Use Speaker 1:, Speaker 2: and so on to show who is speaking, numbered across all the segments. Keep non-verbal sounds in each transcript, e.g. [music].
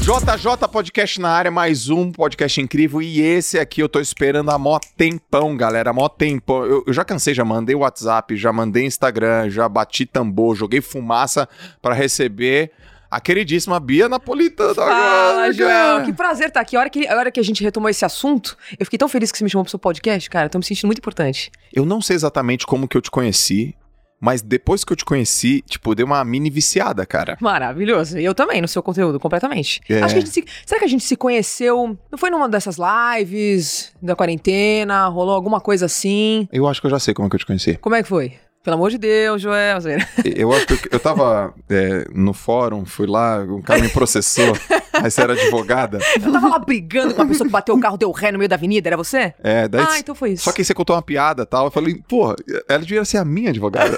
Speaker 1: JJ Podcast na área, mais um podcast incrível. E esse aqui eu tô esperando há mó tempão, galera. Mó tempão. Eu, eu já cansei, já mandei WhatsApp, já mandei Instagram, já bati tambor, joguei fumaça pra receber a queridíssima Bia Napolitana.
Speaker 2: Fala, João. Que prazer estar aqui. A hora, que, a hora que a gente retomou esse assunto, eu fiquei tão feliz que você me chamou pro seu podcast, cara. Eu tô me sentindo muito importante.
Speaker 1: Eu não sei exatamente como que eu te conheci. Mas depois que eu te conheci, tipo, deu uma mini viciada, cara.
Speaker 2: Maravilhoso. E eu também, no seu conteúdo, completamente.
Speaker 1: É.
Speaker 2: Acho que a gente se... Será que a gente se conheceu? Não foi numa dessas lives da quarentena? Rolou alguma coisa assim?
Speaker 1: Eu acho que eu já sei como que eu te conheci.
Speaker 2: Como é que foi? Pelo amor de Deus, Joel. [laughs]
Speaker 1: Eu acho que eu, eu tava é, no fórum, fui lá, um cara me processou, aí você era advogada.
Speaker 2: Eu tava lá brigando com uma pessoa que bateu o carro, deu ré no meio da avenida, era você?
Speaker 1: É, daí.
Speaker 2: Ah, então foi isso.
Speaker 1: Só que aí você contou uma piada e tal. Eu falei, pô, ela devia ser a minha
Speaker 2: [laughs]
Speaker 1: advogada.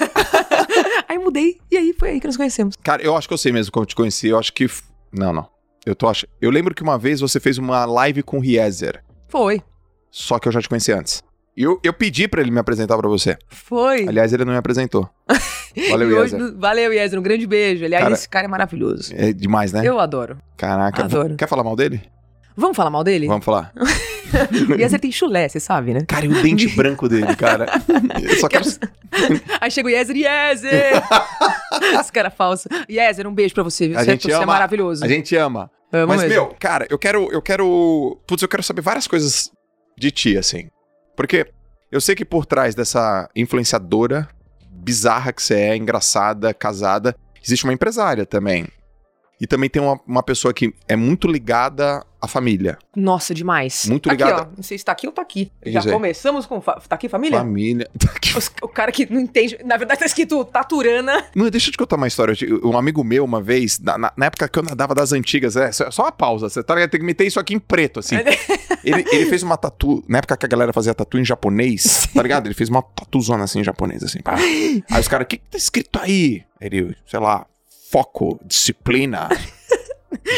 Speaker 2: Aí mudei, e aí foi aí que nos conhecemos.
Speaker 1: Cara, eu acho que eu sei mesmo como eu te conheci. Eu acho que. f- Não, não. Eu tô achando. Eu lembro que uma vez você fez uma live com o Riezer,
Speaker 2: Foi.
Speaker 1: só que eu já te conheci antes. E eu, eu pedi pra ele me apresentar pra você.
Speaker 2: Foi.
Speaker 1: Aliás, ele não me
Speaker 2: [laughs]
Speaker 1: apresentou. Valeu,
Speaker 2: E hoje-
Speaker 1: Riezer.
Speaker 2: Valeu, Yezer. Um grande beijo. Aliás,
Speaker 1: Cara-
Speaker 2: esse cara é maravilhoso.
Speaker 1: É demais, né?
Speaker 2: Eu adoro.
Speaker 1: Caraca.
Speaker 2: Adoro.
Speaker 1: Quer falar mal dele?
Speaker 2: Vamos falar mal dele?
Speaker 1: Vamos falar.
Speaker 2: Yezer tem chulé, você sabe, né?
Speaker 1: Cara, e o
Speaker 2: [laughs]
Speaker 1: dente branco dele, cara? Eu só quero.
Speaker 2: Aí chega o Yezer, Yezer!
Speaker 1: [laughs]
Speaker 2: esse cara falso. Yezer, um beijo pra você. viu?
Speaker 1: A
Speaker 2: Você,
Speaker 1: gente
Speaker 2: você é
Speaker 1: ama.
Speaker 2: maravilhoso.
Speaker 1: A gente ama.
Speaker 2: Amo
Speaker 1: Mas,
Speaker 2: mesmo.
Speaker 1: meu, cara, eu quero. Eu quero. Putz, eu quero saber várias coisas de ti, assim. Porque eu sei que por trás dessa influenciadora bizarra que você é, engraçada, casada, existe uma empresária também. E também tem uma, uma pessoa que é muito ligada à família.
Speaker 2: Nossa, demais.
Speaker 1: Muito
Speaker 2: Aqui,
Speaker 1: obrigado.
Speaker 2: ó. Não sei se tá aqui ou tá aqui.
Speaker 1: Isso
Speaker 2: Já
Speaker 1: aí.
Speaker 2: começamos com. fa- Tá aqui, família?
Speaker 1: Família.
Speaker 2: Os- o cara que não entende. Na verdade, tá escrito Taturana. [laughs]
Speaker 1: Não, deixa eu te contar uma história. Eu te- Um amigo meu, uma vez, na, na- na época que eu nadava das antigas, é, só, só uma pausa, você tá ligado? Tem que meter isso aqui em preto, assim. [laughs] Ele, ele fez uma tatu, na época que a galera fazia tatu em japonês, tá ligado? Ele fez uma tatuzona assim em japonês, assim, pá. Aí os caras, o que, que tá escrito aí? Ele, sei lá, foco, disciplina,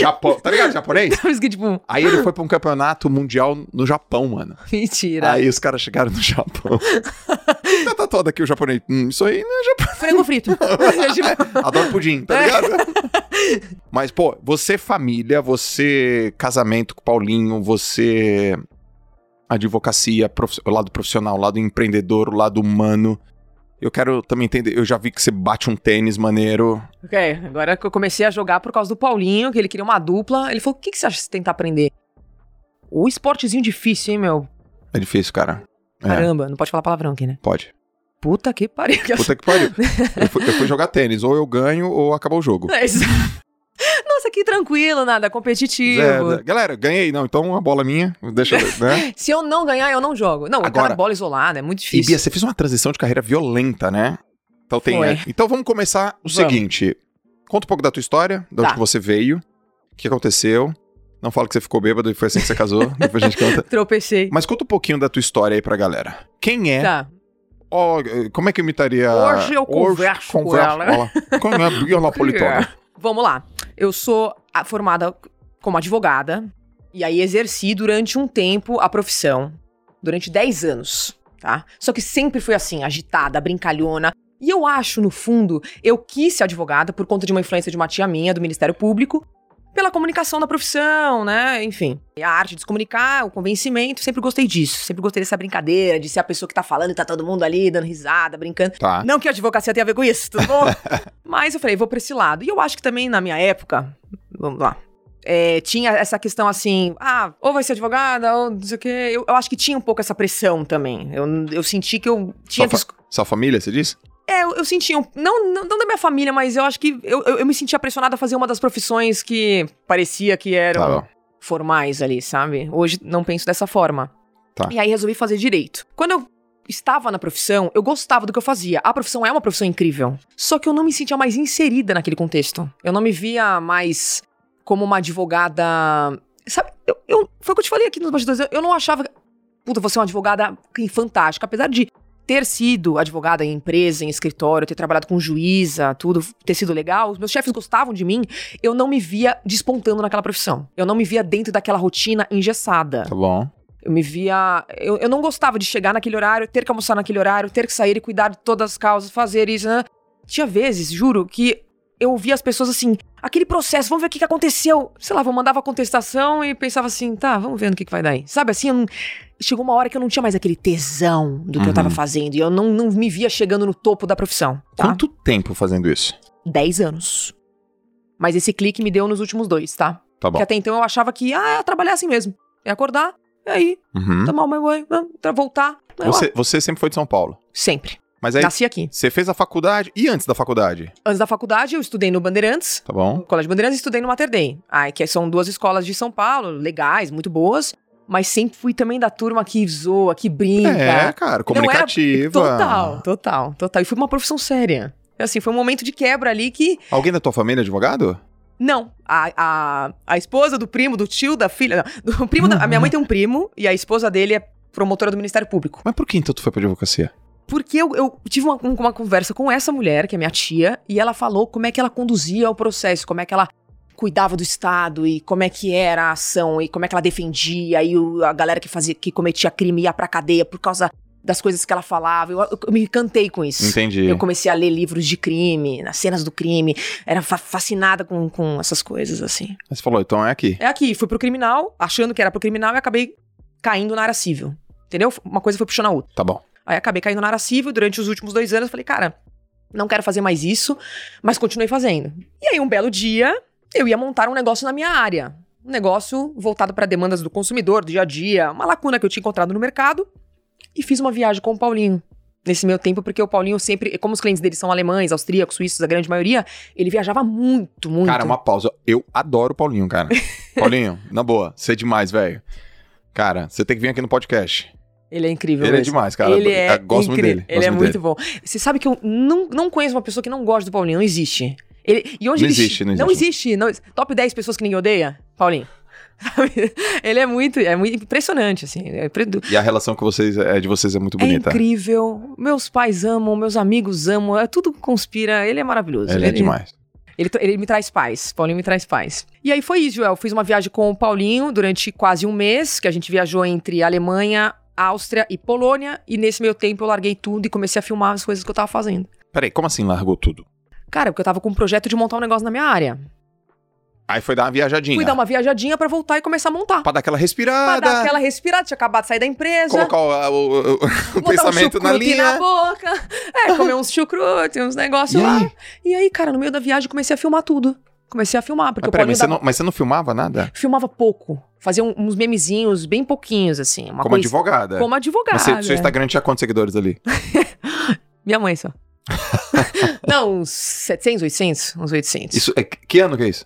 Speaker 1: Japão, tá ligado? Japonês?
Speaker 2: Por isso que, tipo,
Speaker 1: Aí ele foi pra um campeonato mundial no Japão, mano.
Speaker 2: mentira.
Speaker 1: Aí os caras chegaram no Japão. tá tatuado aqui o japonês. Hum, isso aí [laughs]
Speaker 2: Frango frito.
Speaker 1: Adoro pudim, tá ligado? Mas, pô, você é família, você casamento com o Paulinho, você advocacia, profi- o lado profissional, o lado empreendedor, o lado humano. Eu quero também entender, eu já vi que você bate um tênis maneiro.
Speaker 2: Ok, agora que eu comecei a jogar por causa do Paulinho, que ele queria uma dupla. Ele falou: o que, que você acha de tentar aprender? O esportezinho difícil, hein, meu?
Speaker 1: É difícil, cara. É.
Speaker 2: Caramba, não pode falar palavrão aqui, né?
Speaker 1: Pode.
Speaker 2: Puta que pariu. Que
Speaker 1: Puta que pariu. Eu fui, eu fui jogar tênis, ou eu ganho ou acabou o jogo.
Speaker 2: É isso. [laughs] Nossa, que tranquilo, nada competitivo.
Speaker 1: Zé, Zé, galera, ganhei, não, então a bola é minha, deixa, eu- né?
Speaker 2: Se eu não ganhar, eu não jogo. Não, agora
Speaker 1: Agora-
Speaker 2: cada bola isolada, é muito
Speaker 1: E
Speaker 2: difícil.
Speaker 1: Bia, você fez uma transição de carreira violenta, né? Então tem.
Speaker 2: Foi.
Speaker 1: é. Então vamos começar o
Speaker 2: Vamos.
Speaker 1: seguinte. Conta um pouco da tua história, de onde
Speaker 2: Tá.
Speaker 1: que você veio, o que aconteceu. Não fala que você ficou bêbado e foi assim que você
Speaker 2: [laughs]
Speaker 1: casou, depois a gente conta.
Speaker 2: Tropecei.
Speaker 1: Mas conta um pouquinho da tua história aí pra galera. Quem é?
Speaker 2: Tá.
Speaker 1: Ó, eh, como é que eu imitaria?
Speaker 2: Hoje eu converso com ela.
Speaker 1: Como é a
Speaker 2: [laughs]
Speaker 1: Bia Napolitana?
Speaker 2: Vamos lá. Eu sou a- formada como advogada e aí exerci durante um tempo a profissão, durante 10 anos, tá? Só que sempre fui assim, agitada, brincalhona. E eu acho, no fundo, eu quis ser advogada por conta de uma influência de uma tia minha do Ministério Público, pela comunicação da profissão, né? Enfim, E a arte de se comunicar, o convencimento, sempre gostei disso. Sempre gostei dessa brincadeira, de ser a pessoa que tá falando e tá todo mundo ali dando risada, brincando.
Speaker 1: Tá.
Speaker 2: Não que a advocacia tenha a ver com isso, tudo bom? Mas eu falei, vou pra esse lado. E eu acho que também na minha época, vamos lá, é, tinha essa questão assim, ah, ou vai ser advogada, ou não sei o quê. Eu, eu acho que tinha um pouco essa pressão também. Eu, eu senti que eu tinha que.
Speaker 1: Sua, fa- sua família, você diz?
Speaker 2: É, eu, eu sentia, um- não, não, não da minha família, mas eu acho que eu, eu, eu me sentia pressionada a fazer uma das profissões que parecia que eram
Speaker 1: Tá bom.
Speaker 2: formais ali, sabe? Hoje não penso dessa forma.
Speaker 1: Tá.
Speaker 2: E aí resolvi fazer direito. Quando eu estava na profissão, eu gostava do que eu fazia. A profissão é uma profissão incrível. Só que eu não me sentia mais inserida naquele contexto. Eu não me via mais como uma advogada. Sabe? Eu, eu- foi o que eu te falei aqui nos bastidores. Eu, eu não achava. Puta, você é uma advogada fantástica. Apesar de ter sido advogada em empresa, em escritório, ter trabalhado com juíza, tudo, ter sido legal, os meus chefes gostavam de mim, eu não me via despontando naquela profissão. Eu não me via dentro daquela rotina engessada.
Speaker 1: Tá bom.
Speaker 2: Eu me via. Eu, eu não gostava de chegar naquele horário, ter que almoçar naquele horário, ter que sair e cuidar de todas as causas, fazer isso. né? Tinha vezes, juro, que eu ouvia as pessoas assim, aquele processo, vamos ver o que, que aconteceu. Sei lá, eu mandava a contestação e pensava assim, tá, vamos ver no que, que vai dar aí. Sabe assim, eu não- chegou uma hora que eu não tinha mais aquele tesão do que eu tava
Speaker 1: Uhum.
Speaker 2: fazendo. E eu não, não me via chegando no topo da profissão. Tá?
Speaker 1: Quanto tempo fazendo isso?
Speaker 2: 10 anos. Mas esse clique me deu nos últimos dois, tá?
Speaker 1: Tá bom.
Speaker 2: Porque até então eu achava que, ah, é trabalhar assim mesmo. É acordar, e aí,
Speaker 1: Uhum.
Speaker 2: tomar o meu banho, né, tra- voltar. né, lá.
Speaker 1: Você, você sempre foi de São Paulo.
Speaker 2: Sempre.
Speaker 1: Mas aí,
Speaker 2: Nasci aqui.
Speaker 1: você fez a faculdade. E antes da faculdade?
Speaker 2: Antes da faculdade, eu estudei no Bandeirantes,
Speaker 1: Tá bom?
Speaker 2: no Colégio Bandeirantes, e estudei no Mater Dei. Ai, que são duas escolas de São Paulo, legais, muito boas. Mas sempre fui também da turma que zoa, que
Speaker 1: É, cara,
Speaker 2: brinca. Não era-
Speaker 1: comunicativa.
Speaker 2: Total, total, total. E foi uma profissão séria. Assim, foi um momento de quebra ali que
Speaker 1: Alguém da tua família é advogado?
Speaker 2: Não, a, a, a esposa do primo, do tio, da filha. Não, do primo da- a minha mãe tem um primo e a esposa dele é promotora do Ministério Público.
Speaker 1: Mas por que então tu foi pra advocacia?
Speaker 2: Porque eu, eu tive uma, um- uma conversa com essa mulher, que é minha tia, e ela falou como é que ela conduzia o processo, como é que ela cuidava do Estado e como é que era a ação e como é que ela defendia e o- a galera que fazia que cometia crime ia pra cadeia por causa das coisas que ela falava. Eu, eu me encantei com isso.
Speaker 1: Entendi.
Speaker 2: Eu comecei a ler livros de crime, nas cenas do crime. Era fa- fascinada com, com essas coisas, assim.
Speaker 1: Mas Você falou, então é aqui.
Speaker 2: É aqui, fui pro criminal, achando que era pro criminal e acabei caindo na área civil. Entendeu? Uma coisa foi puxando a outra.
Speaker 1: Tá bom.
Speaker 2: Aí acabei caindo na área civil durante os últimos dois anos. Falei, cara, não quero fazer mais isso, mas continuei fazendo. E aí, um belo dia, eu ia montar um negócio na minha área. Um negócio voltado para demandas do consumidor, do dia a dia, uma lacuna que eu tinha encontrado no mercado. E fiz uma viagem com o Paulinho. Nesse meu tempo, porque o Paulinho sempre, como os clientes dele são alemães, austríacos, suíços, a grande maioria, ele viajava muito, muito.
Speaker 1: Cara, uma pausa. Eu adoro o Paulinho,
Speaker 2: [laughs]
Speaker 1: cara. Paulinho, na boa, você é demais, velho. Cara, você tem que vir aqui no podcast.
Speaker 2: Ele é incrível.
Speaker 1: Ele é
Speaker 2: mesmo.
Speaker 1: demais, cara.
Speaker 2: Ele
Speaker 1: Eu
Speaker 2: é
Speaker 1: gosto muito
Speaker 2: incrível.
Speaker 1: dele.
Speaker 2: Ele
Speaker 1: gosto
Speaker 2: é
Speaker 1: muito
Speaker 2: muito
Speaker 1: dele.
Speaker 2: bom. Você sabe que eu não, não conheço uma pessoa que não gosta do Paulinho. Não existe. Ele, e onde
Speaker 1: Não
Speaker 2: ele che-
Speaker 1: existe, não
Speaker 2: Não existe. não ex- top 10 pessoas que ninguém odeia? Paulinho. [laughs] Sabe? ele é muito, é muito impressionante, assim. É, impre-
Speaker 1: E a relação que vocês, é, de vocês é muito
Speaker 2: é
Speaker 1: bonita.
Speaker 2: incrível. Meus pais amam, meus amigos amam. é- tudo conspira. Ele é maravilhoso.
Speaker 1: Ele é demais.
Speaker 2: Ele, ele me traz paz. Paulinho me traz paz. E aí foi isso, Joel. Fiz uma viagem com o Paulinho durante quase um mês, que a gente viajou entre Alemanha, Áustria e Polônia. E nesse meio tempo eu larguei tudo e comecei a filmar as coisas que eu tava fazendo.
Speaker 1: Peraí, como assim largou tudo?
Speaker 2: Cara, porque eu tava com um projeto de montar um negócio na minha área.
Speaker 1: Aí foi dar uma viajadinha.
Speaker 2: Fui dar uma viajadinha pra voltar e começar a montar.
Speaker 1: Pra dar aquela
Speaker 2: Pra
Speaker 1: respirada.
Speaker 2: dar aquela respirada, tinha acabado de sair da empresa.
Speaker 1: Colocar o, o- o- o
Speaker 2: [laughs] botar
Speaker 1: pensamento
Speaker 2: um
Speaker 1: na
Speaker 2: chucrute
Speaker 1: linha.
Speaker 2: na boca. É, comer uns chucrute, uns negócios
Speaker 1: E
Speaker 2: lá.
Speaker 1: aí?
Speaker 2: E aí, cara, no meio da viagem comecei a filmar tudo. Comecei a filmar, porque
Speaker 1: Mas
Speaker 2: o
Speaker 1: peraí,
Speaker 2: Paulinho
Speaker 1: mas você,
Speaker 2: dava-
Speaker 1: não, mas você não filmava nada?
Speaker 2: filmava pouco. Fazia um- uns memezinhos bem pouquinhos, assim. Uma
Speaker 1: como
Speaker 2: coisa,
Speaker 1: advogada.
Speaker 2: Como advogada.
Speaker 1: Mas seu- seu Instagram tinha quantos seguidores ali?
Speaker 2: Minha
Speaker 1: [laughs]
Speaker 2: mãe só. Não, uns 700, 800? Uns 800.
Speaker 1: Isso, é, que ano que é isso?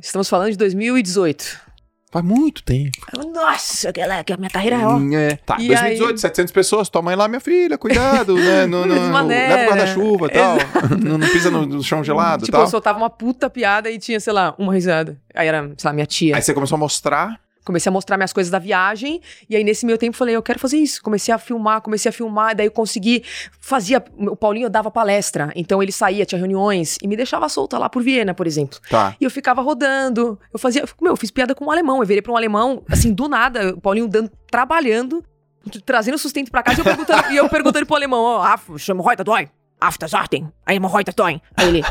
Speaker 2: Estamos falando de 2018.
Speaker 1: Faz muito tempo.
Speaker 2: Nossa, galera, que a minha carreira é ó.
Speaker 1: É. Tá,
Speaker 2: E
Speaker 1: 2018,
Speaker 2: aí?
Speaker 1: 700 pessoas. Tua mãe lá, minha filha, cuidado,
Speaker 2: [laughs]
Speaker 1: né? Não, não,
Speaker 2: De maneira.
Speaker 1: leva o guarda-chuva e tal. Não, não pisa no, no chão gelado e
Speaker 2: Tipo,
Speaker 1: tal.
Speaker 2: eu soltava uma puta piada e tinha, sei lá, uma risada. Aí era, sei lá, minha tia.
Speaker 1: Aí você começou a mostrar.
Speaker 2: Comecei a mostrar minhas coisas da viagem. E aí, nesse meio tempo, eu falei, eu quero fazer isso. Comecei a filmar, comecei a filmar. Daí eu consegui. Fazia. O Paulinho dava palestra. Então ele saía, tinha reuniões. E me deixava solta lá por Viena, por exemplo.
Speaker 1: Tá.
Speaker 2: E eu ficava rodando. Eu fazia. Meu, eu fiz piada com um alemão. Eu virei pra um alemão, assim, do nada, o Paulinho dando, trabalhando, t- trazendo sustento pra casa e eu perguntando, e eu perguntando pro alemão, ó, af, chama Reuter dói. After Sorten, aí Reuter dói. Aí ele.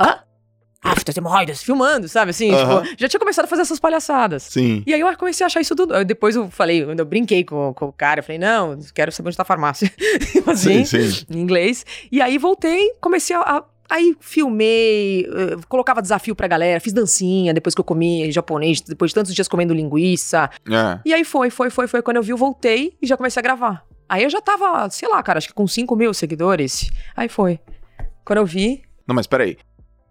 Speaker 2: Hã? After hemorroidas. Filmando, sabe assim?
Speaker 1: Aham.
Speaker 2: Tipo, já tinha começado a fazer essas palhaçadas.
Speaker 1: Sim.
Speaker 2: E aí eu comecei a achar isso tudo. Aí Depois eu falei, eu brinquei com, com o cara, eu falei, não, quero saber onde tá a farmácia. [laughs] Tipo assim,
Speaker 1: sim.
Speaker 2: em inglês. E aí voltei, comecei a. a- aí filmei, eh, colocava desafio pra galera, fiz dancinha depois que eu comi japonês, depois de tantos dias comendo linguiça.
Speaker 1: É.
Speaker 2: E aí foi, foi, foi, foi. Quando eu vi, eu voltei e já comecei a gravar. Aí eu já tava, sei lá, cara, acho que com 5 mil seguidores. Aí foi. Quando eu vi,
Speaker 1: Não, mas peraí.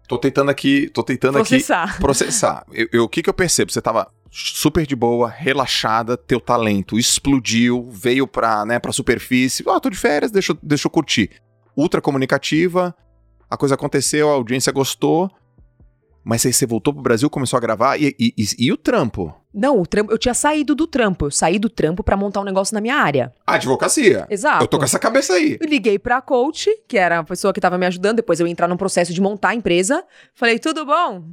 Speaker 1: Tô tentando aqui, tô tentando aqui
Speaker 2: processar.
Speaker 1: processar. Eu- eu- o que que eu percebo? Você tava super de boa, relaxada, teu talento explodiu, veio pra, né, pra superfície. Ah, tô de férias, deixa, eu- deixa eu curtir. Ultra comunicativa, a coisa aconteceu, a audiência gostou. Mas aí você voltou pro Brasil, começou a gravar e, e- e- e o trampo?
Speaker 2: Não, o trampo, eu tinha saído do trampo. Eu saí do trampo pra montar um negócio na minha área.
Speaker 1: A advocacia.
Speaker 2: Exato.
Speaker 1: Eu tô com essa cabeça aí.
Speaker 2: Eu Liguei pra coach, que era a pessoa que tava me ajudando, depois eu ia entrar num processo de montar a empresa. Falei, tudo bom?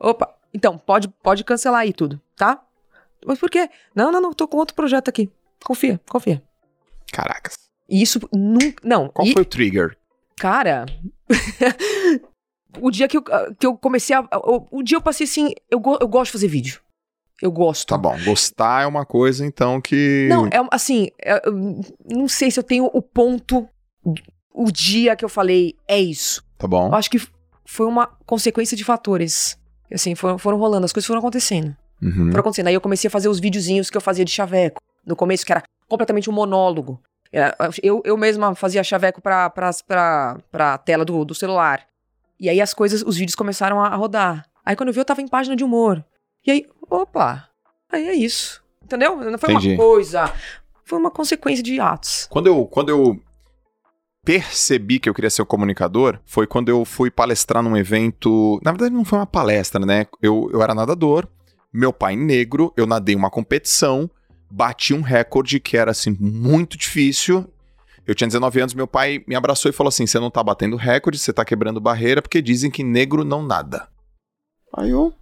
Speaker 2: Opa, então, pode, pode cancelar aí tudo, tá? Mas por quê? Não, não, não, tô com outro projeto aqui. Confia, confia.
Speaker 1: Caracas.
Speaker 2: E isso nunca. Não,
Speaker 1: Qual
Speaker 2: e,
Speaker 1: foi o trigger?
Speaker 2: cara. [laughs] o dia que eu, que eu comecei a. O, o dia eu passei assim, eu, go, eu gosto de fazer vídeo. Eu gosto.
Speaker 1: Tá bom, gostar é uma coisa, então, que.
Speaker 2: Não, é um- assim, é, eu não sei se eu tenho o ponto, o dia que eu falei, é isso.
Speaker 1: Tá bom.
Speaker 2: Eu acho que foi uma consequência de fatores. Assim, foram, foram rolando, as coisas foram acontecendo.
Speaker 1: Uhum.
Speaker 2: Foram acontecendo. Aí eu comecei a fazer os videozinhos que eu fazia de chaveco. No começo, que era completamente um monólogo. Era- Eu, eu mesma fazia chaveco pra, pra, pra, pra tela do, do celular. E aí as coisas, os vídeos começaram a a rodar. Aí quando eu vi, eu tava em página de humor. E aí, opa, aí é isso. Entendeu? Não foi
Speaker 1: Entendi.
Speaker 2: uma coisa. Foi uma consequência de atos.
Speaker 1: Quando eu, quando eu percebi que eu queria ser um comunicador, foi quando eu fui palestrar num evento. Na verdade, não foi uma palestra, né? Eu, eu era nadador, meu pai negro, eu nadei uma competição, bati um recorde que era assim muito difícil. Eu tinha 19 anos, meu pai me abraçou e falou assim: "Você não tá batendo recorde, você tá quebrando barreira, porque dizem que negro não nada". Aí eu,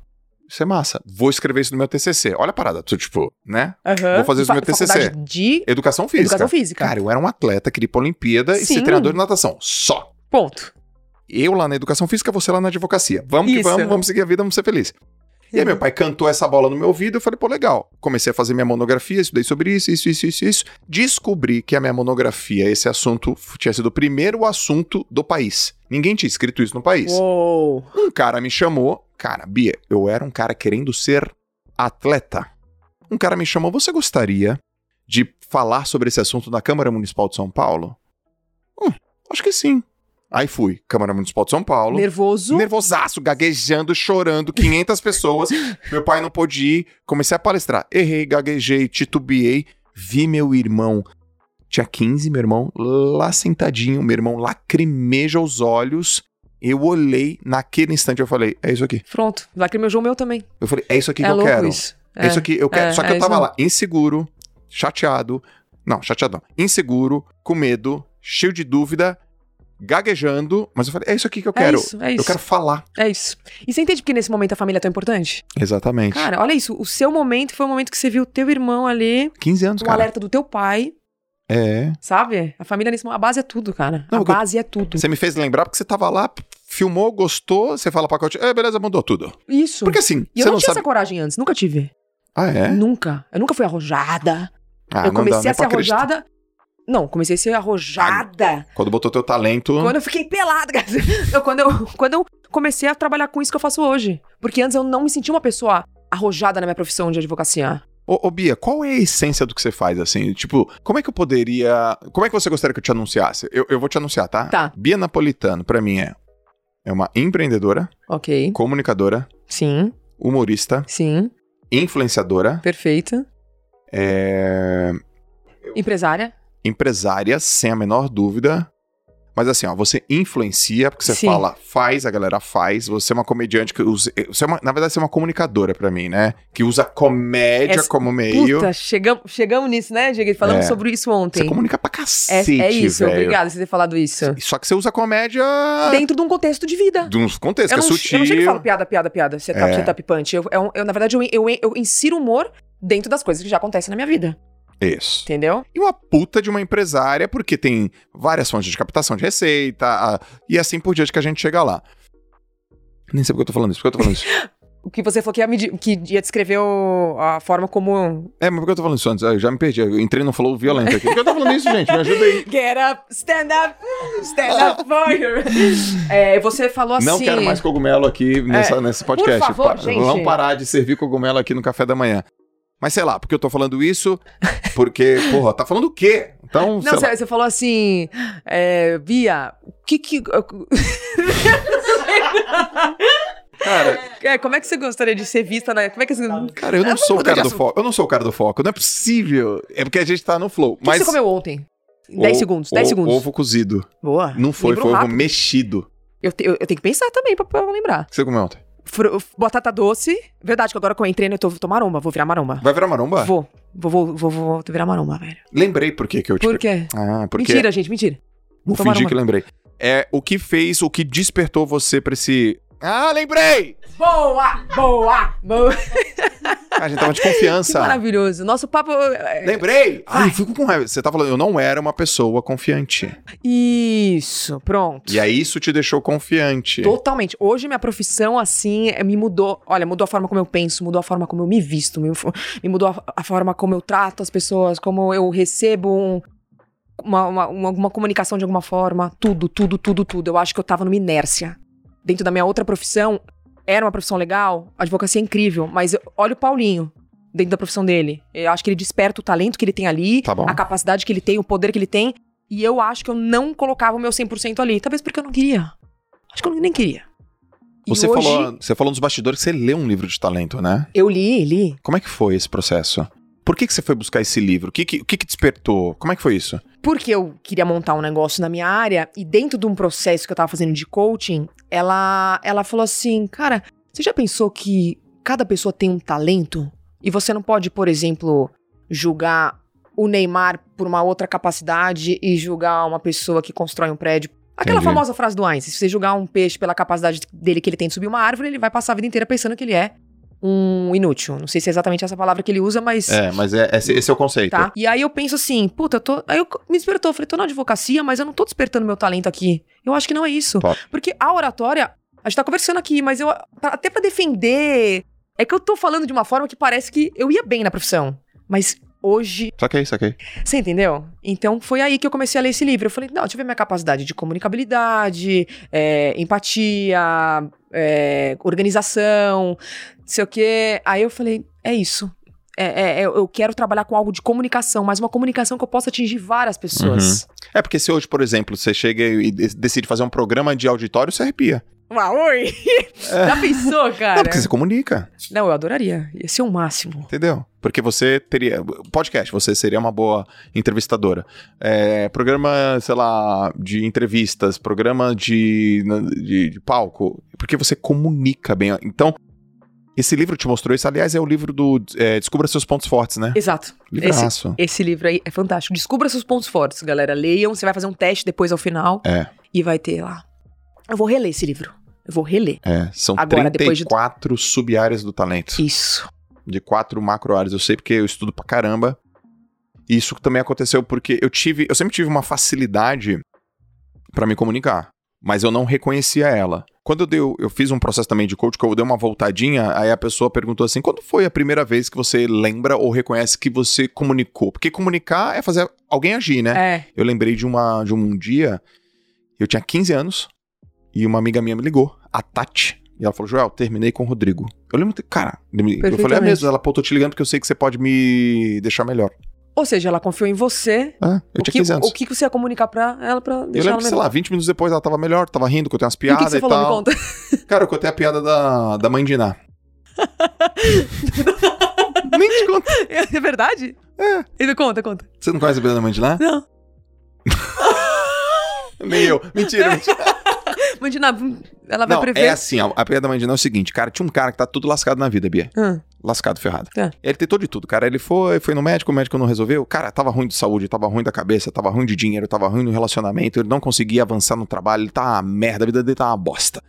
Speaker 1: isso é massa. Vou escrever isso no meu TCC. Olha a parada, tu, tipo, né? Vou fazer isso no meu
Speaker 2: Fa- faculdade
Speaker 1: TCC.
Speaker 2: De
Speaker 1: Educação física.
Speaker 2: educação física.
Speaker 1: Cara, eu era um atleta, queria ir pra Olimpíada e ser
Speaker 2: Sim.
Speaker 1: treinador de natação. Só.
Speaker 2: Ponto.
Speaker 1: Eu lá na educação física, você lá na advocacia. Vamos que
Speaker 2: Isso. Uhum.
Speaker 1: vamos, vamos seguir a vida, vamos ser felizes. E aí meu pai cantou essa bola no meu ouvido, eu falei, pô, legal. Comecei a fazer minha monografia, estudei sobre isso, isso, isso, isso, isso. Descobri que a minha monografia, esse assunto, f- tinha sido o primeiro assunto do país. Ninguém tinha escrito isso no país.
Speaker 2: Uou.
Speaker 1: Um cara me chamou, cara, Bia, eu era um cara querendo ser atleta. Um cara me chamou, você gostaria de falar sobre esse assunto na Câmara Municipal de São Paulo? Hum, acho que sim. Aí fui, Câmara Municipal de São Paulo.
Speaker 2: Nervoso.
Speaker 1: Nervosaço, gaguejando, chorando, 500
Speaker 2: [laughs]
Speaker 1: pessoas. Meu pai não pôde ir. Comecei a palestrar. Errei, gaguejei, titubeei. Vi meu irmão. Tinha 15, meu irmão lá sentadinho. Meu irmão lacrimeja os olhos. Eu olhei naquele instante. Eu falei: É isso aqui.
Speaker 2: Pronto. Lacrimejou o meu também.
Speaker 1: Eu falei: É isso aqui que
Speaker 2: é
Speaker 1: eu
Speaker 2: louco
Speaker 1: quero.
Speaker 2: isso.
Speaker 1: É, isso aqui eu quero.
Speaker 2: é,
Speaker 1: Só que
Speaker 2: é
Speaker 1: eu
Speaker 2: isso
Speaker 1: tava
Speaker 2: mesmo.
Speaker 1: lá, inseguro, chateado. Não, chateado não. Inseguro, com medo, cheio de dúvida, gaguejando. Mas eu falei: É isso aqui que eu
Speaker 2: É
Speaker 1: quero.
Speaker 2: isso, é
Speaker 1: Eu
Speaker 2: isso.
Speaker 1: quero falar.
Speaker 2: É isso. E você entende porque nesse momento a família é tão importante?
Speaker 1: Exatamente.
Speaker 2: Cara, olha isso. O seu momento foi o momento que você viu o teu irmão ali,
Speaker 1: 15 anos,
Speaker 2: o
Speaker 1: cara.
Speaker 2: Um alerta do teu pai,
Speaker 1: É.
Speaker 2: sabe? A família nesse momento. A base é tudo, cara.
Speaker 1: Não,
Speaker 2: a
Speaker 1: porque-
Speaker 2: base é tudo.
Speaker 1: Você me fez lembrar porque você tava lá, filmou, gostou, você fala pra coach, é, beleza, mandou tudo.
Speaker 2: Isso.
Speaker 1: Porque assim,
Speaker 2: e eu
Speaker 1: você
Speaker 2: não,
Speaker 1: não
Speaker 2: tinha
Speaker 1: sabe.
Speaker 2: essa coragem antes, nunca tive.
Speaker 1: Ah, é?
Speaker 2: Nunca. Eu nunca fui arrojada.
Speaker 1: Ah,
Speaker 2: eu
Speaker 1: não
Speaker 2: comecei
Speaker 1: dá, nem
Speaker 2: a ser
Speaker 1: pra acreditar.
Speaker 2: arrojada. Não, comecei a ser arrojada
Speaker 1: Quando botou teu talento.
Speaker 2: Quando eu fiquei pelada, cara. [laughs] Eu, quando, eu, quando eu comecei a trabalhar com isso que eu faço hoje. Porque antes eu não me sentia uma pessoa arrojada na minha profissão de advocacia.
Speaker 1: Ô, ô, Bia, qual é a essência do que você faz, assim? Tipo, como é que eu poderia. Como é que você gostaria que eu te anunciasse? Eu, eu vou te anunciar, tá?
Speaker 2: Tá.
Speaker 1: Bia Napolitano, pra mim, é. É uma empreendedora,
Speaker 2: Ok.
Speaker 1: comunicadora,
Speaker 2: Sim,
Speaker 1: humorista,
Speaker 2: sim.
Speaker 1: influenciadora,
Speaker 2: Perfeito.
Speaker 1: é,
Speaker 2: Empresária?
Speaker 1: empresária, sem a menor dúvida. Mas assim, ó, você influencia, porque você
Speaker 2: Sim.
Speaker 1: fala, faz, a galera faz. Você é uma comediante que usa. Você é uma- na verdade, você é uma comunicadora pra mim, né? Que usa comédia
Speaker 2: Essa-
Speaker 1: como meio.
Speaker 2: Puta, chegamos, chegamos nisso, né, Diego? Falamos
Speaker 1: É.
Speaker 2: sobre isso ontem.
Speaker 1: Você comunica pra
Speaker 2: é,
Speaker 1: cacete,
Speaker 2: é isso,
Speaker 1: velho.
Speaker 2: obrigada por ter falado isso.
Speaker 1: Só que você usa comédia
Speaker 2: Dentro de um contexto de vida.
Speaker 1: de uns contextos,
Speaker 2: Eu
Speaker 1: que é
Speaker 2: não,
Speaker 1: sutil.
Speaker 2: eu não chego e falo piada, piada, piada, setup,
Speaker 1: É.
Speaker 2: setup, punch. Eu, é um- eu, na verdade, eu, eu, eu insiro humor dentro das coisas que já acontecem na minha vida.
Speaker 1: Isso.
Speaker 2: Entendeu?
Speaker 1: E uma puta de uma empresária, porque tem várias fontes de captação de receita a- e assim por diante que a gente chega lá. Nem sei porque eu tô falando isso, porque eu tô falando isso.
Speaker 2: O que você falou que ia, me di- que ia descrever o- a forma como
Speaker 1: É, mas por que eu tô falando isso antes? Ah, Eu já me perdi. Eu entrei num flow violento aqui. Por que eu tô falando isso, gente? Me ajuda aí.
Speaker 2: Get up, stand up, stand up [laughs] for you. É, você falou assim.
Speaker 1: Não quero mais cogumelo aqui nessa- nesse podcast.
Speaker 2: É, Por favor, gente.
Speaker 1: Vamos parar de servir cogumelo aqui no café da manhã. Mas sei lá, porque eu tô falando isso, porque, porra, tá falando o quê? Então,
Speaker 2: Não,
Speaker 1: sei lá.
Speaker 2: você, você falou assim, é, Bia, o que que.
Speaker 1: Cara,
Speaker 2: É, como é que você gostaria de ser vista na. Como é que você. O que
Speaker 1: cara, eu não
Speaker 2: vamos
Speaker 1: sou o
Speaker 2: mudar
Speaker 1: cara
Speaker 2: de
Speaker 1: do
Speaker 2: assunto.
Speaker 1: foco. Eu não sou o cara do foco. Não é possível. É porque a gente tá no flow. mas
Speaker 2: você comeu ontem? 10
Speaker 1: O-
Speaker 2: segundos, 10
Speaker 1: o-
Speaker 2: segundos.
Speaker 1: Ovo cozido.
Speaker 2: Boa.
Speaker 1: Não foi,
Speaker 2: Lembrou
Speaker 1: foi ovo
Speaker 2: rápido.
Speaker 1: mexido.
Speaker 2: Eu, te- eu- eu tenho que pensar também pra, pra lembrar.
Speaker 1: O que você comeu ontem?
Speaker 2: Fru- batata doce. Verdade, que agora que eu entrei, né, eu tô, tô maromba, vou virar maromba.
Speaker 1: Vai virar maromba?
Speaker 2: Vou. Vou, vou, vou, vou virar maromba, velho.
Speaker 1: Lembrei por que que eu te...
Speaker 2: Por quê?
Speaker 1: Ah, porque...
Speaker 2: Mentira, gente, mentira.
Speaker 1: Vou
Speaker 2: Tomara
Speaker 1: fingir
Speaker 2: uma-
Speaker 1: que lembrei. É o que fez, o que despertou você pra esse. Ah, lembrei!
Speaker 2: Boa, boa, boa.
Speaker 1: A Ah, gente tava
Speaker 2: [laughs]
Speaker 1: de
Speaker 2: Que
Speaker 1: confiança.
Speaker 2: maravilhoso. Nosso papo. é-
Speaker 1: Lembrei! Ai, eu fico com raiva. Você tá falando, eu não era uma pessoa confiante.
Speaker 2: Isso, pronto.
Speaker 1: E aí isso te deixou confiante.
Speaker 2: Totalmente. Hoje minha profissão, assim, é- me mudou. Olha, mudou a forma como eu penso, mudou a forma como eu me visto, me, fo- me mudou a, a forma como eu trato as pessoas, como eu recebo um- uma, uma, uma- alguma comunicação de alguma forma. Tudo, tudo, tudo, tudo. Eu acho que eu tava numa inércia. Dentro da minha outra profissão, era uma profissão legal, a advocacia é incrível, mas eu- olha o Paulinho. Dentro da profissão dele. Eu acho que ele desperta o talento que ele tem ali,
Speaker 1: Tá bom.
Speaker 2: a capacidade que ele tem, o poder que ele tem. E eu acho que eu não colocava o meu 100% ali. Talvez porque eu não queria. Acho que eu nem queria. E
Speaker 1: Você,
Speaker 2: hoje,
Speaker 1: falou, você falou nos bastidores que você leu um livro de talento, né?
Speaker 2: Eu li, li.
Speaker 1: Como é que foi esse processo? Por que, que você foi buscar esse livro? O que, que, o que que despertou? Como é que foi isso?
Speaker 2: Porque eu queria montar um negócio na minha área. E dentro de um processo que eu tava fazendo de coaching, ela, ela falou assim: Cara, você já pensou que cada pessoa tem um talento? E você não pode, por exemplo, julgar o Neymar por uma outra capacidade e julgar uma pessoa que constrói um prédio. Aquela
Speaker 1: Entendi.
Speaker 2: famosa frase do Einstein: se você julgar um peixe pela capacidade dele que ele tem de subir uma árvore, ele vai passar a vida inteira pensando que ele é um inútil. Não sei se é exatamente essa palavra que ele usa, mas.
Speaker 1: É, mas é, esse, esse é o conceito.
Speaker 2: Tá? E aí eu penso assim, puta, eu tô. Aí eu me despertou, eu falei, tô na advocacia, mas eu não tô despertando meu talento aqui. Eu acho que não é isso.
Speaker 1: Top.
Speaker 2: Porque a oratória, a gente tá conversando aqui, mas eu. pra- Até pra defender. É que eu tô falando de uma forma que parece que eu ia bem na profissão. Mas hoje.
Speaker 1: Saquei, saquei.
Speaker 2: Você entendeu? Então foi aí que eu comecei a ler esse livro. Eu falei, não, deixa eu ver minha capacidade de comunicabilidade, é, empatia, é, organização, não sei o quê. Aí eu falei, é isso. É, é, é, eu quero trabalhar com algo de comunicação, mas uma comunicação que eu possa atingir várias pessoas.
Speaker 1: É porque se hoje, por exemplo, você chega e de- decide fazer um programa de auditório, você arrepia.
Speaker 2: Uau, oi! Já pensou,
Speaker 1: Uhum.
Speaker 2: cara?
Speaker 1: É. Não, porque você comunica,
Speaker 2: Não, eu adoraria. Ia ser o máximo.
Speaker 1: entendeu? Porque você teria. Podcast, você seria uma boa entrevistadora. É, programa, sei lá, de entrevistas, programa de, de, de palco. Porque você comunica bem. Então, esse livro te mostrou isso. Aliás, é o livro do é, Descubra Seus Pontos Fortes, né?
Speaker 2: Exato.
Speaker 1: Livraço.
Speaker 2: Esse livro aí é fantástico. Descubra seus pontos fortes, galera. Leiam, você vai fazer um teste depois ao final.
Speaker 1: É.
Speaker 2: E vai ter lá. Eu vou reler esse livro. Eu vou reler.
Speaker 1: É, são
Speaker 2: Agora, depois de-
Speaker 1: 34 sub-áreas do talento.
Speaker 2: Isso.
Speaker 1: de quatro macro áreas. Eu sei porque eu estudo pra caramba. E isso também aconteceu porque eu tive, eu sempre tive uma facilidade pra me comunicar, mas eu não reconhecia ela. Quando eu, dei, o- eu fiz um processo também de coach, que eu dei uma voltadinha, aí a pessoa perguntou assim: quando foi a primeira vez que você lembra ou reconhece que você comunicou? Porque comunicar é fazer alguém agir, né?
Speaker 2: É.
Speaker 1: Eu lembrei de, uma, de um dia, eu tinha 15 anos, e uma amiga minha me ligou, a Tati, e ela falou, Joel, terminei com o Rodrigo. Eu lembro, cara, eu me- eu falei, é
Speaker 2: Perfeitamente.
Speaker 1: mesmo, ela, pô, tô te ligando porque eu sei que você pode me deixar melhor.
Speaker 2: Ou seja, ela confiou em você.
Speaker 1: Ah, eu
Speaker 2: o,
Speaker 1: tinha
Speaker 2: que,
Speaker 1: 15 anos.
Speaker 2: o que você ia comunicar pra ela pra
Speaker 1: Eu lembro
Speaker 2: deixar ela
Speaker 1: que, sei
Speaker 2: melhor?
Speaker 1: lá, 20 minutos depois ela tava melhor, tava rindo, que eu tenho umas
Speaker 2: E o que, que
Speaker 1: piadas
Speaker 2: você
Speaker 1: e
Speaker 2: falou? Me
Speaker 1: tal.
Speaker 2: conta. [laughs]
Speaker 1: Cara, eu contei a piada da, da mãe de Iná. Nem te conto.
Speaker 2: É verdade? É. E me conta, conta.
Speaker 1: Você não conhece a piada da mãe de Iná?
Speaker 2: Não.
Speaker 1: Nem eu.
Speaker 2: [laughs]
Speaker 1: Mentira, mentira.
Speaker 2: Mandina, ela vai
Speaker 1: Não,
Speaker 2: prever.
Speaker 1: é assim, a, a piada da mãe de Iná é o seguinte, cara, tinha um cara que tá todo lascado na vida, Bia.
Speaker 2: Ah,
Speaker 1: lascado, ferrado.
Speaker 2: Tá.
Speaker 1: Ele tentou de tudo, cara. Ele foi, foi no médico, o médico não resolveu. Cara, tava ruim de saúde, tava ruim da cabeça, tava ruim de dinheiro, tava ruim no relacionamento, ele não conseguia avançar no trabalho, ele tá uma merda, a vida dele tá uma bosta.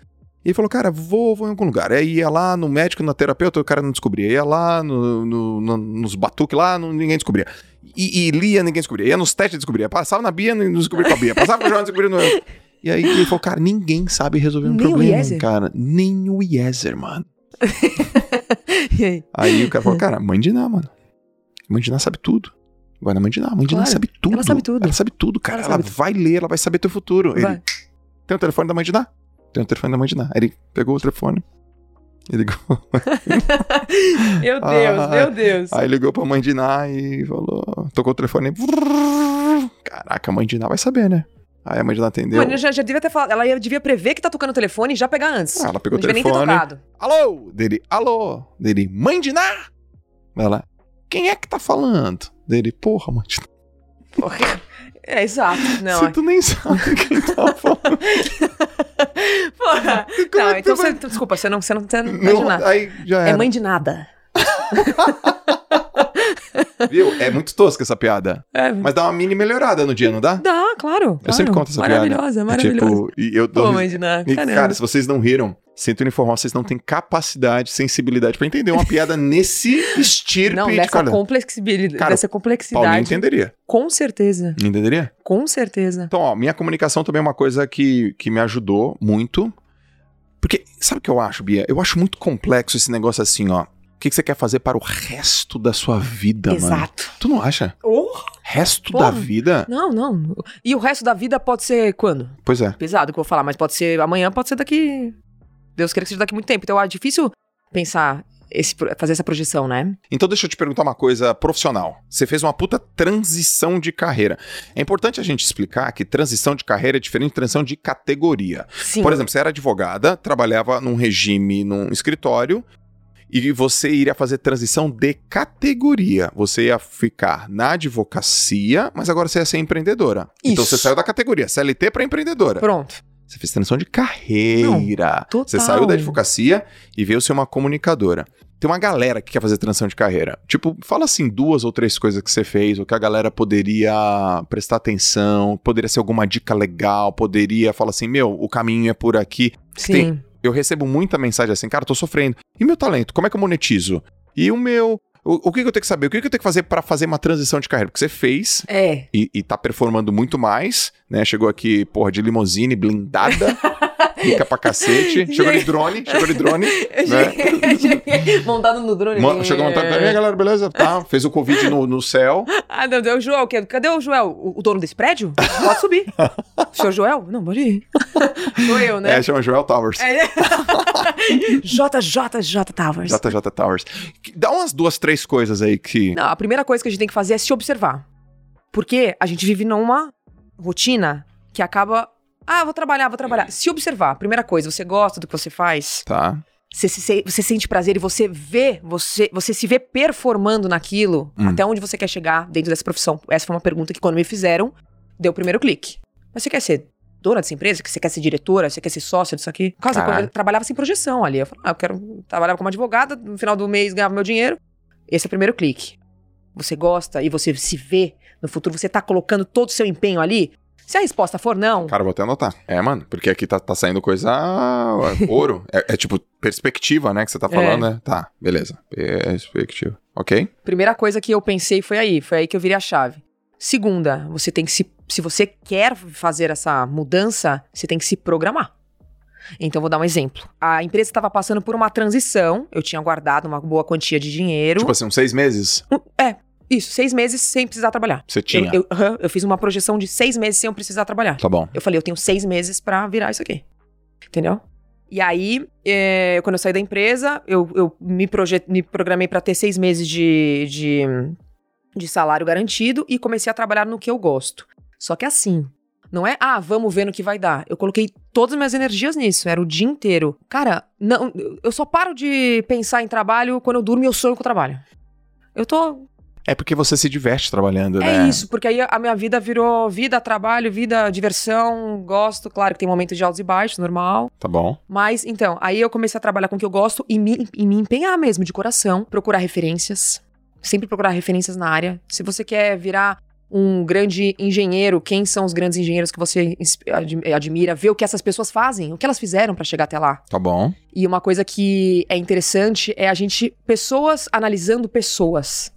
Speaker 1: E ele falou, cara, vou, vou em algum lugar. Aí ia lá no médico, na terapeuta, o cara não descobria. Ia lá no- no- no- nos batuques lá, não- ninguém descobria. E, e lia, ninguém descobria. Ia nos testes, descobria. Passava na Bia, não descobria com a Bia. Passava com o João, descobria no... E aí ele falou, cara, ninguém sabe resolver um
Speaker 2: Nem o
Speaker 1: problema,
Speaker 2: Eliezer?
Speaker 1: cara. Nem o Yezer, mano.
Speaker 2: e aí?
Speaker 1: Aí o cara
Speaker 2: [laughs]
Speaker 1: falou, cara, mãe de Ná, mano. Mãe de Ná sabe tudo. Vai na mãe de Ná. Mãe de Ná
Speaker 2: Claro,
Speaker 1: sabe tudo.
Speaker 2: ela sabe tudo.
Speaker 1: Ela sabe tudo, cara.
Speaker 2: Ela
Speaker 1: Ela,
Speaker 2: sabe
Speaker 1: vai ler, ela vai saber teu futuro. Ele,
Speaker 2: Vai.
Speaker 1: tem o telefone da mãe de Ná? Tem o telefone da mãe de Ná. Aí Ele pegou o telefone. Ele ligou.
Speaker 2: Meu Deus,
Speaker 1: Ah,
Speaker 2: meu Deus.
Speaker 1: Aí ligou pra mãe de Ná e falou... Tocou o telefone. Caraca, a mãe de Ná vai saber, né? Aí a mãe de Ná atendeu.
Speaker 2: Mano, já, já devia ter falado. Ela ia- devia prever que tá tocando o telefone e já pegar antes.
Speaker 1: Ah, ela pegou
Speaker 2: não
Speaker 1: o
Speaker 2: devia nem ter
Speaker 1: telefone.
Speaker 2: tocado.
Speaker 1: Alô? Dele, alô? Dele, mãe de Ná? Ela, quem é que tá falando? Dele, porra, mãe de Ná.
Speaker 2: Porra. É, exato. Não,
Speaker 1: Você tu nem sabe quem tá falando.
Speaker 2: é- Porra.
Speaker 1: tá Como
Speaker 2: Não,
Speaker 1: é que
Speaker 2: então
Speaker 1: tu
Speaker 2: você.
Speaker 1: vai-
Speaker 2: Desculpa, você não, você não, você não,
Speaker 1: Não,
Speaker 2: imagina.
Speaker 1: aí já
Speaker 2: É
Speaker 1: era.
Speaker 2: mãe de nada.
Speaker 1: Viu? É muito tosca essa piada.
Speaker 2: É.
Speaker 1: Mas dá uma mini melhorada no dia, não dá?
Speaker 2: Dá, claro. claro.
Speaker 1: sempre conto essa piada. É
Speaker 2: maravilhosa, Maravilhosa,
Speaker 1: Tipo, e eu dou
Speaker 2: Pô,
Speaker 1: ris-
Speaker 2: mãe de nada.
Speaker 1: E,
Speaker 2: Caramba.
Speaker 1: cara, se vocês não riram, Sinto informar, vocês não têm capacidade, sensibilidade pra entender uma piada
Speaker 2: [laughs]
Speaker 1: nesse estirpe
Speaker 2: Não,
Speaker 1: de
Speaker 2: dessa
Speaker 1: cara.
Speaker 2: complexibilidade,
Speaker 1: Cara,
Speaker 2: dessa
Speaker 1: Paulinho
Speaker 2: complexidade.
Speaker 1: entenderia.
Speaker 2: Com certeza.
Speaker 1: Entenderia?
Speaker 2: Com certeza.
Speaker 1: Então, ó, minha comunicação também é uma coisa que, que me ajudou muito. Porque, sabe o que eu acho, Bia? Eu acho muito complexo esse negócio assim, ó. O que, que você quer fazer para o resto da sua vida, Tá, mano?
Speaker 2: Exato.
Speaker 1: Tu não acha?
Speaker 2: Oh.
Speaker 1: Resto da
Speaker 2: Porra.
Speaker 1: vida?
Speaker 2: Não, não. E o resto da vida pode ser quando?
Speaker 1: Pois é.
Speaker 2: Pesado que eu vou falar, mas pode ser amanhã, pode ser daqui. Deus queira que seja daqui muito tempo. Então é difícil pensar, esse, pro- fazer essa projeção, né?
Speaker 1: Então deixa eu te perguntar uma coisa profissional. Você fez uma puta transição de carreira. É importante a gente explicar que transição de carreira é diferente de transição de categoria.
Speaker 2: Sim.
Speaker 1: Por exemplo, você era advogada, trabalhava num regime, num escritório, e você iria fazer transição de categoria. Você ia ficar na advocacia, mas agora você ia ser empreendedora. Então
Speaker 2: Isso.
Speaker 1: você saiu da categoria CLT para empreendedora.
Speaker 2: Pronto.
Speaker 1: Você fez transição de carreira.
Speaker 2: Não,
Speaker 1: Você
Speaker 2: total.
Speaker 1: saiu da advocacia e veio ser uma comunicadora. Tem uma galera que quer fazer transição de carreira. Tipo, fala assim duas ou três coisas que você fez, ou que a galera poderia prestar atenção, poderia ser alguma dica legal, poderia falar assim, meu, o caminho é por aqui.
Speaker 2: Sim.
Speaker 1: tem- Eu recebo muita mensagem assim, cara, tô sofrendo. E meu talento, como é que eu monetizo? E o meu, o, o que, que eu tenho que saber? O que, que eu tenho que fazer pra fazer uma transição de carreira? Porque você fez,
Speaker 2: É.
Speaker 1: e, e tá performando muito mais, né? Chegou aqui, porra, de limousine,
Speaker 2: [laughs]
Speaker 1: blindada, rica pra cacete. Chegou de drone, chegou de drone.
Speaker 2: É [laughs] Montado no drone. É.
Speaker 1: Ma- Né? chegou a montar. E aí, galera, beleza?
Speaker 2: [laughs]
Speaker 1: Tá, fez o Covid no, no céu.
Speaker 2: Ah, não, é o Joel. que- Cadê o Joel? O, o dono desse prédio? Pode subir.
Speaker 1: [laughs]
Speaker 2: Senhor Joel? Não, pode ir. [laughs] Sou eu, né?
Speaker 1: É, chama Joel Towers.
Speaker 2: É, [laughs] né? JJJ Towers.
Speaker 1: JJ Towers. Que- Dá umas duas, três coisas aí que.
Speaker 2: Não, a primeira coisa que a gente tem que fazer é se observar. Porque a gente vive numa rotina que acaba. Ah, vou trabalhar, vou
Speaker 1: Uhum.
Speaker 2: trabalhar. Se observar. Primeira coisa, você gosta do que você faz?
Speaker 1: Tá.
Speaker 2: Você, se- se- você sente prazer e você vê, você, você se vê performando naquilo
Speaker 1: Hum.
Speaker 2: até onde você quer chegar dentro dessa profissão. Essa foi uma pergunta que quando me fizeram, deu o primeiro clique. Mas você quer ser dona dessa empresa? Você quer ser diretora? Você quer ser sócia disso aqui? Causa,
Speaker 1: Caralho.
Speaker 2: quando eu trabalhava sem projeção ali. Eu falava, ah, eu quero trabalhar como advogada, no final do mês ganhava meu dinheiro. Esse é o primeiro clique. Você gosta e você se vê no futuro, você tá colocando todo o seu empenho ali? Se a resposta for não,
Speaker 1: Cara, vou até anotar. É, mano, porque aqui tá, tá saindo
Speaker 2: [laughs]
Speaker 1: coisa. ouro. É, é tipo perspectiva, né? Que
Speaker 2: É.
Speaker 1: você tá falando, né? Tá, beleza. Perspectiva. Ok?
Speaker 2: Primeira coisa que eu pensei foi aí, foi aí que eu virei a chave. Segunda, você tem que se. Se você quer fazer essa mudança, você tem que se programar. Então, vou dar um exemplo. A empresa estava passando por uma transição, eu tinha guardado uma boa quantia de dinheiro.
Speaker 1: Tipo assim, uns seis meses
Speaker 2: Isso, seis meses sem precisar trabalhar.
Speaker 1: você tinha.
Speaker 2: Eu, eu- aham, eu fiz uma projeção de seis meses sem eu precisar trabalhar.
Speaker 1: Tá bom.
Speaker 2: Eu falei, eu tenho seis meses pra virar isso aqui. Entendeu? E aí, é, quando eu saí da empresa, eu, eu me, proje- me programei pra ter seis meses de, de, de salário garantido e comecei a trabalhar no que eu gosto. Só que assim, não é, ah, vamos ver no que vai dar. Eu coloquei todas as minhas energias nisso, era o dia inteiro. Cara, não, eu só paro de pensar em trabalho quando eu durmo e eu sonho com o trabalho. Eu tô
Speaker 1: É porque você se diverte trabalhando, né?
Speaker 2: é isso, porque aí a minha vida virou vida, trabalho, vida, diversão, gosto. Claro que tem momentos de altos e baixos, normal.
Speaker 1: Tá bom.
Speaker 2: Mas, então, aí eu comecei a trabalhar com o que eu gosto e me, e me empenhar mesmo, de coração. Procurar referências. Sempre procurar referências na área. Se você quer virar um grande engenheiro, quem são os grandes engenheiros que você ins- ad- admira? Ver o que essas pessoas fazem, o que elas fizeram pra chegar até lá.
Speaker 1: Tá bom.
Speaker 2: E uma coisa que é interessante é a gente, pessoas analisando pessoas.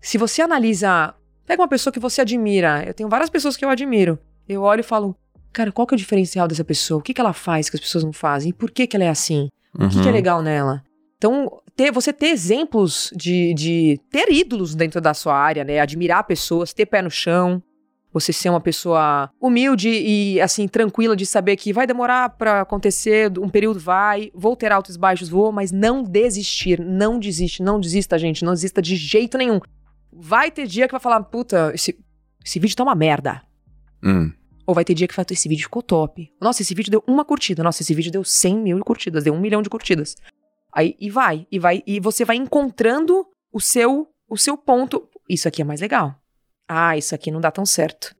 Speaker 2: Se você analisa, pega uma pessoa que você admira, eu tenho várias pessoas que eu admiro. Eu olho e falo, cara, qual que é o diferencial dessa pessoa? O que, que ela faz que as pessoas não fazem? E por que, que ela é assim? O que, que é
Speaker 1: Uhum.
Speaker 2: legal nela? Então, ter, você ter exemplos de, de ter ídolos dentro da sua área, né? Admirar pessoas, ter pé no chão, você ser uma pessoa humilde e, assim, tranquila de saber que vai demorar pra acontecer, um período vai, vou ter altos e baixos, vou, mas não desistir, não desiste, não desista, gente, não desista de jeito nenhum. Vai ter dia que vai falar, puta, esse, esse vídeo tá uma merda.
Speaker 1: Hum.
Speaker 2: Ou vai ter dia que fala, esse vídeo ficou top. Nossa, esse vídeo deu uma curtida. Nossa, esse vídeo deu 100 mil curtidas, deu um milhão de curtidas. Aí, e vai, e vai, e você vai encontrando o seu, o seu ponto. Isso aqui é mais legal. Ah, isso aqui não dá tão certo.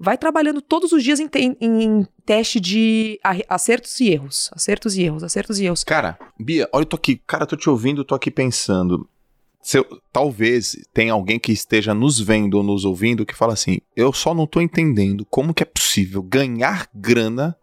Speaker 2: Vai trabalhando todos os dias em, te- em- em teste de ar- acertos e erros. Acertos e erros, acertos e erros.
Speaker 1: Cara, Bia, olha, eu tô aqui. Cara, eu tô te ouvindo, eu tô aqui pensando. Se eu- talvez tenha alguém que esteja nos vendo ou nos ouvindo que fala assim: eu só não tô entendendo como que é possível ganhar grana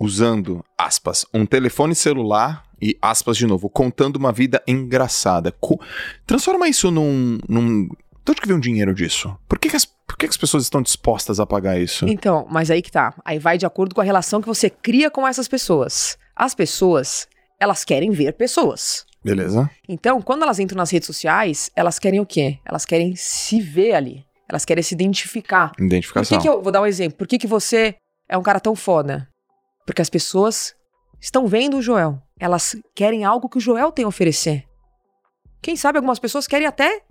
Speaker 1: usando, aspas, um telefone celular e aspas de novo, contando uma vida engraçada. Co- Transforma isso num. num... De onde que vem o dinheiro disso? Por que, que as, por que, que as pessoas estão dispostas a pagar isso?
Speaker 2: Então, mas aí que tá. Aí vai de acordo com a relação que você cria com essas pessoas. As pessoas, elas querem ver pessoas.
Speaker 1: Beleza?
Speaker 2: Então, quando elas entram nas redes sociais, elas querem o quê? Elas querem se ver ali. Elas querem se identificar. Por que,
Speaker 1: Identificação.
Speaker 2: que eu vou dar um exemplo? Por que, que você é um cara tão foda? Porque as pessoas estão vendo o Joel. Elas querem algo que o Joel tem a oferecer. Quem sabe algumas pessoas querem até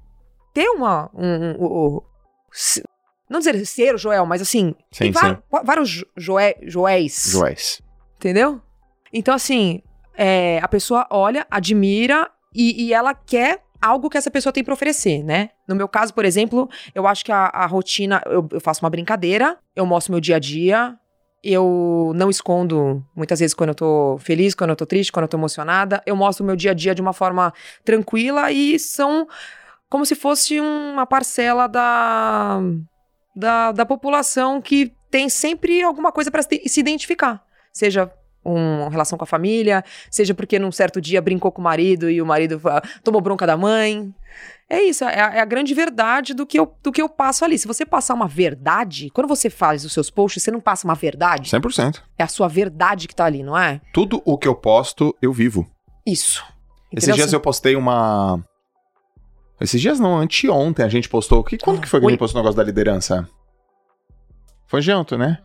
Speaker 2: ter uma. um- um- o- o- se- não dizer ser o Joel, mas assim.
Speaker 1: Sim,
Speaker 2: tem va-
Speaker 1: sim.
Speaker 2: va- vários jo- Joé, Joéis.
Speaker 1: Joéis.
Speaker 2: Entendeu? Então, assim, é, a pessoa olha, admira e, e ela quer algo que essa pessoa tem pra oferecer, né? No meu caso, por exemplo, eu acho que a, a rotina, eu, eu faço uma brincadeira, eu mostro meu dia a dia, eu não escondo muitas vezes quando eu tô feliz, quando eu tô triste, quando eu tô emocionada, eu mostro meu dia a dia de uma forma tranquila e são como se fosse uma parcela da, da, da população que tem sempre alguma coisa pra se se identificar. Seja uma relação com a família, seja porque num certo dia brincou com o marido e o marido fa- tomou bronca da mãe. É isso, é a, é a grande verdade do que, eu, do que eu passo ali. Se você passar uma verdade, quando você faz os seus posts, você não passa uma verdade,
Speaker 1: 100%.
Speaker 2: é a sua verdade que tá ali, não é?
Speaker 1: Tudo o que eu posto, eu vivo.
Speaker 2: Isso. Assim,
Speaker 1: Esses dias eu postei uma. Esses dias não, anteontem a gente postou. Que, quando que foi que a
Speaker 2: Oi.
Speaker 1: gente postou o negócio da liderança? Foi junto, né?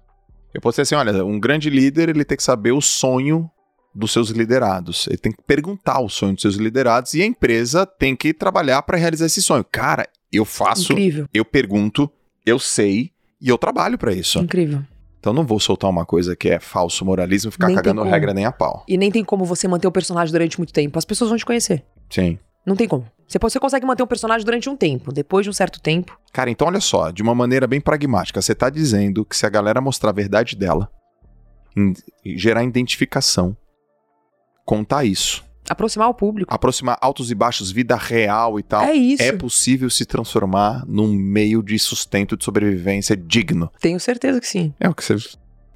Speaker 1: Eu postei assim: olha, um grande líder ele tem que saber o sonho dos seus liderados. Ele tem que perguntar o sonho dos seus liderados e a empresa tem que trabalhar pra realizar esse sonho. Cara, eu faço,
Speaker 2: Incrível,
Speaker 1: eu pergunto, eu sei e eu trabalho pra isso.
Speaker 2: incrível.
Speaker 1: Então não vou soltar uma coisa que é falso moralismo, e ficar
Speaker 2: Nem tem
Speaker 1: cagando
Speaker 2: como.
Speaker 1: regra nem a pau.
Speaker 2: E nem tem como você manter o personagem durante muito tempo. As pessoas vão te conhecer.
Speaker 1: Sim.
Speaker 2: Não tem como. Você, pode- você consegue manter um personagem durante um tempo. Depois de um certo tempo.
Speaker 1: Cara, então olha só, de uma maneira bem pragmática, você tá dizendo que se a galera mostrar a verdade dela, in- gerar identificação, contar isso,
Speaker 2: Aproximar o público.
Speaker 1: aproximar altos e baixos, vida real e tal,
Speaker 2: é isso.
Speaker 1: é possível se transformar num meio de sustento de sobrevivência digno.
Speaker 2: Tenho certeza que sim.
Speaker 1: É o que você.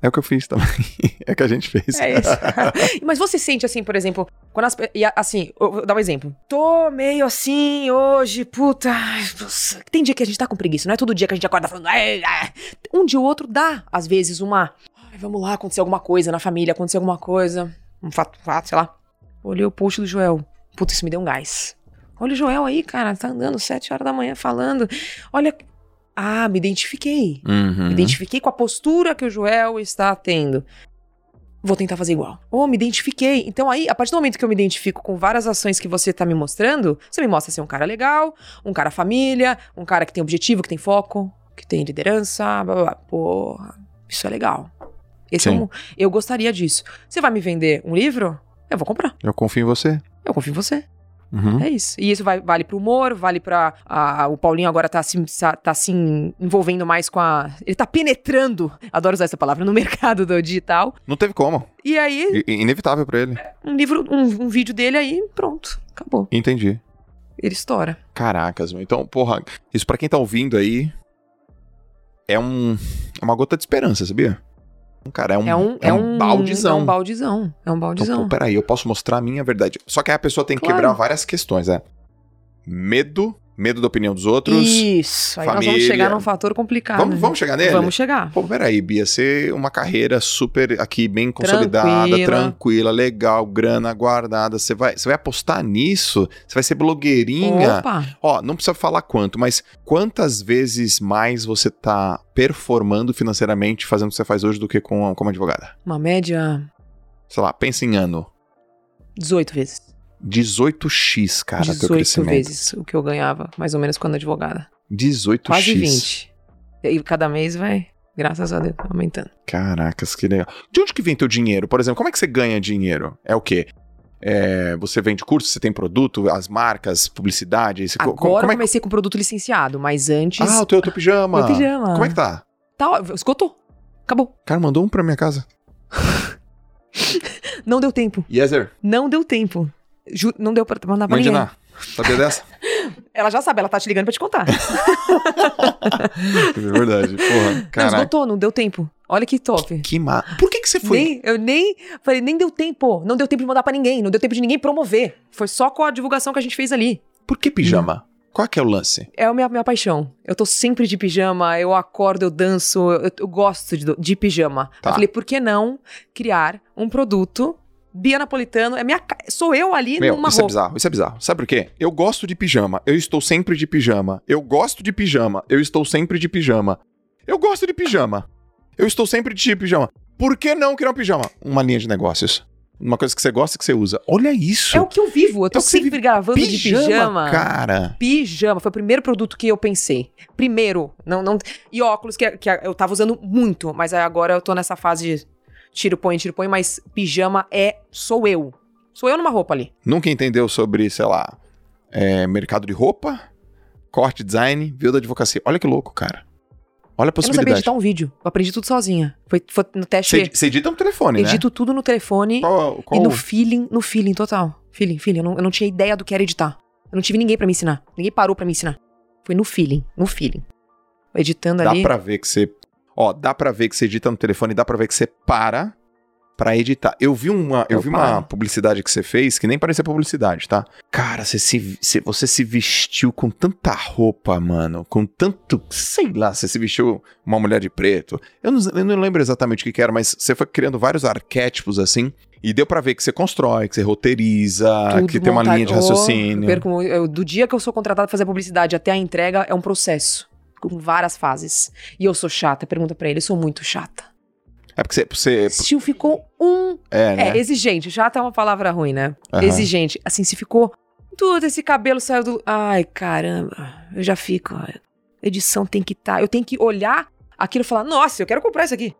Speaker 1: É o que eu fiz também. [laughs] É o que a gente fez.
Speaker 2: É isso. [laughs] Mas você sente assim, por exemplo, quando as. pe- E a- assim, eu vou dar um exemplo. Tô meio assim hoje, puta. ai, nossa. Tem dia que a gente tá com preguiça, não é todo dia que a gente acorda falando. "Ai, ai". Um dia ou outro dá, às vezes, uma. Ai, vamos lá, aconteceu alguma coisa na família, aconteceu alguma coisa. Um fato, fato, sei lá. Olhei o post do Joel. Puta, isso me deu um gás. Olha o Joel aí, cara, tá andando sete horas da manhã falando. Olha. Ah, me identifiquei. Me
Speaker 1: [laughs] Uhum.
Speaker 2: identifiquei com a postura que o Joel está tendo. Vou tentar fazer igual. Ou me identifiquei. Então aí, a partir do momento que eu me identifico com várias ações que você tá me mostrando, você me mostra ser um cara legal, um cara família, um cara que tem objetivo, que tem foco, que tem liderança, blá blá blá. Porra, isso é legal. Esse é
Speaker 1: Sim.
Speaker 2: um- eu gostaria disso. Você vai me vender um livro? Eu vou comprar.
Speaker 1: Eu confio em você.
Speaker 2: Eu confio em você.
Speaker 1: Uhum.
Speaker 2: É isso. E isso vai- vale pro humor, vale pra. a- o Paulinho agora tá se, sa- tá se envolvendo mais com a. Ele tá penetrando, adoro usar essa palavra, no mercado do digital.
Speaker 1: Não teve como.
Speaker 2: E aí,
Speaker 1: I- inevitável pra ele.
Speaker 2: um livro, um, um vídeo dele aí, pronto, acabou.
Speaker 1: Entendi.
Speaker 2: Ele estoura.
Speaker 1: Caracas, meu. Então, porra, isso pra quem tá ouvindo aí é um é uma gota de esperança, sabia? Cara, é um,
Speaker 2: é um,
Speaker 1: é um baldezão.
Speaker 2: É um baldezão. É um
Speaker 1: Então,
Speaker 2: baldezão.
Speaker 1: pô, peraí, eu posso mostrar a minha verdade. Só que aí a pessoa tem que
Speaker 2: Claro.
Speaker 1: quebrar várias questões, é. Medo, medo da opinião dos outros.
Speaker 2: isso. Aí nós vamos
Speaker 1: família.
Speaker 2: chegar num fator complicado.
Speaker 1: Vamos,
Speaker 2: né?
Speaker 1: vamos chegar nele?
Speaker 2: Vamos chegar.
Speaker 1: Pô, peraí, Bia, ser uma carreira super aqui, bem consolidada,
Speaker 2: Tranquila.
Speaker 1: tranquila, legal, grana guardada. Você vai, você vai apostar nisso? Você vai ser blogueirinha?
Speaker 2: Opa,
Speaker 1: Ó, não precisa falar quanto, mas quantas vezes mais você tá performando financeiramente fazendo o que você faz hoje do que com, como advogada?
Speaker 2: uma média
Speaker 1: Sei lá, pensa em ano.
Speaker 2: 18 vezes.
Speaker 1: 18x, cara, teu
Speaker 2: 18
Speaker 1: crescimento.
Speaker 2: vezes o que eu ganhava, mais ou menos, quando advogada.
Speaker 1: 18x.
Speaker 2: Quase 20. E aí, cada mês vai, graças a Deus, aumentando.
Speaker 1: Caracas, que legal. De onde que vem teu dinheiro? Por exemplo, como é que você ganha dinheiro? É o quê? É, você vende curso, você tem produto, as marcas, publicidade? Você, co- co-
Speaker 2: Agora eu
Speaker 1: como é que...
Speaker 2: comecei com produto licenciado, mas antes.
Speaker 1: Ah, o teu, teu pijama.
Speaker 2: meu pijama.
Speaker 1: Como é que tá?
Speaker 2: Tá, ó, esgotou. Acabou.
Speaker 1: O cara mandou um pra minha casa.
Speaker 2: Não deu tempo.
Speaker 1: Yes, sir.
Speaker 2: Não deu tempo. Ju- não deu pra mandar pra
Speaker 1: Mãe de
Speaker 2: ninguém.
Speaker 1: [laughs] Ná. Sabia dessa?
Speaker 2: Ela já sabe, ela tá te ligando pra
Speaker 1: [laughs]
Speaker 2: te contar.
Speaker 1: É verdade. Porra,
Speaker 2: não,
Speaker 1: caraca.
Speaker 2: esgotou, não deu tempo. Olha que top.
Speaker 1: Que ma... Por que que você foi?
Speaker 2: Nem, eu nem falei, nem deu tempo. Não deu tempo de mandar pra ninguém, não deu tempo de ninguém promover. Foi só com a divulgação que a gente fez ali.
Speaker 1: Por que pijama?
Speaker 2: Hum.
Speaker 1: Qual que é o lance?
Speaker 2: É a minha, minha paixão. Eu tô sempre de pijama, eu acordo, eu danço, eu, eu gosto de, de pijama.
Speaker 1: Tá.
Speaker 2: Eu falei, por que não criar um produto Bia Napolitano? É minha, ca- sou eu ali
Speaker 1: Meu,
Speaker 2: numa
Speaker 1: isso é
Speaker 2: roupa.
Speaker 1: bizarro, isso é bizarro. Sabe por quê? Eu gosto de pijama, eu estou sempre de pijama. Eu gosto de pijama, eu estou sempre de pijama. Eu gosto de pijama, eu estou sempre de pijama. Por que não criar um pijama? Uma linha de negócios. Uma coisa que você gosta e que você usa. Olha isso.
Speaker 2: É o que eu vivo, eu tô
Speaker 1: É o que você
Speaker 2: sempre
Speaker 1: vive.
Speaker 2: gravando de pijama.
Speaker 1: Cara.
Speaker 2: Pijama, foi o primeiro produto que eu pensei. Primeiro, não, não. E óculos que, que eu tava usando muito, mas aí agora eu tô nessa fase de tiro põe, tiro põe, mas pijama é sou eu. Sou eu numa roupa ali.
Speaker 1: Nunca entendeu sobre, sei lá, é, mercado de roupa, corte, design, viu da advocacia. Olha que louco, cara. Olha a
Speaker 2: Eu não sabia
Speaker 1: possibilidade.
Speaker 2: editar um vídeo. Eu aprendi tudo sozinha. Foi, foi no teste.
Speaker 1: Você você edita um telefone,
Speaker 2: edito tudo no telefone
Speaker 1: né? Qual,
Speaker 2: e
Speaker 1: qual...
Speaker 2: no feeling, no feeling total. Feeling, feeling. Eu não, eu não tinha ideia do que era editar. Eu não tive ninguém pra me ensinar. Ninguém parou pra me ensinar. Foi no feeling, no feeling. Editando
Speaker 1: Dá
Speaker 2: ali.
Speaker 1: pra ver que você. Ó, dá pra ver que você edita no telefone, dá pra ver que você para pra editar. Eu vi uma, eu
Speaker 2: Eu
Speaker 1: vi
Speaker 2: paro.
Speaker 1: uma publicidade que você fez que nem parecia publicidade, tá? Cara, você se, se- você se vestiu com tanta roupa, mano. Com tanto. Sei lá, você se vestiu uma mulher de preto. Eu não, eu não lembro exatamente o que, que era, mas você foi criando vários arquétipos assim. E deu pra ver que você constrói, que você roteiriza,
Speaker 2: tudo
Speaker 1: que tem uma
Speaker 2: monta-
Speaker 1: linha de
Speaker 2: Oh, eu
Speaker 1: raciocínio.
Speaker 2: perco- eu- do dia que eu sou contratada pra fazer publicidade até a entrega é um processo. Com várias fases. E eu sou chata. Pergunta pra ele, eu sou muito chata.
Speaker 1: É porque você. você-
Speaker 2: Esse tio ficou um
Speaker 1: É, né?
Speaker 2: É, exigente. Chata é uma palavra ruim, né?
Speaker 1: Aham.
Speaker 2: Exigente. Assim, se ficou. Tudo, esse cabelo saiu do. Ai, caramba. Eu já fico. ó, Edição tem que estar. Eu tenho que olhar aquilo e falar: nossa, eu quero comprar isso aqui.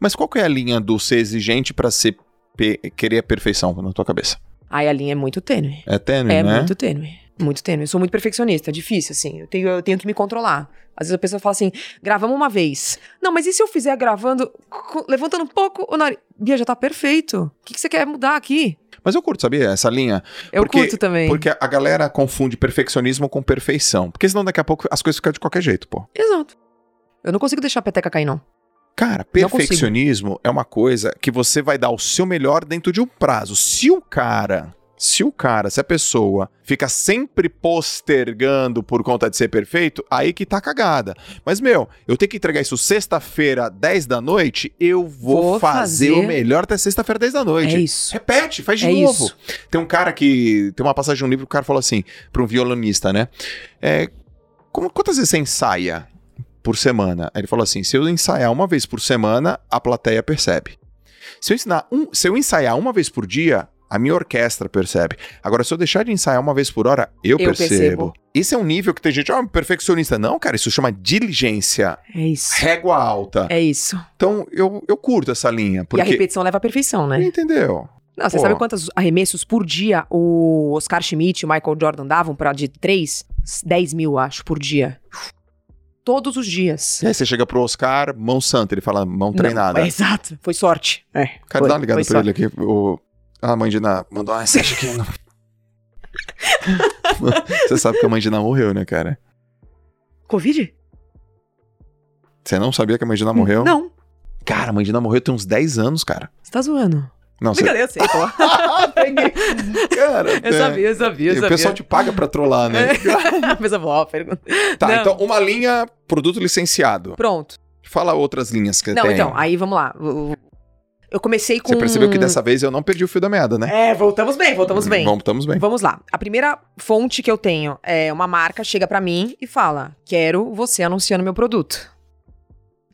Speaker 1: Mas qual que é a linha do ser exigente pra ser pe- querer a perfeição na tua cabeça?
Speaker 2: Aí a linha é muito tênue.
Speaker 1: É tênue,
Speaker 2: É
Speaker 1: né?
Speaker 2: muito tênue. Muito tênue. Eu sou muito perfeccionista. É difícil, assim. Eu tenho, eu tenho que me controlar. Às vezes a pessoa fala assim: gravamos uma vez. Não, mas e se eu fizer gravando, co- levantando um pouco o nariz? Bia, já tá perfeito. O que, que você quer mudar aqui?
Speaker 1: Mas eu curto, sabia? Essa linha.
Speaker 2: Eu
Speaker 1: Porque-
Speaker 2: curto também.
Speaker 1: Porque a galera confunde perfeccionismo com perfeição. Porque senão daqui a pouco as coisas ficam de qualquer jeito, pô.
Speaker 2: Exato. Eu não consigo deixar a peteca cair, não.
Speaker 1: Cara,
Speaker 2: Não consigo.
Speaker 1: perfeccionismo é uma coisa que você vai dar o seu melhor dentro de um prazo. Se o cara. Se o cara, se a pessoa fica sempre postergando por conta de ser perfeito, aí que tá cagada. Mas, meu, eu tenho que entregar isso sexta-feira, 10 da noite, eu vou,
Speaker 2: Vou
Speaker 1: fazer...
Speaker 2: fazer-
Speaker 1: o melhor até sexta-feira, 10 da noite.
Speaker 2: É isso.
Speaker 1: Repete, faz de
Speaker 2: É
Speaker 1: novo.
Speaker 2: isso.
Speaker 1: Tem um cara que. Tem uma passagem de um livro que o cara falou assim, pra um violonista, né? É, como- quantas vezes você ensaia por semana? Aí Ele falou assim: se eu ensaiar uma vez por semana, a plateia percebe. Se eu, ensinar um- se eu ensaiar uma vez por dia, a minha orquestra percebe. Agora, se eu deixar de ensaiar uma vez por hora, eu,
Speaker 2: Eu percebo.
Speaker 1: percebo. Isso é um nível que tem gente, ah, perfeccionista. Não, cara, isso chama diligência,
Speaker 2: É isso.
Speaker 1: régua alta.
Speaker 2: É isso.
Speaker 1: Então, eu, eu curto essa linha,
Speaker 2: E a
Speaker 1: porque. Então.
Speaker 2: repetição leva à perfeição, né?
Speaker 1: Entendeu?
Speaker 2: Não, você
Speaker 1: Pô.
Speaker 2: sabe quantos arremessos por dia o Oscar Schmidt e o Michael Jordan davam pra de 3? 10 mil, acho, por dia. Todos os dias.
Speaker 1: E aí você chega pro Oscar, mão santa, ele fala mão treinada.
Speaker 2: Não, é exato. Foi sorte. É.
Speaker 1: Cara,
Speaker 2: foi,
Speaker 1: dá uma ligada
Speaker 2: foi
Speaker 1: pra
Speaker 2: sorte.
Speaker 1: ele aqui. O... Ah, A mãe de Ana mandou uma mensagem aqui.
Speaker 2: [laughs]
Speaker 1: não. você sabe que a mãe de Ana morreu, né, cara?
Speaker 2: Covid?
Speaker 1: Você não sabia que a mãe de Ana morreu?
Speaker 2: Não.
Speaker 1: Cara, a mãe de Ana morreu tem uns 10 anos, cara.
Speaker 2: Você tá zoando.
Speaker 1: Não,
Speaker 2: [laughs]
Speaker 1: você...
Speaker 2: Brincadeira, eu sei, pô.
Speaker 1: Cara,
Speaker 2: Eu
Speaker 1: é.
Speaker 2: sabia, eu sabia, eu
Speaker 1: E
Speaker 2: sabia.
Speaker 1: o pessoal te paga pra trollar, né?
Speaker 2: [laughs] A pessoa falou, ó, pergunta.
Speaker 1: Tá,
Speaker 2: É, Não.
Speaker 1: então, uma linha, produto licenciado.
Speaker 2: Pronto.
Speaker 1: Fala outras linhas que
Speaker 2: Não,
Speaker 1: tem.
Speaker 2: então, aí vamos lá. Eu- Eu comecei com...
Speaker 1: Você percebeu que dessa vez eu não perdi o fio da meada, né?
Speaker 2: É, voltamos bem, voltamos bem.
Speaker 1: Voltamos bem.
Speaker 2: Vamos lá. A primeira fonte que eu tenho é uma marca chega pra mim e fala: "Quero você anunciando meu produto".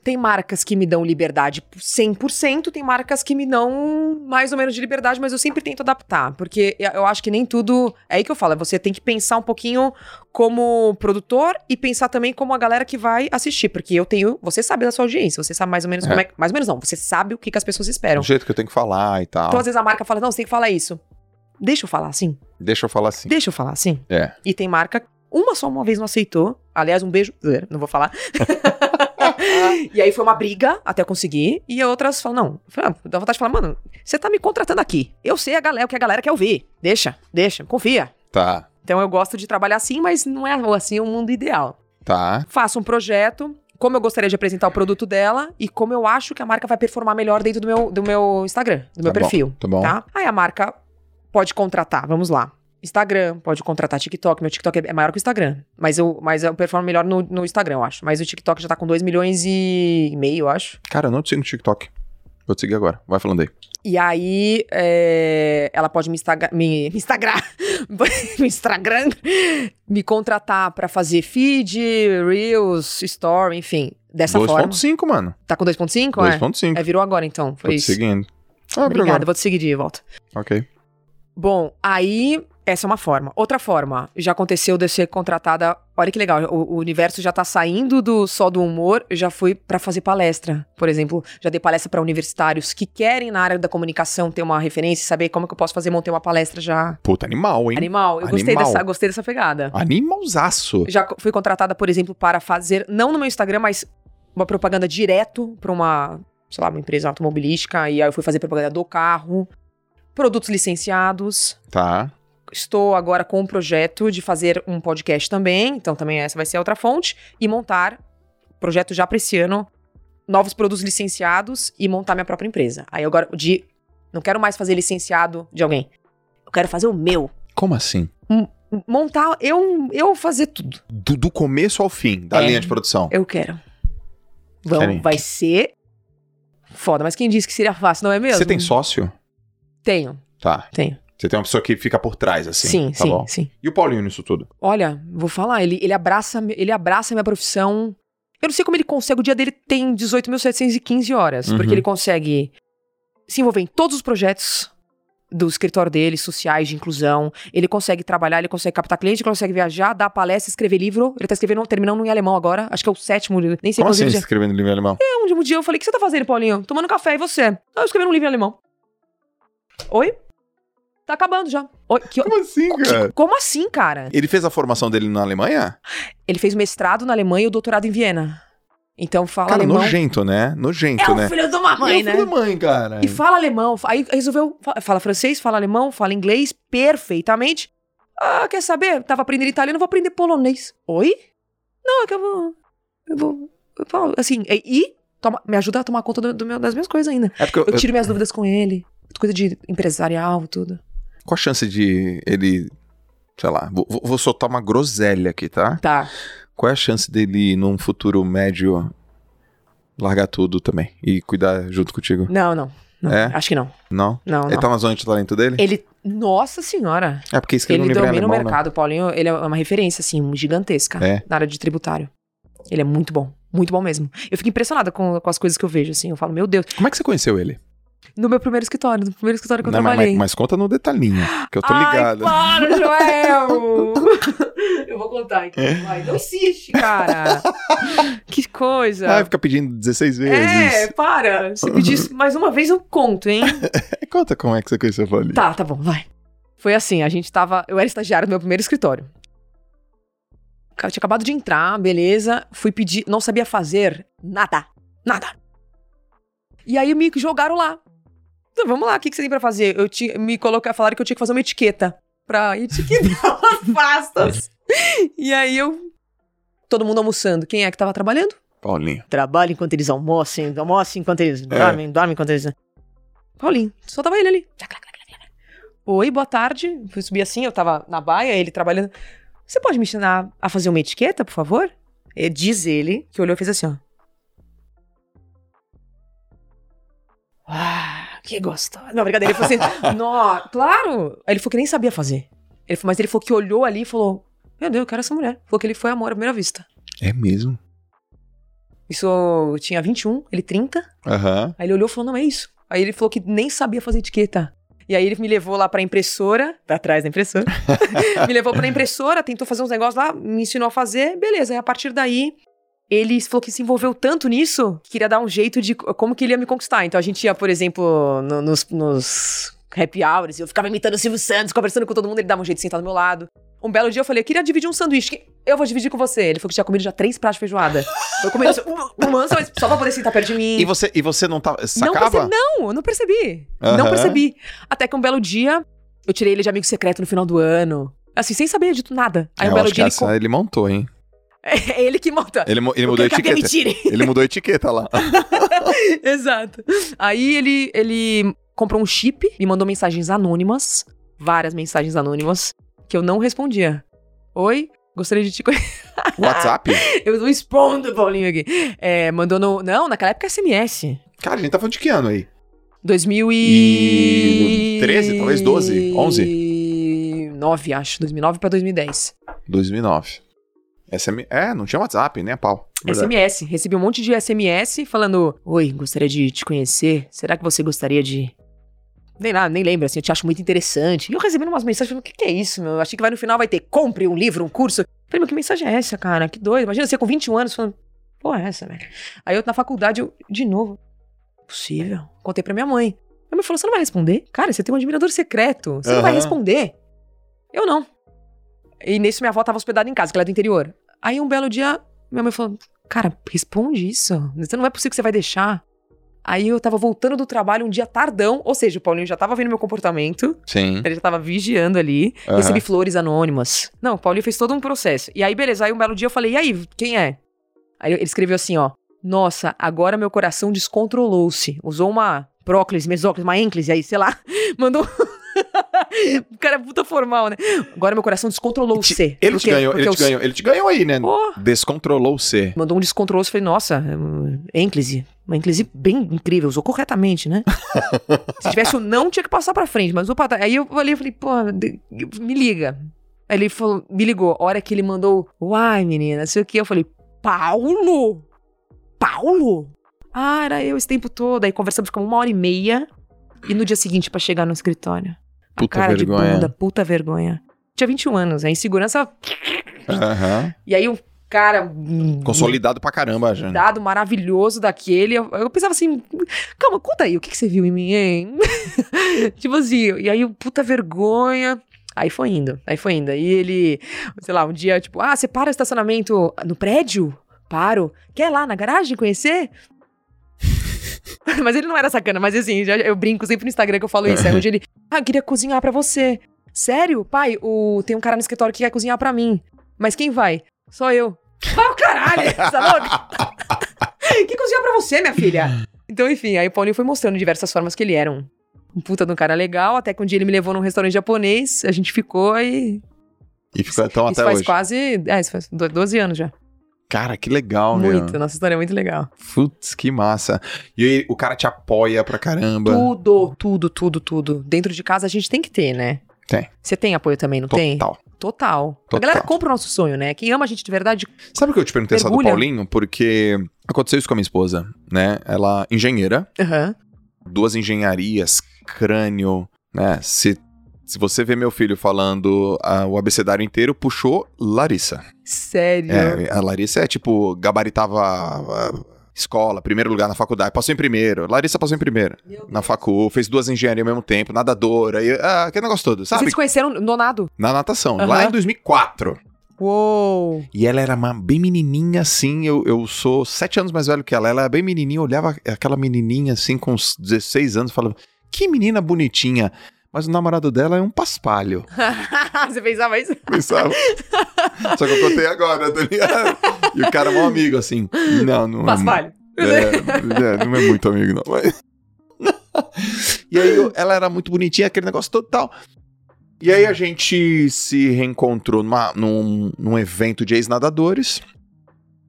Speaker 2: Tem marcas que me dão liberdade 100%, tem marcas que me dão mais ou menos de liberdade, mas eu sempre tento adaptar, porque eu- eu acho que nem tudo. É aí que eu falo, você tem que pensar um pouquinho como produtor e pensar também como a galera que vai assistir, porque eu tenho. Você sabe da sua audiência, você sabe mais ou menos
Speaker 1: É.
Speaker 2: como é. que- Mais ou menos não, você sabe o que, que as pessoas
Speaker 1: Do
Speaker 2: esperam.
Speaker 1: jeito que eu tenho que falar e tal.
Speaker 2: Então às vezes a marca fala: não, você tem que falar isso. Deixa eu falar assim.
Speaker 1: Deixa eu falar assim.
Speaker 2: Deixa eu falar assim.
Speaker 1: É.
Speaker 2: E tem marca, uma só uma vez não aceitou. Aliás, um beijo. Ué, Não vou
Speaker 1: [laughs]
Speaker 2: falar. e aí foi uma briga até eu conseguir. E outras falam, não, Eu falei, ah, dá vontade de falar, mano, você tá me contratando aqui. Eu sei a galera, o que a galera quer ouvir. Deixa, deixa, confia.
Speaker 1: Tá.
Speaker 2: Então eu gosto de trabalhar assim, mas não é assim o mundo ideal.
Speaker 1: Tá.
Speaker 2: Faço um projeto, como eu gostaria de apresentar o produto dela e como eu acho que a marca vai performar melhor dentro do meu, do meu Instagram, do meu
Speaker 1: Tá bom,
Speaker 2: perfil.
Speaker 1: tá bom.
Speaker 2: Tá? Aí a marca pode contratar, vamos lá. Instagram, pode contratar TikTok. Meu TikTok é maior que o Instagram. Mas eu, mas eu performo melhor no, no Instagram, eu acho. Mas o TikTok já tá com 2 milhões e meio, eu acho.
Speaker 1: Cara, eu não te sigo no TikTok. Vou te seguir agora. Vai falando aí.
Speaker 2: E aí, é, ela pode me, instaga, me, [laughs] me Instagram, me Instagram, me contratar pra fazer feed, Reels, Story, enfim. Dessa forma.
Speaker 1: 2.5, mano.
Speaker 2: Tá com 2.5? é?
Speaker 1: 2.5.
Speaker 2: É, virou agora então.
Speaker 1: Tô
Speaker 2: Foi
Speaker 1: te
Speaker 2: isso.
Speaker 1: seguindo. Ah, abriu
Speaker 2: Obrigada,
Speaker 1: agora.
Speaker 2: vou te seguir de volta.
Speaker 1: Ok.
Speaker 2: Bom, aí essa é uma forma. Outra forma, já aconteceu de eu ser contratada. Olha que legal, o, o universo já tá saindo do só do humor, eu já fui pra fazer palestra. Por exemplo, já dei palestra pra universitários que querem na área da comunicação ter uma referência e saber como que eu posso fazer montar uma palestra já
Speaker 1: Puta, animal, hein?
Speaker 2: animal. Eu gostei
Speaker 1: Animal.
Speaker 2: dessa, gostei dessa pegada.
Speaker 1: Animalzaço.
Speaker 2: Já co- fui contratada, por exemplo, para fazer, não no meu Instagram, mas uma propaganda direto para uma, sei lá, uma empresa automobilística. E aí eu fui fazer propaganda do carro, produtos licenciados.
Speaker 1: Tá.
Speaker 2: Estou agora com um projeto de fazer um podcast também, então também essa vai ser outra fonte. E montar, projeto já para esse ano, novos produtos licenciados e montar minha própria empresa. Aí eu agora, de, não quero mais fazer licenciado de alguém. Eu quero fazer o meu.
Speaker 1: Como assim?
Speaker 2: Montar, eu, eu fazer tudo.
Speaker 1: Do, do começo ao fim da
Speaker 2: É.
Speaker 1: linha de produção.
Speaker 2: Eu quero. Vamos,
Speaker 1: Querem.
Speaker 2: vai ser foda. Mas quem disse que seria fácil, não é mesmo?
Speaker 1: Você tem sócio?
Speaker 2: Tenho,
Speaker 1: Tá.
Speaker 2: tenho.
Speaker 1: Você tem uma pessoa que fica por trás, assim.
Speaker 2: Sim,
Speaker 1: tá
Speaker 2: sim,
Speaker 1: bom.
Speaker 2: sim.
Speaker 1: E o Paulinho nisso tudo?
Speaker 2: Olha, vou falar, ele, ele, abraça, ele abraça a minha profissão. Eu não sei como ele consegue, o dia dele tem 18.715 horas,
Speaker 1: Uhum.
Speaker 2: porque ele consegue se envolver em todos os projetos do escritório dele, sociais, de inclusão. Ele consegue trabalhar, ele consegue captar cliente, ele consegue viajar, dar palestra, escrever livro. Ele tá escrevendo, terminando em alemão agora, acho que é o sétimo, livro, nem sei
Speaker 1: Como
Speaker 2: quantos
Speaker 1: assim,
Speaker 2: livros já-
Speaker 1: escrevendo livro em alemão?
Speaker 2: Um dia- um dia eu falei, o que você tá fazendo, Paulinho? Tomando café, e você? Ah, eu escrevendo um livro em alemão. Oi? Tá acabando já. Oi, que-
Speaker 1: Como assim,
Speaker 2: que-
Speaker 1: cara?
Speaker 2: como assim, cara?
Speaker 1: Ele fez a formação dele na Alemanha?
Speaker 2: Ele fez mestrado na Alemanha e o doutorado em Viena. Então fala
Speaker 1: cara,
Speaker 2: alemão.
Speaker 1: nojento, né?
Speaker 2: É
Speaker 1: Nojento, né?
Speaker 2: o filho de uma
Speaker 1: É o
Speaker 2: mãe,
Speaker 1: filho
Speaker 2: né?
Speaker 1: da mãe, cara.
Speaker 2: E fala alemão. Aí resolveu. fa- Fala francês, fala alemão, fala inglês perfeitamente. Ah, quer saber? Tava aprendendo italiano, vou aprender polonês. Oi? Não, é que eu vou. Eu vou. Eu falo, assim, e. e toma- me ajuda a tomar conta do- do meu- das minhas coisas ainda.
Speaker 1: É porque eu-
Speaker 2: Eu tiro minhas dúvidas com ele. Coisa de empresarial, tudo.
Speaker 1: Qual a chance de ele. Sei lá, vou, vou- vou soltar uma groselha aqui, tá?
Speaker 2: Tá.
Speaker 1: Qual é a chance dele, num futuro médio, largar tudo também e cuidar junto contigo?
Speaker 2: Não, não. não.
Speaker 1: É?
Speaker 2: Acho que não.
Speaker 1: Não?
Speaker 2: Não, não.
Speaker 1: Ele tá na zona de talento dele?
Speaker 2: Ele. Nossa senhora!
Speaker 1: É porque escreveu um
Speaker 2: Ele
Speaker 1: livro em
Speaker 2: domina o
Speaker 1: alemão, né?
Speaker 2: mercado. O Paulinho, ele é uma referência, assim, gigantesca
Speaker 1: É.
Speaker 2: na área de tributário. Ele é muito bom. Muito bom mesmo. Eu fico impressionada com, com as coisas que eu vejo, assim. Eu falo, meu Deus.
Speaker 1: Como é que você conheceu ele?
Speaker 2: No meu primeiro escritório, no primeiro escritório que eu
Speaker 1: Não, mas,
Speaker 2: trabalhei.
Speaker 1: mas- mas conta no detalhinho, que eu tô ligado.
Speaker 2: Ai, para, Joel!
Speaker 1: [laughs]
Speaker 2: eu vou contar, então. Vai, não insiste, cara. que coisa.
Speaker 1: Ah, fica pedindo 16
Speaker 2: É,
Speaker 1: vezes.
Speaker 2: para. Se pedir isso mais uma vez, eu conto, hein?
Speaker 1: Conta como é que você conheceu o Paulinho.
Speaker 2: tá, tá bom, vai. Foi assim, a gente tava. Eu era estagiária no meu primeiro escritório. Eu tinha acabado de entrar, beleza. Fui pedir. Não sabia fazer nada. Nada. E aí me jogaram lá. Então, vamos lá, o que, que você tem pra fazer? Eu ti- me colocar, falaram que eu tinha que fazer uma etiqueta pra etiquetar as pastas. E aí eu. Todo mundo almoçando. Quem é que tava trabalhando?
Speaker 1: Paulinho. É.
Speaker 2: trabalha enquanto eles almoçam, almoçam enquanto eles dormem, dormem enquanto eles. Paulinho, só tava ele ali. Oi, boa tarde. Fui subir assim, eu tava na baia, ele trabalhando. Você pode me ensinar a fazer uma etiqueta, por favor? E diz ele que olhou e fez assim, ó. Ah, que gostoso. Não, brincadeira. Ele falou [laughs] assim, não, claro. Aí Ele falou que nem sabia fazer. Ele falou, mas ele falou que olhou ali e falou, meu Deus, eu quero essa mulher. Falou que ele foi amor à primeira vista.
Speaker 1: É mesmo?
Speaker 2: Isso eu tinha 21, ele 30.
Speaker 1: Aham.
Speaker 2: Aí ele olhou e falou: não é isso. Aí ele falou que nem sabia fazer etiqueta. E aí ele me levou lá pra impressora, pra trás da impressora. me levou pra impressora, tentou fazer uns negócios lá, me ensinou a fazer, beleza. Aí a partir daí, ele falou que se envolveu tanto nisso que queria dar um jeito de co- como que ele ia me conquistar. Então a gente ia, por exemplo, no- nos, nos happy hours, eu ficava imitando o Silvio Santos, conversando com todo mundo, ele dava um jeito de sentar do meu lado. Um belo dia eu falei, eu queria dividir um sanduíche. Eu vou dividir com você. Ele falou que tinha comido já três pratos de feijoada. Eu comi assim, um lança, mas só pra poder sentar perto de mim.
Speaker 1: E, você, e você não tava. Sacava?
Speaker 2: Não percebi, não, eu não percebi. Não
Speaker 1: Aham.
Speaker 2: percebi. Até que um belo dia, eu tirei ele de amigo secreto no final do ano. Assim, sem saber de nada. Aí
Speaker 1: É,
Speaker 2: um
Speaker 1: eu
Speaker 2: belo
Speaker 1: acho que
Speaker 2: dia ele.
Speaker 1: essa
Speaker 2: co-
Speaker 1: ele montou, hein?
Speaker 2: É [laughs] ele que monta.
Speaker 1: Ele,
Speaker 2: [laughs]
Speaker 1: mo- ele
Speaker 2: Eu
Speaker 1: mudou a
Speaker 2: quero que alguém me
Speaker 1: etiqueta.
Speaker 2: tire.
Speaker 1: Ele mudou a etiqueta lá.
Speaker 2: [laughs] Exato. Aí ele, ele comprou um chip, me mandou mensagens anônimas, várias mensagens anônimas, que eu não respondia. Oi, gostaria de te conhecer.
Speaker 1: WhatsApp?
Speaker 2: [laughs] Eu não expondo o Paulinho aqui. É, mandou no. Não, naquela época é SMS.
Speaker 1: Cara, a gente tá falando de que ano aí?
Speaker 2: 2013,
Speaker 1: 13, talvez 12,
Speaker 2: 11. 9, acho. 2009 pra 2010.
Speaker 1: 2009. SM... É, não tinha WhatsApp, nem a pau.
Speaker 2: É
Speaker 1: Verdade.
Speaker 2: SMS. Recebi um monte de SMS falando: Oi, gostaria de te conhecer. Será que você gostaria de. Nem nada, nem lembro, assim, eu te acho muito interessante. E eu recebendo umas mensagens falando: O que, que é isso, meu? Eu achei que vai no final, vai ter compre um livro, um curso. Eu Falei, meu, que mensagem é essa, cara? Que doido. Imagina você com 21 anos falando: Porra, é essa, velho? Aí eu na faculdade, eu, de novo. Possível. Contei pra minha mãe. Ela me falou: Você não vai responder? Cara, você tem um admirador secreto. Você não vai
Speaker 1: Aham.
Speaker 2: responder. Eu não. E nisso minha avó tava hospedada em casa, que ela é do interior. Aí um belo dia, minha mãe falou: Cara, responde isso. Você não é possível que você vai deixar. Aí eu tava voltando do trabalho um dia tardão, ou seja, o Paulinho já tava vendo meu comportamento,
Speaker 1: Sim.
Speaker 2: ele já tava vigiando ali.
Speaker 1: Aham.
Speaker 2: Recebi flores anônimas. Não, o Paulinho fez todo um processo. E aí, beleza, aí um belo dia eu falei: E aí, quem é? Aí ele escreveu assim: Ó, nossa, agora meu coração descontrolou-se. Usou uma próclise, mesóclise, uma ênclise aí, sei lá. [laughs] Mandou. o cara é puta formal, né? Agora meu coração descontrolou-se.
Speaker 1: Ele
Speaker 2: Por
Speaker 1: te
Speaker 2: quê?
Speaker 1: ganhou,
Speaker 2: Porque
Speaker 1: ele te
Speaker 2: eu-
Speaker 1: ganhou, ele te ganhou aí, né?
Speaker 2: Porra.
Speaker 1: Descontrolou você.
Speaker 2: Mandou um descontroloso, falei, nossa, hum, ênclise. Uma ênclise bem incrível, usou
Speaker 1: [laughs]
Speaker 2: corretamente, né? Se tivesse o não, tinha que passar pra frente, mas opa, tá. Aí eu olhei e falei, pô, de- me liga. Aí ele falou, me ligou, a hora que ele mandou, uai, menina, sei o que, eu falei, Paulo? Paulo? Ah, era eu esse tempo todo. Aí conversamos, ficamos uma hora e meia, e no dia seguinte pra chegar no escritório. A
Speaker 1: Puta
Speaker 2: cara de
Speaker 1: vergonha.
Speaker 2: bunda, puta vergonha. Tinha 21 anos, a insegurança,
Speaker 1: Aham.
Speaker 2: e aí um cara... hum,
Speaker 1: Consolidado pra caramba, já.
Speaker 2: dado maravilhoso daquele. Eu, eu pensava assim, calma, conta aí, o que, que você viu em mim, hein? [laughs] tipo assim, e aí, puta vergonha. Aí foi indo, aí foi indo. Aí ele, sei lá, um dia, tipo, ah, você para o estacionamento no prédio? Paro. Quer ir lá na garagem conhecer? [laughs] mas ele não era sacana, mas assim, já- eu brinco sempre no Instagram que eu falo isso. Aí um dia ele, ah, eu queria cozinhar pra você. Sério? Pai, o... tem um cara no escritório que quer cozinhar pra mim. Mas quem vai? Só eu. [laughs] Vai o caralho, tá louca? que cozinhar pra você,
Speaker 1: [laughs]
Speaker 2: minha filha? Então, enfim, aí o Paulinho foi mostrando de diversas formas que ele era um, um puta de um cara legal, até que um dia ele me levou num restaurante japonês, a gente ficou e.
Speaker 1: E ficou então
Speaker 2: isso
Speaker 1: até
Speaker 2: faz
Speaker 1: hoje.
Speaker 2: quase. É, isso faz do- 12 anos já.
Speaker 1: Cara, que legal,
Speaker 2: muito,
Speaker 1: meu.
Speaker 2: nossa história é muito legal.
Speaker 1: Putz, que massa. E aí, o cara te apoia pra caramba.
Speaker 2: Tudo, tudo, tudo, tudo. Dentro de casa a gente tem que ter, né?
Speaker 1: Tem.
Speaker 2: Você tem apoio também, não tem?
Speaker 1: Total.
Speaker 2: Total. A
Speaker 1: Total.
Speaker 2: galera compra o nosso sonho, né? Quem ama a gente de verdade.
Speaker 1: Sabe o que eu te perguntei essa do
Speaker 2: Mergulha.
Speaker 1: Paulinho? Porque aconteceu isso com a minha esposa, né? Ela, engenheira,
Speaker 2: Aham.
Speaker 1: duas engenharias, crânio, né? Se, se você vê meu filho falando ah, o abecedário inteiro, puxou Larissa.
Speaker 2: Sério.
Speaker 1: É, a Larissa é tipo, gabaritava ah, escola, primeiro lugar na faculdade, passou em primeiro. Larissa passou em primeiro. na facu, fez duas engenharias ao mesmo tempo, nadadora, e, ah, aquele negócio todo, sabe?
Speaker 2: Vocês se conheceram no nado?
Speaker 1: Na natação,
Speaker 2: Aham.
Speaker 1: lá em 2004.
Speaker 2: Uou!
Speaker 1: E ela era uma bem menininha assim, eu, eu sou sete anos mais velho que ela, ela era bem menininha, eu olhava aquela menininha assim com uns 16 anos, falava, que menina bonitinha. Mas o namorado dela é um paspalho.
Speaker 2: [laughs]
Speaker 1: [laughs]
Speaker 2: Você pensava isso?
Speaker 1: Pensava. Só que eu contei agora, tá ligado? E o cara é um amigo, assim. Não, não é-
Speaker 2: Paspalho.
Speaker 1: É, é, não é muito amigo, não. mas- [laughs] e aí eu- ela era muito bonitinha, aquele negócio todo e tal. E aí a gente se reencontrou numa- num, num evento de ex-nadadores.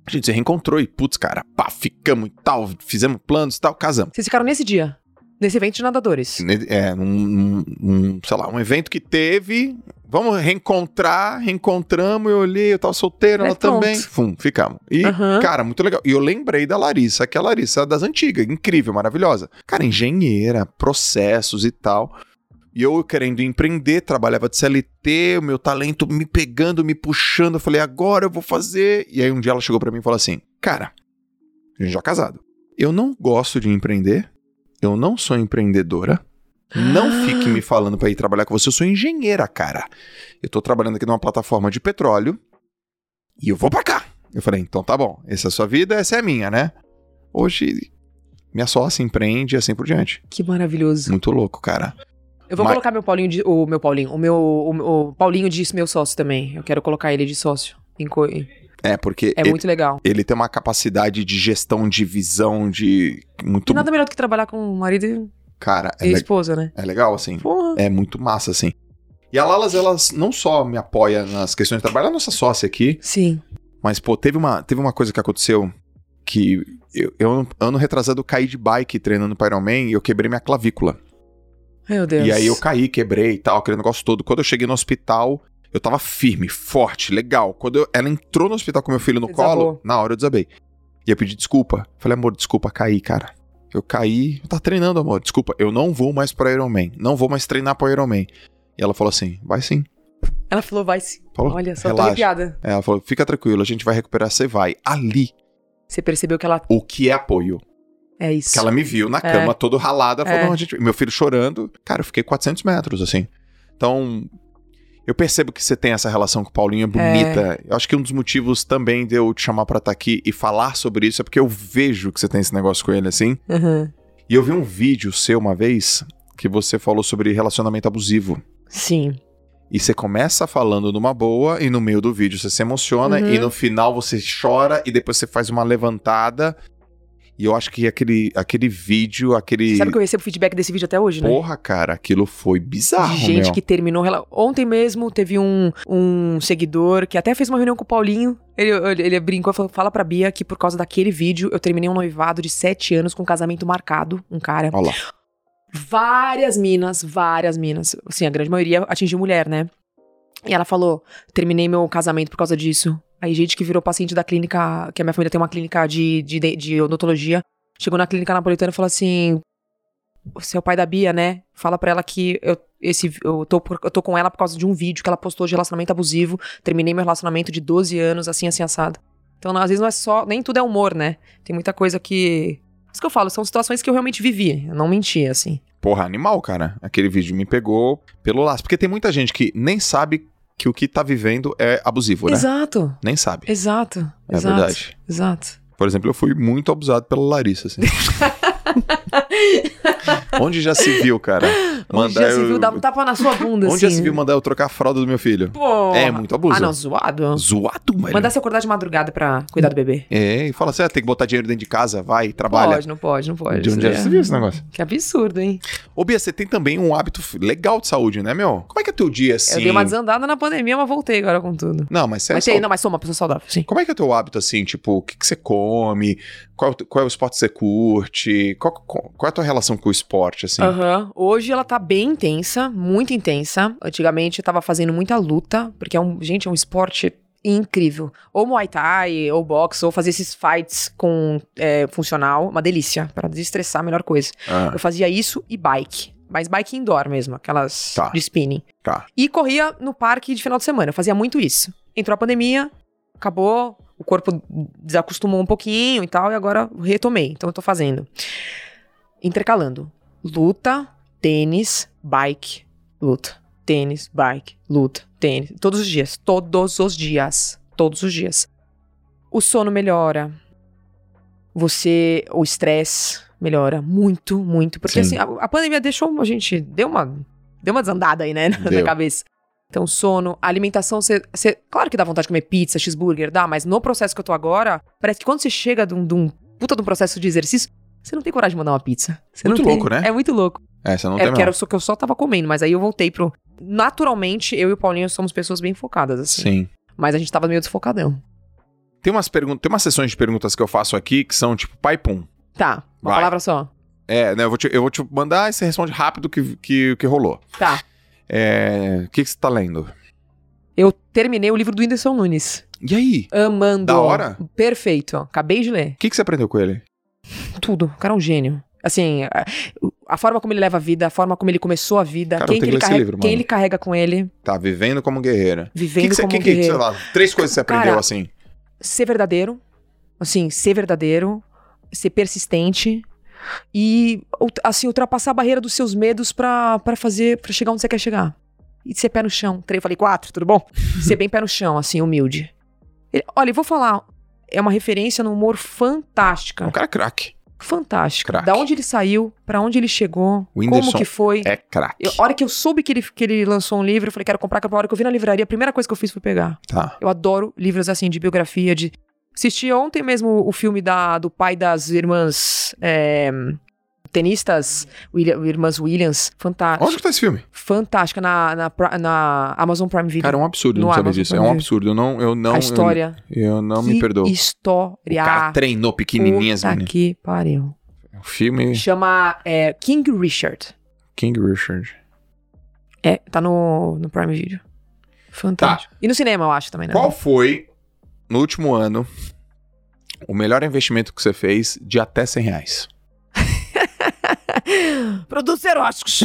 Speaker 1: A gente se reencontrou e, putz, cara, pá, ficamos e tal, fizemos planos e tal, casamos.
Speaker 2: Vocês ficaram nesse dia, nesse evento de nadadores.
Speaker 1: Ne- É, um, sei lá, um evento que teve. Vamos reencontrar, reencontramos, eu olhei, eu tava solteiro,
Speaker 2: É,
Speaker 1: ela
Speaker 2: pronto.
Speaker 1: também. Fum, ficamos. E,
Speaker 2: Aham.
Speaker 1: cara, muito legal. E eu lembrei da Larissa, que é a Larissa das antigas, incrível, maravilhosa. Cara, engenheira, processos e tal. E eu querendo empreender, trabalhava de CLT, o meu talento me pegando, me puxando. Eu falei, agora eu vou fazer. E aí um dia ela chegou pra mim e falou assim: Cara, a gente já é casado. Eu não gosto de empreender, eu não sou empreendedora.
Speaker 2: Ah.
Speaker 1: Não fique me falando pra ir trabalhar com você, eu sou engenheira, cara. Eu tô trabalhando aqui numa plataforma de petróleo e eu vou pra cá. Eu falei, então tá bom, essa é a sua vida, essa é a minha, né? Hoje, minha sócia empreende e assim por diante.
Speaker 2: Que maravilhoso.
Speaker 1: Muito louco, cara.
Speaker 2: Eu vou
Speaker 1: Mas-
Speaker 2: colocar meu Paulinho de. O meu Paulinho. O meu. O, o Paulinho de meu sócio também. Eu quero colocar ele de sócio. em co-
Speaker 1: É, porque
Speaker 2: É
Speaker 1: ele,
Speaker 2: muito legal.
Speaker 1: ele tem uma capacidade de gestão, de visão, de. Muito.
Speaker 2: E nada melhor do que trabalhar com o marido e-
Speaker 1: Cara, é,
Speaker 2: e
Speaker 1: le-
Speaker 2: esposa, né?
Speaker 1: é legal, assim.
Speaker 2: Porra.
Speaker 1: É muito massa, assim. E a Lalas, ela não só me apoia nas questões de trabalho, ela é nossa sócia aqui,
Speaker 2: Sim.
Speaker 1: mas, pô, teve uma, teve uma coisa que aconteceu que eu, eu, ano retrasado, eu caí de bike treinando para Ironman e eu quebrei minha clavícula.
Speaker 2: Meu Deus.
Speaker 1: E aí eu caí, quebrei e tal, aquele negócio todo. Quando eu cheguei no hospital, eu tava firme, forte, legal. Quando eu- ela entrou no hospital com meu filho no
Speaker 2: Você
Speaker 1: colo,
Speaker 2: desabou.
Speaker 1: na hora eu desabei. E eu pedi desculpa. Falei, amor, desculpa, caí, cara. Eu caí, eu tava treinando, amor. Desculpa, eu não vou mais pra Ironman. Não vou mais treinar pra Ironman. E ela falou assim, vai sim.
Speaker 2: Ela falou, vai sim.
Speaker 1: Falou,
Speaker 2: Olha só, tô
Speaker 1: relaxa.
Speaker 2: arrepiada.
Speaker 1: Ela falou, fica tranquilo, a gente vai recuperar, você vai. Ali,
Speaker 2: Você percebeu que ela.
Speaker 1: o que é apoio?
Speaker 2: É isso.
Speaker 1: Que ela me viu na cama, todo ralada, falou,
Speaker 2: É.
Speaker 1: não, a gente... meu filho chorando. Cara, eu fiquei 400 metros, assim. Então, eu percebo que você tem essa relação com o Paulinho, é bonita. Eu acho que um dos motivos também de eu te chamar pra estar aqui e falar sobre isso é porque eu vejo que você tem esse negócio com ele, assim.
Speaker 2: Uhum.
Speaker 1: E eu vi um vídeo seu uma vez que você falou sobre relacionamento abusivo.
Speaker 2: Sim.
Speaker 1: E você começa falando numa boa, e no meio do vídeo você se emociona,
Speaker 2: Uhum.
Speaker 1: e no final você chora, e depois você faz uma levantada. E eu acho que aquele, aquele vídeo, aquele.
Speaker 2: Sabe que eu recebo feedback desse vídeo até hoje, né?
Speaker 1: Porra, cara, aquilo foi bizarro,
Speaker 2: de gente
Speaker 1: meu.
Speaker 2: que terminou. rela- Ontem mesmo teve um, um seguidor que até fez uma reunião com o Paulinho. Ele, ele, ele brincou e falou: fala pra Bia que por causa daquele vídeo eu terminei um noivado de sete anos com um casamento marcado, um cara.
Speaker 1: Olha lá.
Speaker 2: Várias minas, várias minas. Assim, a grande maioria atingiu mulher, né? E ela falou: terminei meu casamento por causa disso. Aí, gente que virou paciente da clínica, que a minha família tem uma clínica de, de, de odontologia, chegou na clínica napolitana e falou assim: Você é o pai da Bia, né? Fala pra ela que eu, esse, eu, tô, por- eu tô com ela por causa de um vídeo que ela postou de relacionamento abusivo. Terminei meu relacionamento de 12 anos, assim, assim, assado. Então, não- às vezes não é só. Nem tudo é humor, né? Tem muita coisa que. Isso que eu falo, são situações que eu realmente vivi. Eu não menti, assim.
Speaker 1: Porra, animal, cara. Aquele vídeo me pegou pelo laço. Porque tem muita gente que nem sabe que o que tá vivendo é abusivo, né?
Speaker 2: Exato,
Speaker 1: Nem sabe.
Speaker 2: exato.
Speaker 1: É
Speaker 2: exato,
Speaker 1: verdade.
Speaker 2: Exato.
Speaker 1: Por exemplo, eu fui muito abusado pela Larissa,
Speaker 2: [laughs]
Speaker 1: assim. Onde já se viu, cara?
Speaker 2: Onde
Speaker 1: Mandar
Speaker 2: já se
Speaker 1: eu-
Speaker 2: viu dar um tapa na sua bunda,
Speaker 1: Onde já
Speaker 2: assim.
Speaker 1: se viu mandar eu trocar a fralda do meu filho?
Speaker 2: Pô.
Speaker 1: É muito abuso.
Speaker 2: Ah, não, zoado.
Speaker 1: Zoado, velho.
Speaker 2: Mandar você acordar de madrugada pra cuidar do bebê.
Speaker 1: É, e fala assim, ah, tem que botar dinheiro dentro de casa, vai, trabalha.
Speaker 2: Pode, não pode, não pode.
Speaker 1: De onde já
Speaker 2: Isso
Speaker 1: se
Speaker 2: é-
Speaker 1: viu né? esse negócio?
Speaker 2: Que absurdo, hein?
Speaker 1: Ô, Bia, você tem também um hábito f- legal de saúde, né, meu? Como é que é teu dia, assim?
Speaker 2: Eu dei uma desandada na pandemia, mas voltei agora com tudo.
Speaker 1: Não, mas você é
Speaker 2: mas, tem,
Speaker 1: saudável.
Speaker 2: não, mas sou uma pessoa saudável, sim.
Speaker 1: Como é que é o teu hábito, assim, tipo, o que, que você come, qual, qual é o esporte que você curte, qual, qual- qual é a tua relação com o esporte, assim?
Speaker 2: Aham. Hoje ela tá bem intensa, muito intensa. Antigamente eu tava fazendo muita luta, porque é um, gente, é um esporte incrível. Ou Muay Thai, ou boxe, ou fazer esses fights com é, funcional, uma delícia. Pra desestressar, a melhor coisa.
Speaker 1: Ah,
Speaker 2: Eu fazia isso e bike. Mas bike indoor mesmo, aquelas
Speaker 1: Tá.
Speaker 2: de spinning.
Speaker 1: tá.
Speaker 2: E corria no parque de final de semana. Eu fazia muito isso. Entrou a pandemia, acabou, o corpo desacostumou um pouquinho e tal, e agora retomei. Então eu tô fazendo. Intercalando. Luta, tênis, bike, luta. Tênis, bike, luta, tênis. Todos os dias. Todos os dias. Todos os dias. O sono melhora. Você. O estresse melhora muito, muito. Porque
Speaker 1: Sim.
Speaker 2: assim, a, a pandemia deixou. A gente deu uma. Deu uma desandada aí, né? [laughs] Na,
Speaker 1: Deu.
Speaker 2: na cabeça. Então, sono, alimentação, você. você- Claro que dá vontade de comer pizza, cheeseburger, dá, mas no processo que eu tô agora, parece que quando você chega de um, de um puta de um processo de exercício, você não tem coragem de mandar uma pizza. Você não
Speaker 1: Muito
Speaker 2: tem.
Speaker 1: louco, né?
Speaker 2: É muito louco.
Speaker 1: É, você não
Speaker 2: é
Speaker 1: tem
Speaker 2: porque
Speaker 1: mesmo.
Speaker 2: era só que eu só tava comendo, mas aí eu voltei pro. Naturalmente, eu e o Paulinho somos pessoas bem focadas, assim.
Speaker 1: Sim.
Speaker 2: Mas a gente tava meio desfocadão.
Speaker 1: Tem umas, pergun- tem umas sessões de perguntas que eu faço aqui que são, tipo, pai pum.
Speaker 2: Tá, uma
Speaker 1: Vai.
Speaker 2: palavra só.
Speaker 1: É, né, eu vou te, eu vou te mandar e você responde rápido o que, que, que rolou.
Speaker 2: Tá.
Speaker 1: É, o que, que você tá lendo?
Speaker 2: Eu terminei o livro do Whindersson Nunes.
Speaker 1: E aí?
Speaker 2: Amando.
Speaker 1: Da hora?
Speaker 2: Perfeito. Acabei de ler.
Speaker 1: O que, que você aprendeu com ele?
Speaker 2: Tudo. O cara é um gênio. Assim, a, a forma como ele leva a vida, a forma como ele começou a vida,
Speaker 1: Cara, eu tenho
Speaker 2: quem, que
Speaker 1: que ler
Speaker 2: ele
Speaker 1: esse
Speaker 2: carrega,
Speaker 1: livro, mano.
Speaker 2: quem ele carrega com ele,
Speaker 1: Tá, vivendo como guerreira. O que,
Speaker 2: vivendo
Speaker 1: que você,
Speaker 2: como
Speaker 1: que,
Speaker 2: um
Speaker 1: que- sei
Speaker 2: guerreiro.
Speaker 1: lá, três coisas que você aprendeu,
Speaker 2: Cara,
Speaker 1: assim?
Speaker 2: ser verdadeiro, assim, ser verdadeiro, ser persistente e ult- assim ultrapassar a barreira dos seus medos pra pra fazer para chegar onde você quer chegar. E ser pé no chão. Tre- Eu falei quatro, tudo
Speaker 1: [laughs]
Speaker 2: bom? ser bem pé no chão, assim, humilde. Ele- olha, eu vou falar, é uma referência no humor fantástica.
Speaker 1: O cara é craque.
Speaker 2: fantástico.
Speaker 1: Craque.
Speaker 2: Da onde ele saiu, pra onde ele chegou,
Speaker 1: Whindersson
Speaker 2: como que foi.
Speaker 1: É craque.
Speaker 2: Eu- a hora que eu soube que ele, que ele lançou um livro, eu falei, quero comprar, quero comprar. A hora que eu vi na livraria, a primeira coisa que eu fiz foi pegar.
Speaker 1: Tá.
Speaker 2: Eu adoro livros assim, de biografia, de... Assisti ontem mesmo o filme da, do pai das irmãs é, tenistas, William- irmãs Williams. Fantástico.
Speaker 1: Onde que tá esse filme?
Speaker 2: Fantástica na, na, Pri- na Amazon Prime Video.
Speaker 1: Cara, é um absurdo, eu não
Speaker 2: No
Speaker 1: sabia
Speaker 2: Amazon
Speaker 1: disso. É
Speaker 2: Prime
Speaker 1: um
Speaker 2: Video.
Speaker 1: absurdo. Eu não, eu não,
Speaker 2: a história.
Speaker 1: eu, eu não
Speaker 2: Que
Speaker 1: me perdoo. O
Speaker 2: história.
Speaker 1: cara treinou pequenininhas,
Speaker 2: Puta
Speaker 1: menino.
Speaker 2: que pariu.
Speaker 1: O filme
Speaker 2: Chama é, King Richard.
Speaker 1: King Richard.
Speaker 2: É, tá no, no Prime Video. Fantástico. E no cinema, eu acho também, né? [laughs]
Speaker 1: Qual foi, no último ano, o melhor investimento que você fez de até 100 reais?
Speaker 2: Produtos eróticos.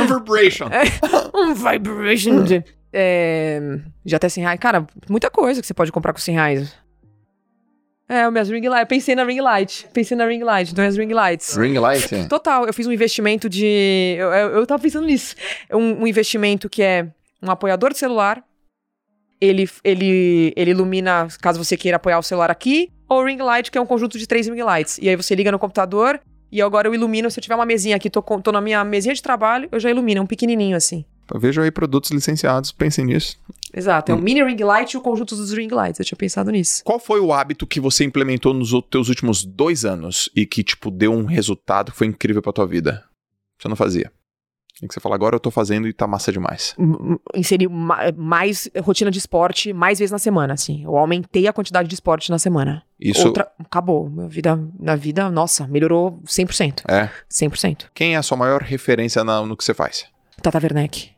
Speaker 1: Um Vibration.
Speaker 2: [laughs] um vibration. de- É, já até 100 reais. Cara, muita coisa que você pode comprar com 100 reais. É, minhas ring light. Pensei na ring light. Pensei na ring light. Então, as ring lights.
Speaker 1: Ring light?
Speaker 2: Total, eu fiz um investimento de. Eu, eu, eu tava pensando nisso. É Um, um investimento que é um apoiador de celular. Ele, ele, ele ilumina caso você queira apoiar o celular aqui. Ou ring light, que é um conjunto de três ring lights. E aí você liga no computador. E agora eu ilumino. Se eu tiver uma mesinha aqui, tô, com- tô na minha mesinha de trabalho, eu já ilumino. É um pequenininho assim.
Speaker 1: Vejo aí produtos licenciados, pensem nisso.
Speaker 2: Exato. É um mini ring light e o conjunto dos ring lights. Eu tinha pensado nisso.
Speaker 1: Qual foi o hábito que você implementou nos ou- teus últimos dois anos e que, tipo, deu um resultado que foi incrível pra tua vida? Você não fazia. E que você fala, agora eu tô fazendo e tá massa demais.
Speaker 2: m- m- inseri ma- mais rotina de esporte mais vezes na semana, assim. Eu aumentei a quantidade de esporte na semana.
Speaker 1: Isso
Speaker 2: Outra, acabou. Minha vida, na vida, nossa, melhorou 100%.
Speaker 1: é.
Speaker 2: 100%.
Speaker 1: Quem é a sua maior referência na- no que você faz?
Speaker 2: Tata Werneck.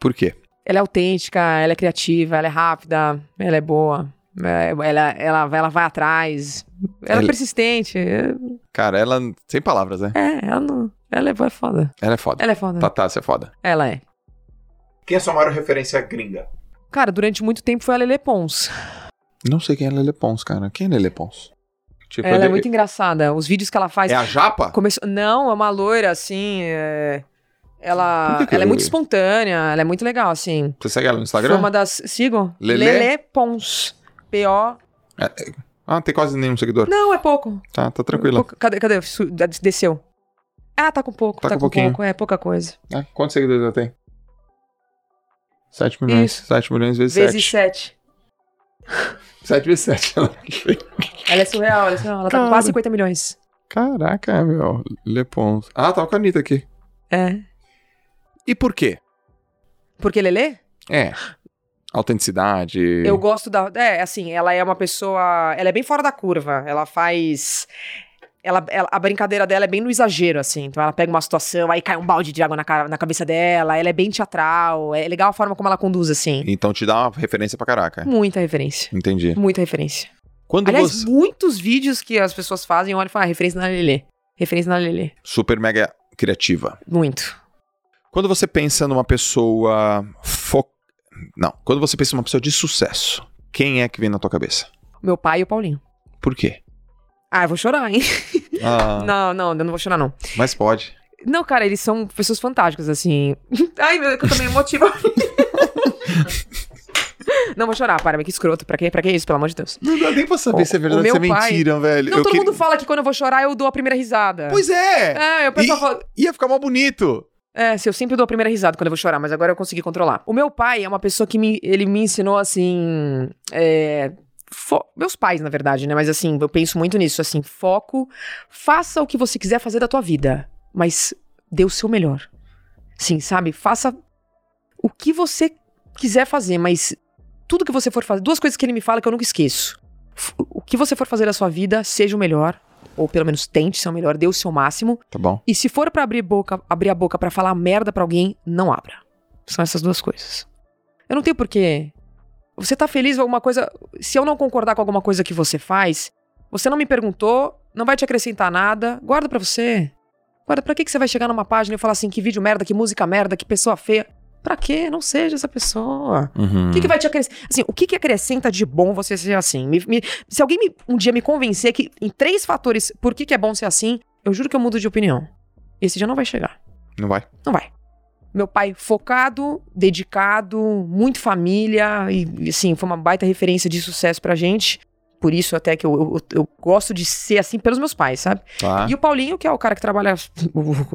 Speaker 1: Por quê?
Speaker 2: Ela é autêntica, ela é criativa, ela é rápida, ela é boa. é, Ela, ela, vai- ela vai atrás. Ela,
Speaker 1: Ela-
Speaker 2: é persistente. É,
Speaker 1: Cara, ela. Sem palavras, né?
Speaker 2: é, ela não. Ela é, é foda.
Speaker 1: Ela é foda.
Speaker 2: Ela é foda.
Speaker 1: Tá, tá, você é foda.
Speaker 2: Ela é.
Speaker 1: Quem é a sua maior referência gringa?
Speaker 2: Cara, durante muito tempo foi a Lele Pons.
Speaker 1: Não sei quem é Lele Pons, cara. Quem é Lele Pons? Tipo,
Speaker 2: Ela é
Speaker 1: ele-
Speaker 2: muito engraçada. Os vídeos que ela faz.
Speaker 1: É a Japa?
Speaker 2: Começou... Não, é uma loira, assim. é,
Speaker 1: Por
Speaker 2: Ela...
Speaker 1: que que
Speaker 2: ela é
Speaker 1: eu-
Speaker 2: muito espontânea, ela é muito legal, assim.
Speaker 1: Você segue ela no
Speaker 2: Foi
Speaker 1: Instagram?
Speaker 2: uma das. Sigam?
Speaker 1: Lelê?
Speaker 2: Lelê Pons. P-O.
Speaker 1: Ah, tem quase nenhum seguidor.
Speaker 2: Não, é pouco.
Speaker 1: Tá, tá tranquila.
Speaker 2: Pouco- Cadê? cadê? Su- Desceu. Ah, tá com pouco.
Speaker 1: Tá
Speaker 2: Tá,
Speaker 1: com
Speaker 2: com,
Speaker 1: pouquinho.
Speaker 2: pouco. É pouca coisa.
Speaker 1: Ah, quantos seguidores ela tem? 7 milhões.
Speaker 2: Isso.
Speaker 1: 7 milhões vezes
Speaker 2: Vezes
Speaker 1: 7.
Speaker 2: sete.
Speaker 1: 7 vezes 7.
Speaker 2: Ela é surreal, ela é surreal. Ela tá
Speaker 1: Cara.
Speaker 2: com quase 50 milhões.
Speaker 1: Caraca, é, meu. Lele Pons. Ah, tava com a Anitta aqui.
Speaker 2: É.
Speaker 1: E por quê?
Speaker 2: Porque Lelê?
Speaker 1: É. Autenticidade.
Speaker 2: Eu gosto da. É, assim, ela é uma pessoa. Ela é bem fora da curva. Ela faz. Ela, ela- a brincadeira dela é bem no exagero, assim. Então ela pega uma situação, aí cai um balde de água na, cara, na cabeça dela. Ela é bem teatral. É legal a forma como ela conduz, assim.
Speaker 1: Então te dá uma referência pra caraca.
Speaker 2: Muita referência.
Speaker 1: Entendi.
Speaker 2: Muita referência.
Speaker 1: Quando
Speaker 2: Aliás,
Speaker 1: você.
Speaker 2: muitos vídeos que as pessoas fazem, olha e falam, ah, referência na Lelê. Referência na Lelê.
Speaker 1: Super mega criativa.
Speaker 2: Muito.
Speaker 1: Quando você pensa numa pessoa fo... Não, quando você pensa numa pessoa de sucesso, quem é que vem na tua cabeça?
Speaker 2: Meu pai e o Paulinho.
Speaker 1: Por quê?
Speaker 2: Ah, eu vou chorar, hein?
Speaker 1: Ah,
Speaker 2: Não, não, eu não vou chorar, não.
Speaker 1: mas pode.
Speaker 2: Não, cara, eles são pessoas fantásticas, assim. [laughs] Ai, meu Deus, que eu tô meio emotiva. [laughs] não vou chorar, para, mas que escroto. Pra que, pra que isso, pelo amor de Deus?
Speaker 1: Não dá nem pra saber
Speaker 2: O-
Speaker 1: se é verdade
Speaker 2: o
Speaker 1: ou se é
Speaker 2: meu pai-
Speaker 1: mentira, velho.
Speaker 2: Não,
Speaker 1: Eu
Speaker 2: todo
Speaker 1: queria-
Speaker 2: mundo fala que quando eu vou chorar, eu dou a primeira risada.
Speaker 1: Pois é!
Speaker 2: é, o pessoal fala.
Speaker 1: Ia ficar mal bonito.
Speaker 2: É, se eu sempre dou a primeira risada quando eu vou chorar, mas agora eu consegui controlar. O meu pai é uma pessoa que me, ele me ensinou assim. é, fo- meus pais, na verdade, né? Mas assim, eu penso muito nisso, assim, foco, faça o que você quiser fazer da tua vida, mas dê o seu melhor. Sim, sabe? Faça o que você quiser fazer, mas tudo que você for fazer, duas coisas que ele me fala que eu nunca esqueço. F- O que você for fazer da sua vida, seja o melhor, ou pelo menos tente ser o melhor, dê o seu máximo.
Speaker 1: Tá bom.
Speaker 2: E se for pra abrir boca, abrir a boca pra falar merda pra alguém, não abra. São essas duas coisas. Eu não tenho porquê. Você tá feliz com alguma coisa? Se eu não concordar com alguma coisa que você faz, você não me perguntou, não vai te acrescentar nada, guarda pra você. Guarda, pra que, que você vai chegar numa página e falar assim, que vídeo merda, que música merda, que pessoa feia? Pra quê? Não seja essa pessoa.
Speaker 1: Uhum.
Speaker 2: O que, que vai te acrescentar? Assim, o que, que acrescenta de bom você ser assim? Me- me- se alguém me- um dia me convencer que em três fatores por que, que é bom ser assim, eu juro que eu mudo de opinião. Esse dia não vai chegar.
Speaker 1: Não vai.
Speaker 2: Não vai. Meu pai focado, dedicado, muito família, e assim, foi uma baita referência de sucesso pra gente. Por isso até que eu, eu, eu gosto de ser assim pelos meus pais, sabe?
Speaker 1: Tá.
Speaker 2: E o Paulinho, que é o cara que trabalha [laughs]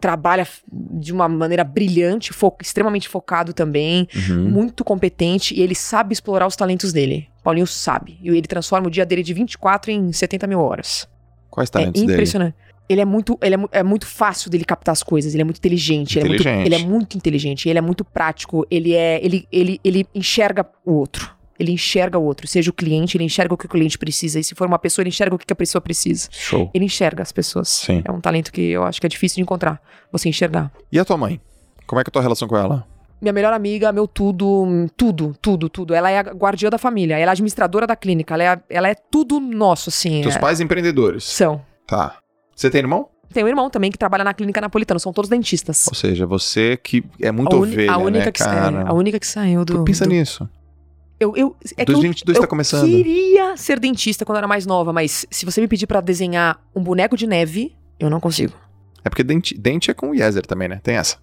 Speaker 2: trabalha de uma maneira brilhante, fo- extremamente focado também,
Speaker 1: Uhum.
Speaker 2: muito competente e ele sabe explorar os talentos dele. O Paulinho sabe. E ele transforma o dia dele de 24 em 70 mil horas.
Speaker 1: Quais talentos
Speaker 2: é
Speaker 1: dele?
Speaker 2: impressionante. Ele é muito, ele é, mu- é muito fácil dele captar as coisas, ele é muito inteligente,
Speaker 1: Inteligente.
Speaker 2: Ele, é muito, ele é muito inteligente, ele é muito prático, ele é ele, ele, ele enxerga o outro. Ele enxerga o outro, seja o cliente, ele enxerga o que o cliente precisa, e se for uma pessoa, ele enxerga o que que a pessoa precisa.
Speaker 1: Show.
Speaker 2: Ele enxerga as pessoas.
Speaker 1: Sim.
Speaker 2: É um talento que eu acho que é difícil de encontrar, você enxergar.
Speaker 1: E a tua mãe? Como é que é a tua relação com ela?
Speaker 2: Minha melhor amiga, meu tudo, hum, tudo, tudo, tudo. Ela é a guardiã da família, ela é a administradora da clínica, ela é, a- ela é tudo nosso, assim.
Speaker 1: Teus
Speaker 2: é-
Speaker 1: pais empreendedores.
Speaker 2: São.
Speaker 1: Tá. Você tem irmão?
Speaker 2: Tem um irmão também que trabalha na clínica napolitana, são todos dentistas.
Speaker 1: Ou seja, você que é muito
Speaker 2: a, uni-
Speaker 1: ovelha,
Speaker 2: a única
Speaker 1: né,
Speaker 2: que
Speaker 1: cara?
Speaker 2: saiu, a única que saiu do.
Speaker 1: Tu pensa
Speaker 2: do-
Speaker 1: nisso.
Speaker 2: Eu, eu, é que eu,
Speaker 1: 2022
Speaker 2: eu
Speaker 1: tá começando.
Speaker 2: queria ser dentista quando eu era mais nova, mas se você me pedir pra desenhar um boneco de neve, eu não consigo.
Speaker 1: É porque dente, dente é com o Yezer também, né? Tem essa.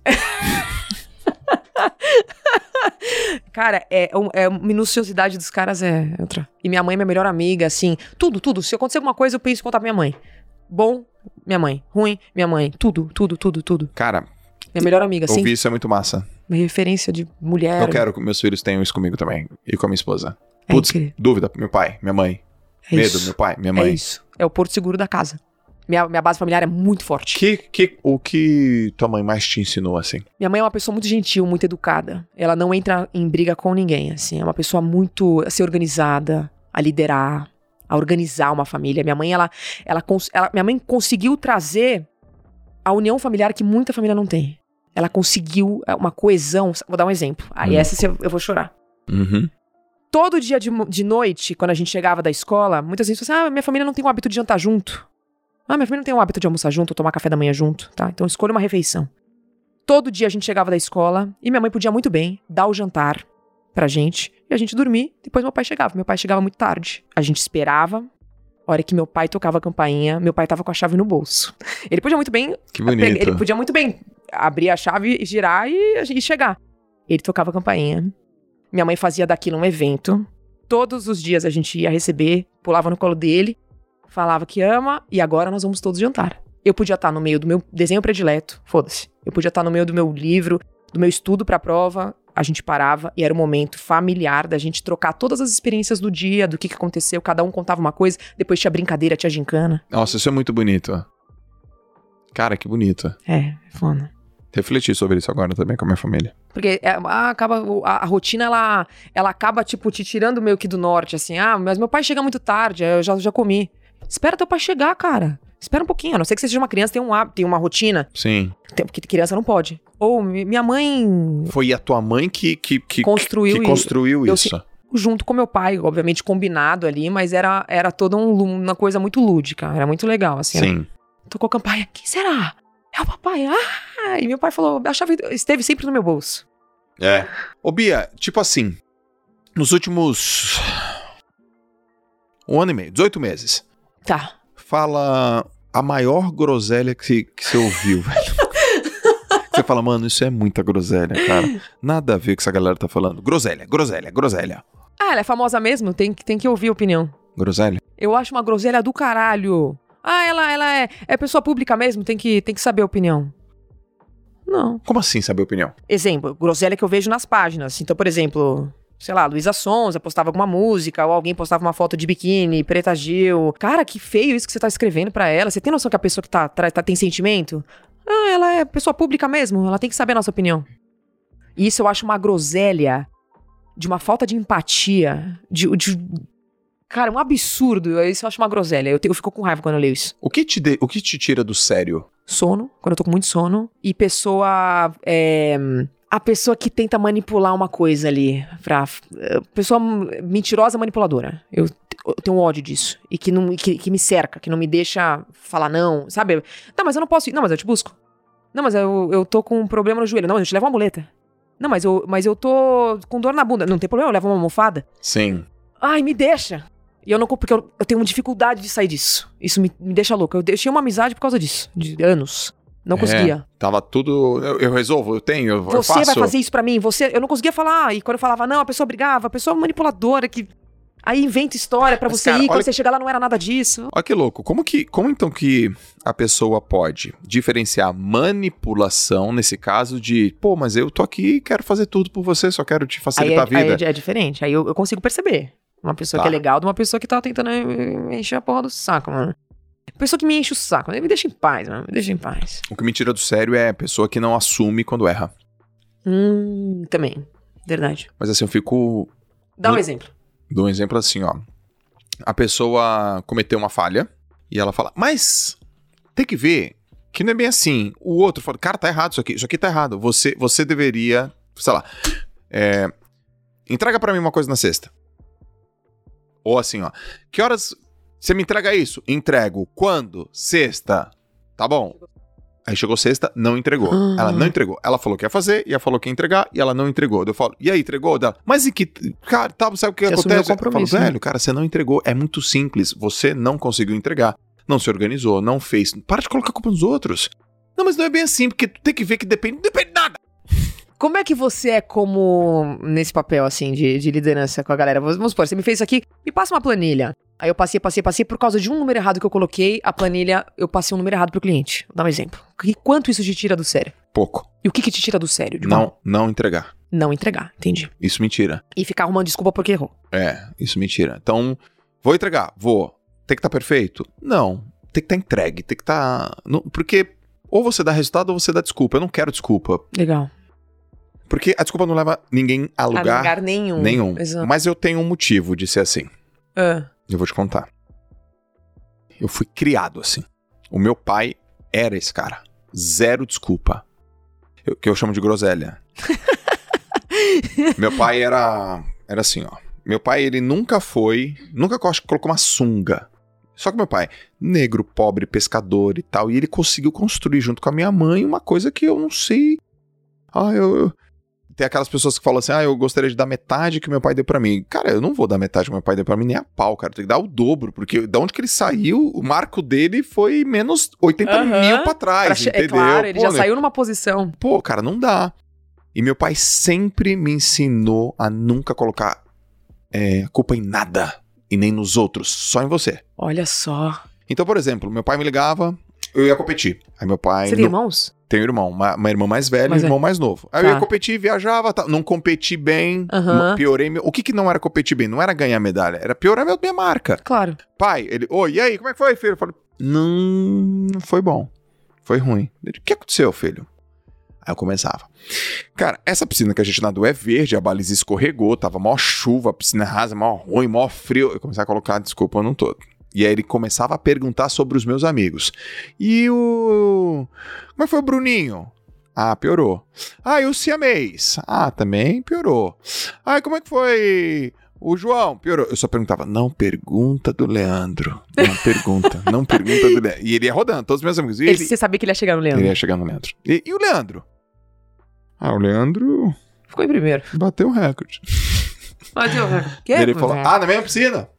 Speaker 2: Cara, é, é um- é minuciosidade dos caras é outra. E minha mãe é minha melhor amiga, assim, tudo, tudo. Se acontecer alguma coisa, eu penso em contar pra minha mãe. Bom, minha mãe. Ruim, minha mãe. Tudo, tudo, tudo, tudo.
Speaker 1: Cara,
Speaker 2: Minha melhor amiga, assim.
Speaker 1: ouvir isso é muito massa.
Speaker 2: Minha referência de mulher.
Speaker 1: Eu quero que meus filhos tenham isso comigo também. E com a minha esposa.
Speaker 2: É
Speaker 1: Putz,
Speaker 2: incrível.
Speaker 1: dúvida, meu pai, minha mãe.
Speaker 2: É
Speaker 1: Medo,
Speaker 2: isso.
Speaker 1: meu pai, minha
Speaker 2: É
Speaker 1: mãe.
Speaker 2: isso. É o porto seguro da casa. Minha, minha base familiar é muito forte.
Speaker 1: que, que, o que tua mãe mais te ensinou, assim?
Speaker 2: Minha mãe é uma pessoa muito gentil, muito educada. Ela não entra em briga com ninguém, assim. É uma pessoa muito a ser organizada, a liderar, a organizar uma família. Minha mãe, ela, ela, cons- ela- minha mãe conseguiu trazer a união familiar que muita família não tem. Ela conseguiu é, uma coesão. Vou dar um exemplo. Aí
Speaker 1: Hum.
Speaker 2: essa você- eu vou chorar.
Speaker 1: Uhum.
Speaker 2: todo dia de, mo- de noite, quando a gente chegava da escola, muitas vezes falava assim, ah, minha família não tem o hábito de jantar junto. Ah, minha família não tem o hábito de almoçar junto, ou tomar café da manhã junto, tá? Então escolha uma refeição. Todo dia a gente chegava da escola e minha mãe podia muito bem dar o jantar pra gente e a gente dormir, depois meu pai chegava. Meu pai chegava muito tarde. A gente esperava, a hora que meu pai tocava a campainha, meu pai tava com a chave no bolso. Ele podia muito bem
Speaker 1: Que
Speaker 2: Pe-
Speaker 1: bonito.
Speaker 2: Ele podia muito bem abrir a chave, girar e, e chegar. Ele tocava a campainha. Minha mãe fazia daquilo um evento. Todos os dias a gente ia receber, pulava no colo dele, falava que ama e agora nós vamos todos jantar. Eu podia estar no meio do meu desenho predileto, foda-se. Eu podia estar no meio do meu livro, do meu estudo para a prova. A gente parava e era um momento familiar da gente trocar todas as experiências do dia, do que, que aconteceu. Cada um contava uma coisa, depois tinha brincadeira, tinha gincana.
Speaker 1: Nossa, isso é muito bonito. Cara, que bonito.
Speaker 2: É, foda.
Speaker 1: Refleti sobre isso agora também com a minha família.
Speaker 2: Porque é, ah, acaba, o- a, a rotina, ela, ela acaba, tipo, te tirando meio que do norte, assim. Ah, mas meu pai chega muito tarde, eu já, já comi. Espera teu pai chegar, cara. Espera um pouquinho, a não ser que você seja uma criança, tem um hábito, tem uma rotina,
Speaker 1: Sim.
Speaker 2: tem- porque criança não pode. Ou mi- minha mãe,
Speaker 1: Foi a tua mãe que, que, que,
Speaker 2: Construiu
Speaker 1: que
Speaker 2: e-
Speaker 1: construiu
Speaker 2: eu
Speaker 1: isso.
Speaker 2: junto com meu pai, obviamente combinado ali, mas era, era toda um lu- uma coisa muito lúdica, era muito legal, assim. né?
Speaker 1: Sim.
Speaker 2: Tocou a campainha, quem será? É o papai, ah! E meu pai falou, a chave esteve sempre no meu bolso.
Speaker 1: É. Ô, Bia, tipo assim, nos últimos. Um ano e meio, 18 meses.
Speaker 2: Tá.
Speaker 1: Fala a maior groselha que, que você ouviu, [laughs] velho. Você fala, mano, isso é muita groselha, cara. Nada a ver com o que essa galera tá falando. Groselha, groselha, groselha.
Speaker 2: Ah, ela é famosa mesmo? Tem, que- tem que ouvir a opinião.
Speaker 1: Groselha?
Speaker 2: Eu acho uma groselha do caralho. Ah, ela, ela é, é pessoa pública mesmo, tem que, tem que saber a opinião. Não.
Speaker 1: Como assim saber opinião?
Speaker 2: Exemplo, groselha que eu vejo nas páginas. Então, por exemplo, sei lá, Luísa Sonza postava alguma música, ou alguém postava uma foto de biquíni, Preta Gil. Cara, que feio isso que você tá escrevendo pra ela. Você tem noção que a pessoa que tá, tra- tá- tem sentimento? Ah, ela é pessoa pública mesmo, ela tem que saber a nossa opinião. E isso eu acho uma groselha de uma falta de empatia, de... de- Cara, um absurdo. Isso eu acho uma groselha. Eu, te- eu fico com raiva quando eu leio isso
Speaker 1: O que te, de- o que te tira do sério?
Speaker 2: sono, quando eu tô com muito sono, e pessoa. é, a pessoa que tenta manipular uma coisa ali. Pra, é, pessoa m- mentirosa manipuladora. Eu, te- eu tenho ódio disso. E que, não, e que, que me cerca, que não me deixa falar não, sabe? Tá, mas eu não posso ir. Não, mas eu te busco. Não, mas eu, eu tô com um problema no joelho. Não, mas eu te levo uma muleta. Não, mas eu, mas eu tô com dor na bunda. Não tem problema, eu levo uma almofada.
Speaker 1: Sim.
Speaker 2: Ai, me deixa. E eu não compro, porque eu, eu tenho dificuldade de sair disso. Isso me, me deixa louca. Eu deixei uma amizade por causa disso, de anos. Não
Speaker 1: É,
Speaker 2: conseguia.
Speaker 1: Tava tudo. Eu, eu resolvo, eu tenho, eu, eu
Speaker 2: você
Speaker 1: faço.
Speaker 2: vai fazer isso pra mim, você. Eu não conseguia falar. E quando eu falava não, a pessoa brigava, a pessoa manipuladora que. Aí inventa história pra
Speaker 1: Mas,
Speaker 2: você
Speaker 1: cara,
Speaker 2: ir, quando
Speaker 1: olha-
Speaker 2: você chegar lá não era nada disso.
Speaker 1: Olha que louco. Como que, como então que a pessoa pode diferenciar manipulação nesse caso de, pô, mas eu tô aqui e quero fazer tudo por você, só quero te
Speaker 2: Aí,
Speaker 1: facilitar
Speaker 2: é,
Speaker 1: a vida.
Speaker 2: aí é- é diferente. Aí eu, eu consigo perceber uma pessoa
Speaker 1: Tá.
Speaker 2: que é legal de uma pessoa que tá tentando eh, encher a porra do saco, mano. Pessoa que me enche o saco, me deixa em paz, mano. Me deixa em paz.
Speaker 1: O que me tira do sério é a pessoa que não assume quando erra.
Speaker 2: Hum, também. Verdade.
Speaker 1: Mas assim, eu fico.
Speaker 2: Dá um
Speaker 1: Hum.
Speaker 2: exemplo.
Speaker 1: Dou um exemplo assim, ó. A pessoa cometeu uma falha e ela fala, mas tem que ver que não é bem assim. O outro fala, cara, tá errado isso aqui, isso aqui tá errado. Você, você deveria, sei lá, é, entrega pra mim uma coisa na sexta. Ou assim, ó. Que horas você me entrega isso? Entrego. Quando? Sexta. Tá bom. Aí chegou sexta, não entregou.
Speaker 2: Ah.
Speaker 1: Ela não entregou. Ela falou que ia fazer, e ela falou que ia entregar, e ela não entregou. Daí Eu falo, e aí, entregou? Dela, mas e que. Cara, tá, sabe o que
Speaker 2: Você assumiu o
Speaker 1: acontece? eu
Speaker 2: compromisso,
Speaker 1: falo,
Speaker 2: né?
Speaker 1: velho, cara, você não entregou. É muito simples. Você não conseguiu entregar. Não se organizou, não fez. Para de colocar a culpa nos outros. Não, mas não é bem assim, porque tu tem que ver que depende. Depende de nada.
Speaker 2: Como é que você é como nesse papel, assim, de, de liderança com a galera? Vamos vamos supor, você me fez isso aqui, me passa uma planilha. Aí eu passei, passei, passei, por causa de um número errado que eu coloquei, a planilha, eu passei um número errado pro cliente. Vou dar um exemplo. E quanto isso te tira do sério?
Speaker 1: Pouco.
Speaker 2: E o que que te tira do sério? De uma-
Speaker 1: Não, não entregar.
Speaker 2: Não entregar, entendi.
Speaker 1: Isso mentira.
Speaker 2: E ficar arrumando desculpa porque errou.
Speaker 1: É, isso mentira. Então, vou entregar, vou. Tem que estar perfeito? Não. Tem que estar entregue, tem que estar. porque ou você dá resultado ou você dá desculpa. Eu não quero desculpa.
Speaker 2: Legal.
Speaker 1: Porque a desculpa não leva ninguém a lugar,
Speaker 2: A lugar nenhum.
Speaker 1: nenhum.
Speaker 2: Exato.
Speaker 1: Mas eu tenho um motivo de ser assim.
Speaker 2: Ah,
Speaker 1: Eu vou te contar. Eu fui criado assim. O meu pai era esse cara. Zero desculpa. Eu- que eu chamo de groselha. meu pai era. Era assim, ó. Meu pai, ele nunca foi. Nunca co- acho que colocou uma sunga. Só que meu pai, negro, pobre, pescador e tal, e ele conseguiu construir junto com a minha mãe uma coisa que eu não sei. Ah, eu. eu- Tem aquelas pessoas que falam assim: ah, eu gostaria de dar metade que meu pai deu pra mim. Cara, eu não vou dar metade que meu pai deu pra mim nem a pau, cara. Tem que dar o dobro, porque da onde que ele saiu, o marco dele foi menos 80
Speaker 2: Aham.
Speaker 1: mil pra trás,
Speaker 2: pra che-
Speaker 1: entendeu?
Speaker 2: é claro, ele
Speaker 1: Pô,
Speaker 2: já
Speaker 1: meu,
Speaker 2: saiu numa posição.
Speaker 1: pô, cara, não dá. E meu pai sempre me ensinou a nunca colocar é, a culpa em nada e nem nos outros, só em você.
Speaker 2: Olha só.
Speaker 1: Então, por exemplo, meu pai me ligava, eu ia competir. Aí meu pai.
Speaker 2: Você tem
Speaker 1: não-
Speaker 2: irmãos?
Speaker 1: Tenho um irmão, uma, uma irmã mais velha e um
Speaker 2: Mais
Speaker 1: irmão mais novo. Aí
Speaker 2: Tá.
Speaker 1: eu ia competir, viajava, tal. não competi bem,
Speaker 2: Aham.
Speaker 1: ma- piorei. Meu... O que, que não era competir bem? Não era ganhar medalha, era piorar meu- minha marca.
Speaker 2: Claro.
Speaker 1: Pai, ele, oi, e aí, como é que foi, filho? Eu falei, não, não foi bom. Foi ruim. Ele, o que aconteceu, filho? Aí eu começava. Cara, essa piscina que a gente nadou é verde, a baliza escorregou, tava mó chuva, a piscina é rasa, mó ruim, mó frio. Eu começava a colocar desculpa no todo. E aí ele começava a perguntar sobre os meus amigos. E o. Como é que foi o Bruninho? Ah, piorou. Ah, e o Siamês? Ah, também piorou. Ah, e como é que foi o João? Piorou. Eu só perguntava, não pergunta do Leandro. Não pergunta, não pergunta do Leandro. E ele ia rodando, todos os meus amigos. E
Speaker 2: Ele,
Speaker 1: ele,
Speaker 2: você sabia que ele ia chegar no
Speaker 1: ele
Speaker 2: Leandro.
Speaker 1: ia chegar no Leandro. E, e o Leandro? Ah, o Leandro
Speaker 2: Ficou em primeiro.
Speaker 1: bateu o recorde.
Speaker 2: Mas eu...
Speaker 1: E
Speaker 2: Quê?
Speaker 1: ele falou, ah, na mesma piscina?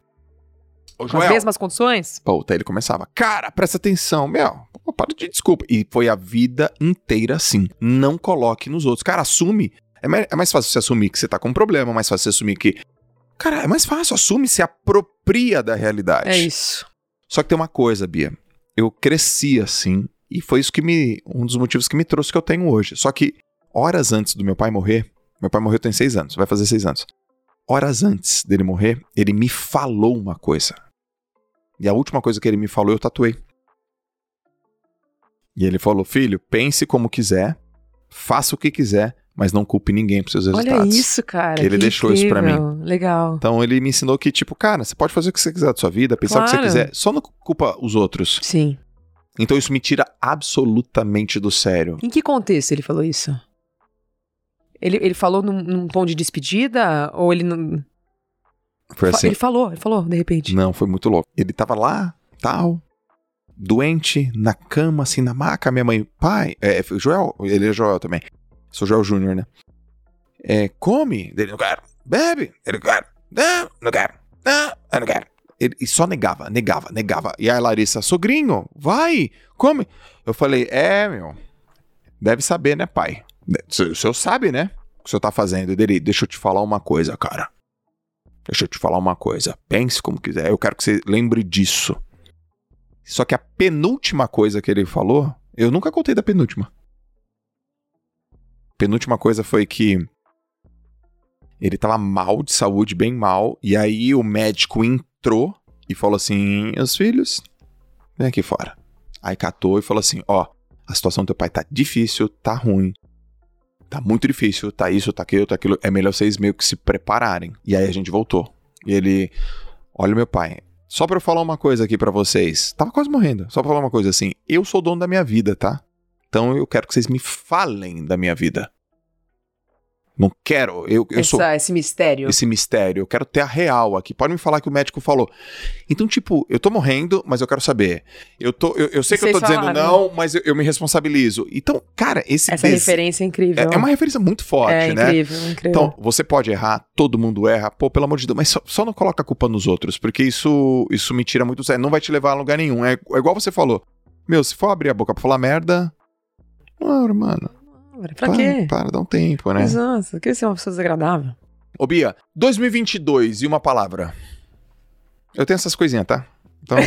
Speaker 1: Ô,
Speaker 2: Com é, né? as
Speaker 1: Joel.
Speaker 2: mesmas condições?
Speaker 1: Puta, aí ele começava, cara, presta atenção, meu, pô, para de desculpa. E foi a vida inteira assim. Não coloque nos outros. Cara, assume. É mais, é mais fácil você assumir que você tá com um problema, é mais fácil você assumir que. Cara, é mais fácil, assume, se apropria da realidade.
Speaker 2: É isso.
Speaker 1: Só que tem uma coisa, Bia. Eu cresci assim, e foi isso que me. Um dos motivos que me trouxe o que eu tenho hoje. Só que, horas antes do meu pai morrer, meu pai morreu tem seis anos, vai fazer seis anos. Horas antes dele morrer, ele me falou uma coisa. E a última coisa que ele me falou, eu tatuei. E ele falou: filho, pense como quiser, faça o que quiser, mas não culpe ninguém por seus resultados.
Speaker 2: Olha isso, cara.
Speaker 1: Ele
Speaker 2: que
Speaker 1: deixou isso pra
Speaker 2: incrível. Legal.
Speaker 1: Então ele me ensinou que, tipo, cara, você pode fazer o que você quiser da sua vida, pensar o que você
Speaker 2: Claro.
Speaker 1: quiser, só não culpa os outros.
Speaker 2: Sim.
Speaker 1: Então isso me tira absolutamente do sério.
Speaker 2: Em que contexto ele falou isso? Ele, ele falou num, num tom de despedida? Ou ele não.
Speaker 1: Foi
Speaker 2: Fa-
Speaker 1: assim.
Speaker 2: Ele falou, ele falou, de repente.
Speaker 1: Não, foi muito louco. Ele tava lá, tal, doente, na cama, assim, na maca. Minha mãe, pai, é, foi o Joel, ele é Joel também. Sou Joel Júnior, né? É, come. Ele não quero. Bebe. Ele não quero. Não, não quero. Não, eu não quero. Ele e só negava, negava, negava. E aí a Larissa, sogrinho, vai, come. Eu falei, é, meu, deve saber, né, pai? De- O senhor o senhor sabe, né? O que o senhor tá fazendo, dele. Deixa eu te falar uma coisa, cara. Deixa eu te falar uma coisa. Pense como quiser. Eu quero que você lembre disso. Só que a penúltima coisa que ele falou, eu nunca contei da penúltima. Penúltima coisa foi que ele tava mal de saúde, bem mal, e aí o médico entrou e falou assim: "Os filhos, vem aqui fora". Aí catou e falou assim: "Ó, a situação do teu pai tá difícil, tá ruim. Tá muito difícil, tá isso, tá aquilo, tá aquilo. É melhor vocês meio que se prepararem". E aí a gente voltou. E ele: "Olha meu pai, só pra eu falar uma coisa aqui pra vocês. Tava quase morrendo. Só pra falar uma coisa assim. Eu sou dono da minha vida, tá? Então eu quero que vocês me falem da minha vida. Não quero. Eu, eu
Speaker 2: Essa-
Speaker 1: sou
Speaker 2: Esse mistério.
Speaker 1: esse mistério. Eu quero ter a real aqui. Pode me falar que o médico falou. Então, tipo, eu tô morrendo, mas eu quero saber. Eu, tô, eu, eu sei
Speaker 2: E
Speaker 1: que eu tô
Speaker 2: vocês
Speaker 1: dizendo
Speaker 2: falaram.
Speaker 1: não, mas eu, eu me responsabilizo. Então, cara, esse
Speaker 2: né? Essa
Speaker 1: des-
Speaker 2: referência é
Speaker 1: é,
Speaker 2: incrível.
Speaker 1: é uma referência muito forte,
Speaker 2: É
Speaker 1: né?
Speaker 2: incrível, incrível.
Speaker 1: Então, você pode errar, todo mundo erra, pô, pelo amor de Deus, mas só, só não coloca a culpa nos outros, porque isso isso me tira muito do sério, não vai te levar a lugar nenhum. É, é igual você falou, meu, se for abrir a boca pra falar merda, ah, mano,
Speaker 2: pra
Speaker 1: para,
Speaker 2: quê?
Speaker 1: para, dá um tempo, né?
Speaker 2: Exato. Quer ser uma pessoa desagradável?
Speaker 1: Ô Bia, 2022 e uma palavra. Eu tenho essas coisinhas, tá?
Speaker 2: [laughs]
Speaker 1: Então,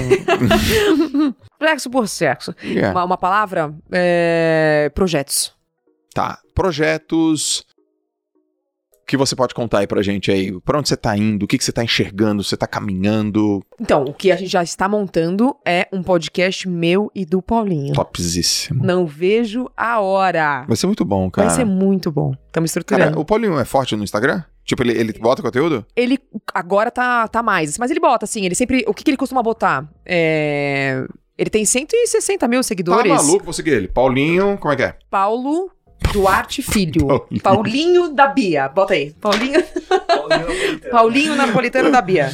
Speaker 2: Sexo por sexo.
Speaker 1: yeah.
Speaker 2: Uma, uma palavra? é, Projetos.
Speaker 1: tá. Projetos que você pode contar aí pra gente aí. Pra onde você tá indo? O que, que você tá enxergando? Você tá caminhando?
Speaker 2: Então, o que a gente já está montando é um podcast meu e do Paulinho.
Speaker 1: Topzíssimo.
Speaker 2: Não vejo a hora.
Speaker 1: Vai ser muito bom, cara.
Speaker 2: Vai ser muito bom. Estamos estruturando.
Speaker 1: Cara, o Paulinho é forte no Instagram? Tipo, ele, ele bota conteúdo?
Speaker 2: Ele agora tá, tá mais. Mas ele bota, assim, ele sempre. O que, que ele costuma botar? É, Ele tem 160 mil
Speaker 1: Tá
Speaker 2: seguidores.
Speaker 1: maluco, vou seguir ele. Paulinho, como é que é?
Speaker 2: Paulo Duarte Filho.
Speaker 1: [laughs] Paulinho.
Speaker 2: Paulinho da Bia. Bota aí.
Speaker 1: [laughs]
Speaker 2: Paulinho, Paulinho Napolitano da Bia.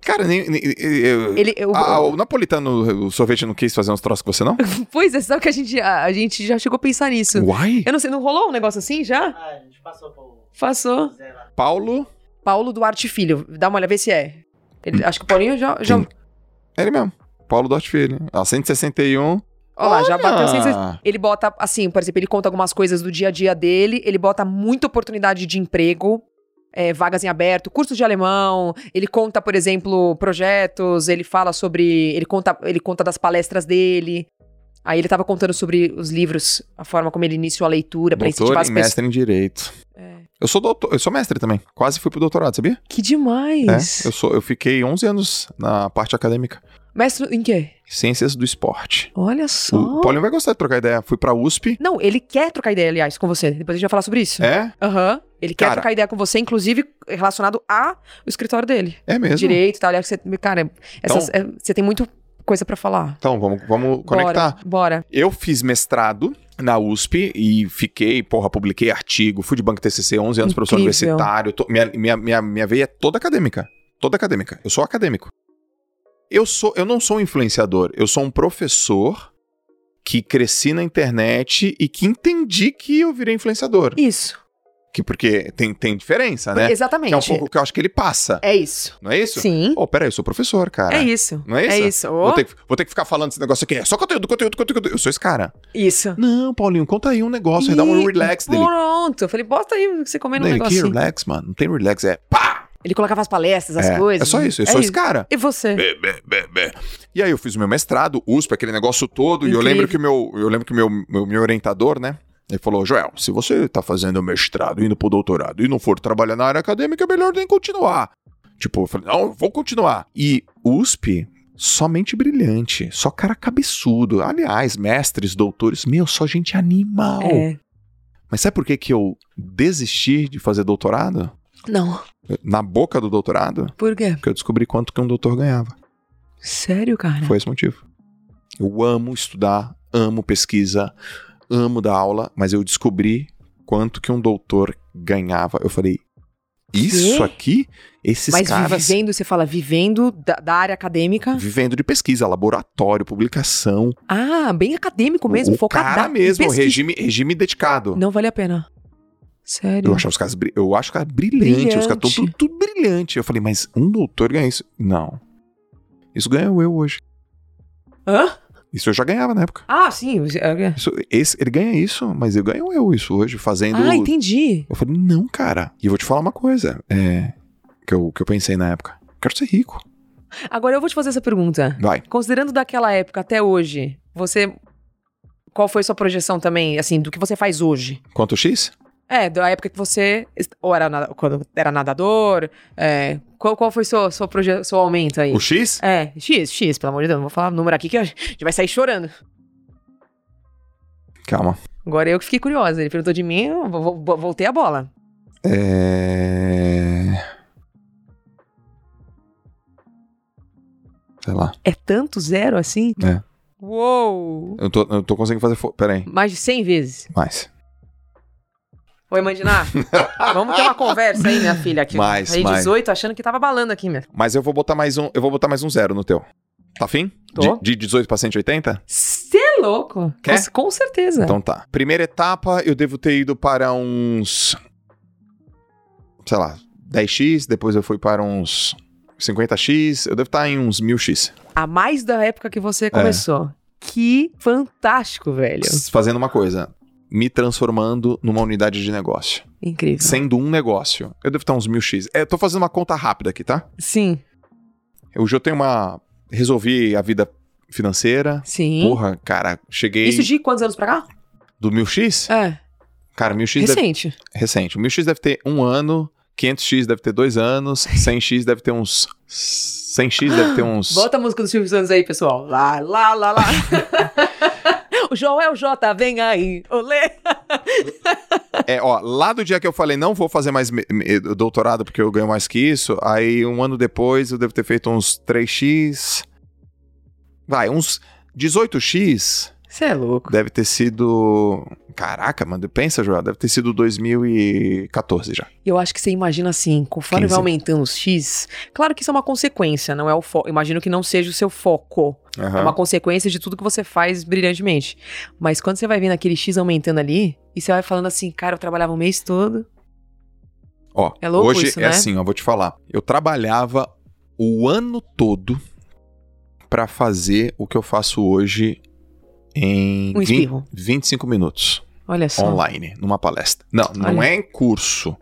Speaker 1: Cara, nem. nem- eu-
Speaker 2: Ele, eu,
Speaker 1: Ah, o napolitano, o sorvete não quis fazer uns troços com você, não?
Speaker 2: Pois é, sabe que a gente, a, a gente já chegou a pensar nisso.
Speaker 1: Uai?
Speaker 2: [laughs] Eu não sei, não rolou um negócio assim já?
Speaker 3: Ah, a gente passou por
Speaker 2: Passou.
Speaker 3: Zé lá.
Speaker 1: Paulo.
Speaker 2: Paulo Duarte Filho. Dá uma olhada, vê se é. Ele- acho que o Paulinho já. já
Speaker 1: Sim. É ele mesmo. Paulo Dotti Filho. Ah, Ó, 161.
Speaker 2: ó lá, já bateu.
Speaker 1: Ah.
Speaker 2: sem- Ele bota, assim, por exemplo, ele conta algumas coisas do dia a dia dele, ele bota muita oportunidade de emprego, é, vagas em aberto, cursos de alemão, ele conta, por exemplo, projetos, ele fala sobre. Ele conta, ele conta das palestras dele. Aí ele tava contando sobre os livros, a forma como ele é iniciou a leitura pra
Speaker 1: Doutor
Speaker 2: incentivar as
Speaker 1: e
Speaker 2: pessoas.
Speaker 1: mestre em Direito.
Speaker 2: É.
Speaker 1: Eu sou doutor, eu sou mestre também. Quase fui pro doutorado, sabia?
Speaker 2: Que
Speaker 1: É,
Speaker 2: demais!
Speaker 1: eu, sou, eu fiquei 11 anos na parte acadêmica.
Speaker 2: Mestre em quê?
Speaker 1: Ciências do esporte.
Speaker 2: Olha só.
Speaker 1: O Paulinho vai gostar de trocar ideia. Fui pra USP.
Speaker 2: Não, ele quer trocar ideia, aliás, com você. Depois a gente vai falar sobre isso.
Speaker 1: É?
Speaker 2: Aham. Ele quer
Speaker 1: Cara.
Speaker 2: trocar ideia com você, inclusive relacionado ao escritório dele.
Speaker 1: É mesmo.
Speaker 2: direito e tal. Aliás, você, cara, essas- é, você tem muito coisa pra falar.
Speaker 1: Então, vamos, vamos conectar.
Speaker 2: Bora. bora.
Speaker 1: Eu fiz mestrado na USP e fiquei, porra, publiquei artigo, fui de banco TCC, 11 anos, professor
Speaker 2: Incrível.
Speaker 1: universitário. tô- minha, minha, minha, minha veia é toda acadêmica. Toda acadêmica. Eu sou acadêmico. Eu, sou, eu não sou um influenciador, eu sou um professor que cresci na internet e que entendi que eu virei influenciador.
Speaker 2: Isso.
Speaker 1: Que, porque tem, tem diferença, né? Que
Speaker 2: Exatamente.
Speaker 1: é um pouco que eu acho que ele passa,
Speaker 2: É isso.
Speaker 1: não é isso?
Speaker 2: Sim.
Speaker 1: Oh, peraí, eu sou professor, cara.
Speaker 2: É isso.
Speaker 1: Não é isso?
Speaker 2: É isso. Ô,
Speaker 1: Vou ter, que, vou ter que ficar falando esse negócio aqui. É só conteúdo, conteúdo, conteúdo. Eu sou esse cara.
Speaker 2: Isso.
Speaker 1: Não, Paulinho, conta aí um negócio, aí dá um
Speaker 2: Ih,
Speaker 1: relax dele.
Speaker 2: Pronto. Eu falei, bota aí o que você comendo um
Speaker 1: Dele, que
Speaker 2: negocinho.
Speaker 1: relax, mano. Não tem relax, é pá!
Speaker 2: Ele colocava as palestras, as
Speaker 1: é,
Speaker 2: coisas.
Speaker 1: é só isso, eu
Speaker 2: É
Speaker 1: sou esse cara.
Speaker 2: E você?
Speaker 1: Bé, bé, bé, bé. E aí eu fiz o meu mestrado, USP, aquele negócio todo, e eu
Speaker 2: Incrível.
Speaker 1: lembro que meu, eu lembro que meu, meu, meu orientador, né? Ele falou, Joel, se você tá fazendo mestrado, indo pro doutorado e não for trabalhar na área acadêmica, é melhor nem continuar. Tipo, eu falei, não, eu vou continuar. E USP, somente brilhante, só cara cabeçudo. Aliás, mestres, doutores, meu, só gente animal.
Speaker 2: É.
Speaker 1: Mas sabe por que, que eu desisti de fazer doutorado?
Speaker 2: Não.
Speaker 1: Na boca do doutorado?
Speaker 2: Por quê?
Speaker 1: Porque eu descobri quanto que um doutor ganhava.
Speaker 2: Sério, cara?
Speaker 1: Foi esse o motivo. Eu amo estudar, amo pesquisa, amo dar aula, mas eu descobri quanto que um doutor ganhava. Eu falei, isso
Speaker 2: Quê?
Speaker 1: aqui? Esses
Speaker 2: Mas
Speaker 1: caras
Speaker 2: vivendo, você fala, vivendo da, da área acadêmica.
Speaker 1: vivendo de pesquisa, laboratório, publicação.
Speaker 2: Ah, bem acadêmico mesmo,
Speaker 1: o
Speaker 2: focado.
Speaker 1: cara mesmo, regime, regime dedicado.
Speaker 2: Não vale a pena. Sério.
Speaker 1: Eu achava os caras, bri- eu acho os caras brilhantes, os caras tão tudo,
Speaker 2: Brilhante.
Speaker 1: tudo brilhante. Eu falei, mas um doutor ganha isso? Não. Isso ganho eu hoje.
Speaker 2: Hã?
Speaker 1: Isso eu já ganhava na época.
Speaker 2: Ah, sim. você-
Speaker 1: Isso, esse, ele ganha isso, mas eu ganho eu isso hoje, fazendo.
Speaker 2: Ah, entendi.
Speaker 1: eu falei, não, cara. E eu vou te falar uma coisa. É, que eu, que eu pensei na época. Quero ser rico.
Speaker 2: Agora eu vou te fazer essa pergunta.
Speaker 1: Vai.
Speaker 2: Considerando daquela época até hoje, você. Qual foi sua projeção também, assim, do que você faz hoje?
Speaker 1: Quanto X?
Speaker 2: É, da época que você. Ou era nada- quando era nadador. é, qual, qual foi seu, sua proje- seu aumento aí?
Speaker 1: O X?
Speaker 2: É, X, X, pelo amor de Deus, não vou falar número aqui que a gente vai sair chorando.
Speaker 1: Calma.
Speaker 2: Agora eu que fiquei curiosa. Ele perguntou de mim, eu vo- vo- voltei a bola.
Speaker 1: É. Sei lá.
Speaker 2: É tanto zero assim?
Speaker 1: É.
Speaker 2: Uou!
Speaker 1: Eu tô, eu tô conseguindo fazer. Fo... Pera aí.
Speaker 2: Mais de 100 vezes.
Speaker 1: Mais.
Speaker 2: Oi,
Speaker 1: [laughs]
Speaker 2: Mandiná. Vamos ter uma conversa aí, minha filha. Aqui.
Speaker 1: Mais,
Speaker 2: aí,
Speaker 1: mais.
Speaker 2: 18, achando que tava balando aqui, minha.
Speaker 1: Mas eu vou botar mais um. Eu vou botar mais um zero no teu. Tá fim?
Speaker 2: Tô.
Speaker 1: De, de 18 pra 180?
Speaker 2: Você é louco.
Speaker 1: Quer?
Speaker 2: Com, com certeza.
Speaker 1: Então tá. Primeira etapa, eu devo ter ido para uns. Sei lá, 10x, depois eu fui para uns 50x, eu devo estar em uns 1000x.
Speaker 2: A mais da época que
Speaker 1: É.
Speaker 2: você começou. Que fantástico, velho.
Speaker 1: Fazendo uma coisa, me transformando numa unidade de negócio.
Speaker 2: Incrível.
Speaker 1: Sendo um negócio, eu devo estar uns 1000x. É, eu tô fazendo uma conta rápida aqui, tá?
Speaker 2: Sim,
Speaker 1: Hoje eu tenho uma. Resolvi a vida financeira.
Speaker 2: sim.
Speaker 1: Porra, cara, cheguei
Speaker 2: Isso de quantos anos pra cá?
Speaker 1: do 1000x?
Speaker 2: É,
Speaker 1: Cara, 1000x deve
Speaker 2: recente.
Speaker 1: recente. O 1000x deve ter um ano, 500x deve ter dois anos, 100x deve ter uns. 100x deve ter uns.
Speaker 2: [gasps] Bota a música do Silvio Santos aí, pessoal. Lá, lá, lá, lá. [laughs] o Joel J, vem aí. Olê.
Speaker 1: É, ó, lá do dia que eu falei, não vou fazer mais me- me- eh, doutorado porque eu ganho mais que isso, aí um ano depois eu devo ter feito uns 3x. Vai, uns 18x
Speaker 2: Você é louco.
Speaker 1: deve ter sido. Caraca, mano, pensa, Joel, deve ter sido 2014 já.
Speaker 2: Eu acho que você imagina assim, conforme
Speaker 1: 15.
Speaker 2: vai aumentando os X, claro que isso é uma consequência, não é o foco. Imagino que não seja o seu foco. É uma consequência de tudo que você faz brilhantemente. Mas quando você vai vendo aquele X aumentando ali, e você vai falando assim, cara, eu trabalhava o mês todo.
Speaker 1: Ó,
Speaker 2: É louco
Speaker 1: hoje
Speaker 2: isso,
Speaker 1: é
Speaker 2: né?
Speaker 1: assim, ó, vou te falar. Eu trabalhava o ano todo pra fazer o que eu faço hoje em
Speaker 2: Um
Speaker 1: vin-
Speaker 2: espirro.
Speaker 1: 25 minutos
Speaker 2: Olha só.
Speaker 1: online, numa palestra. Não, não
Speaker 2: Olha.
Speaker 1: é em curso.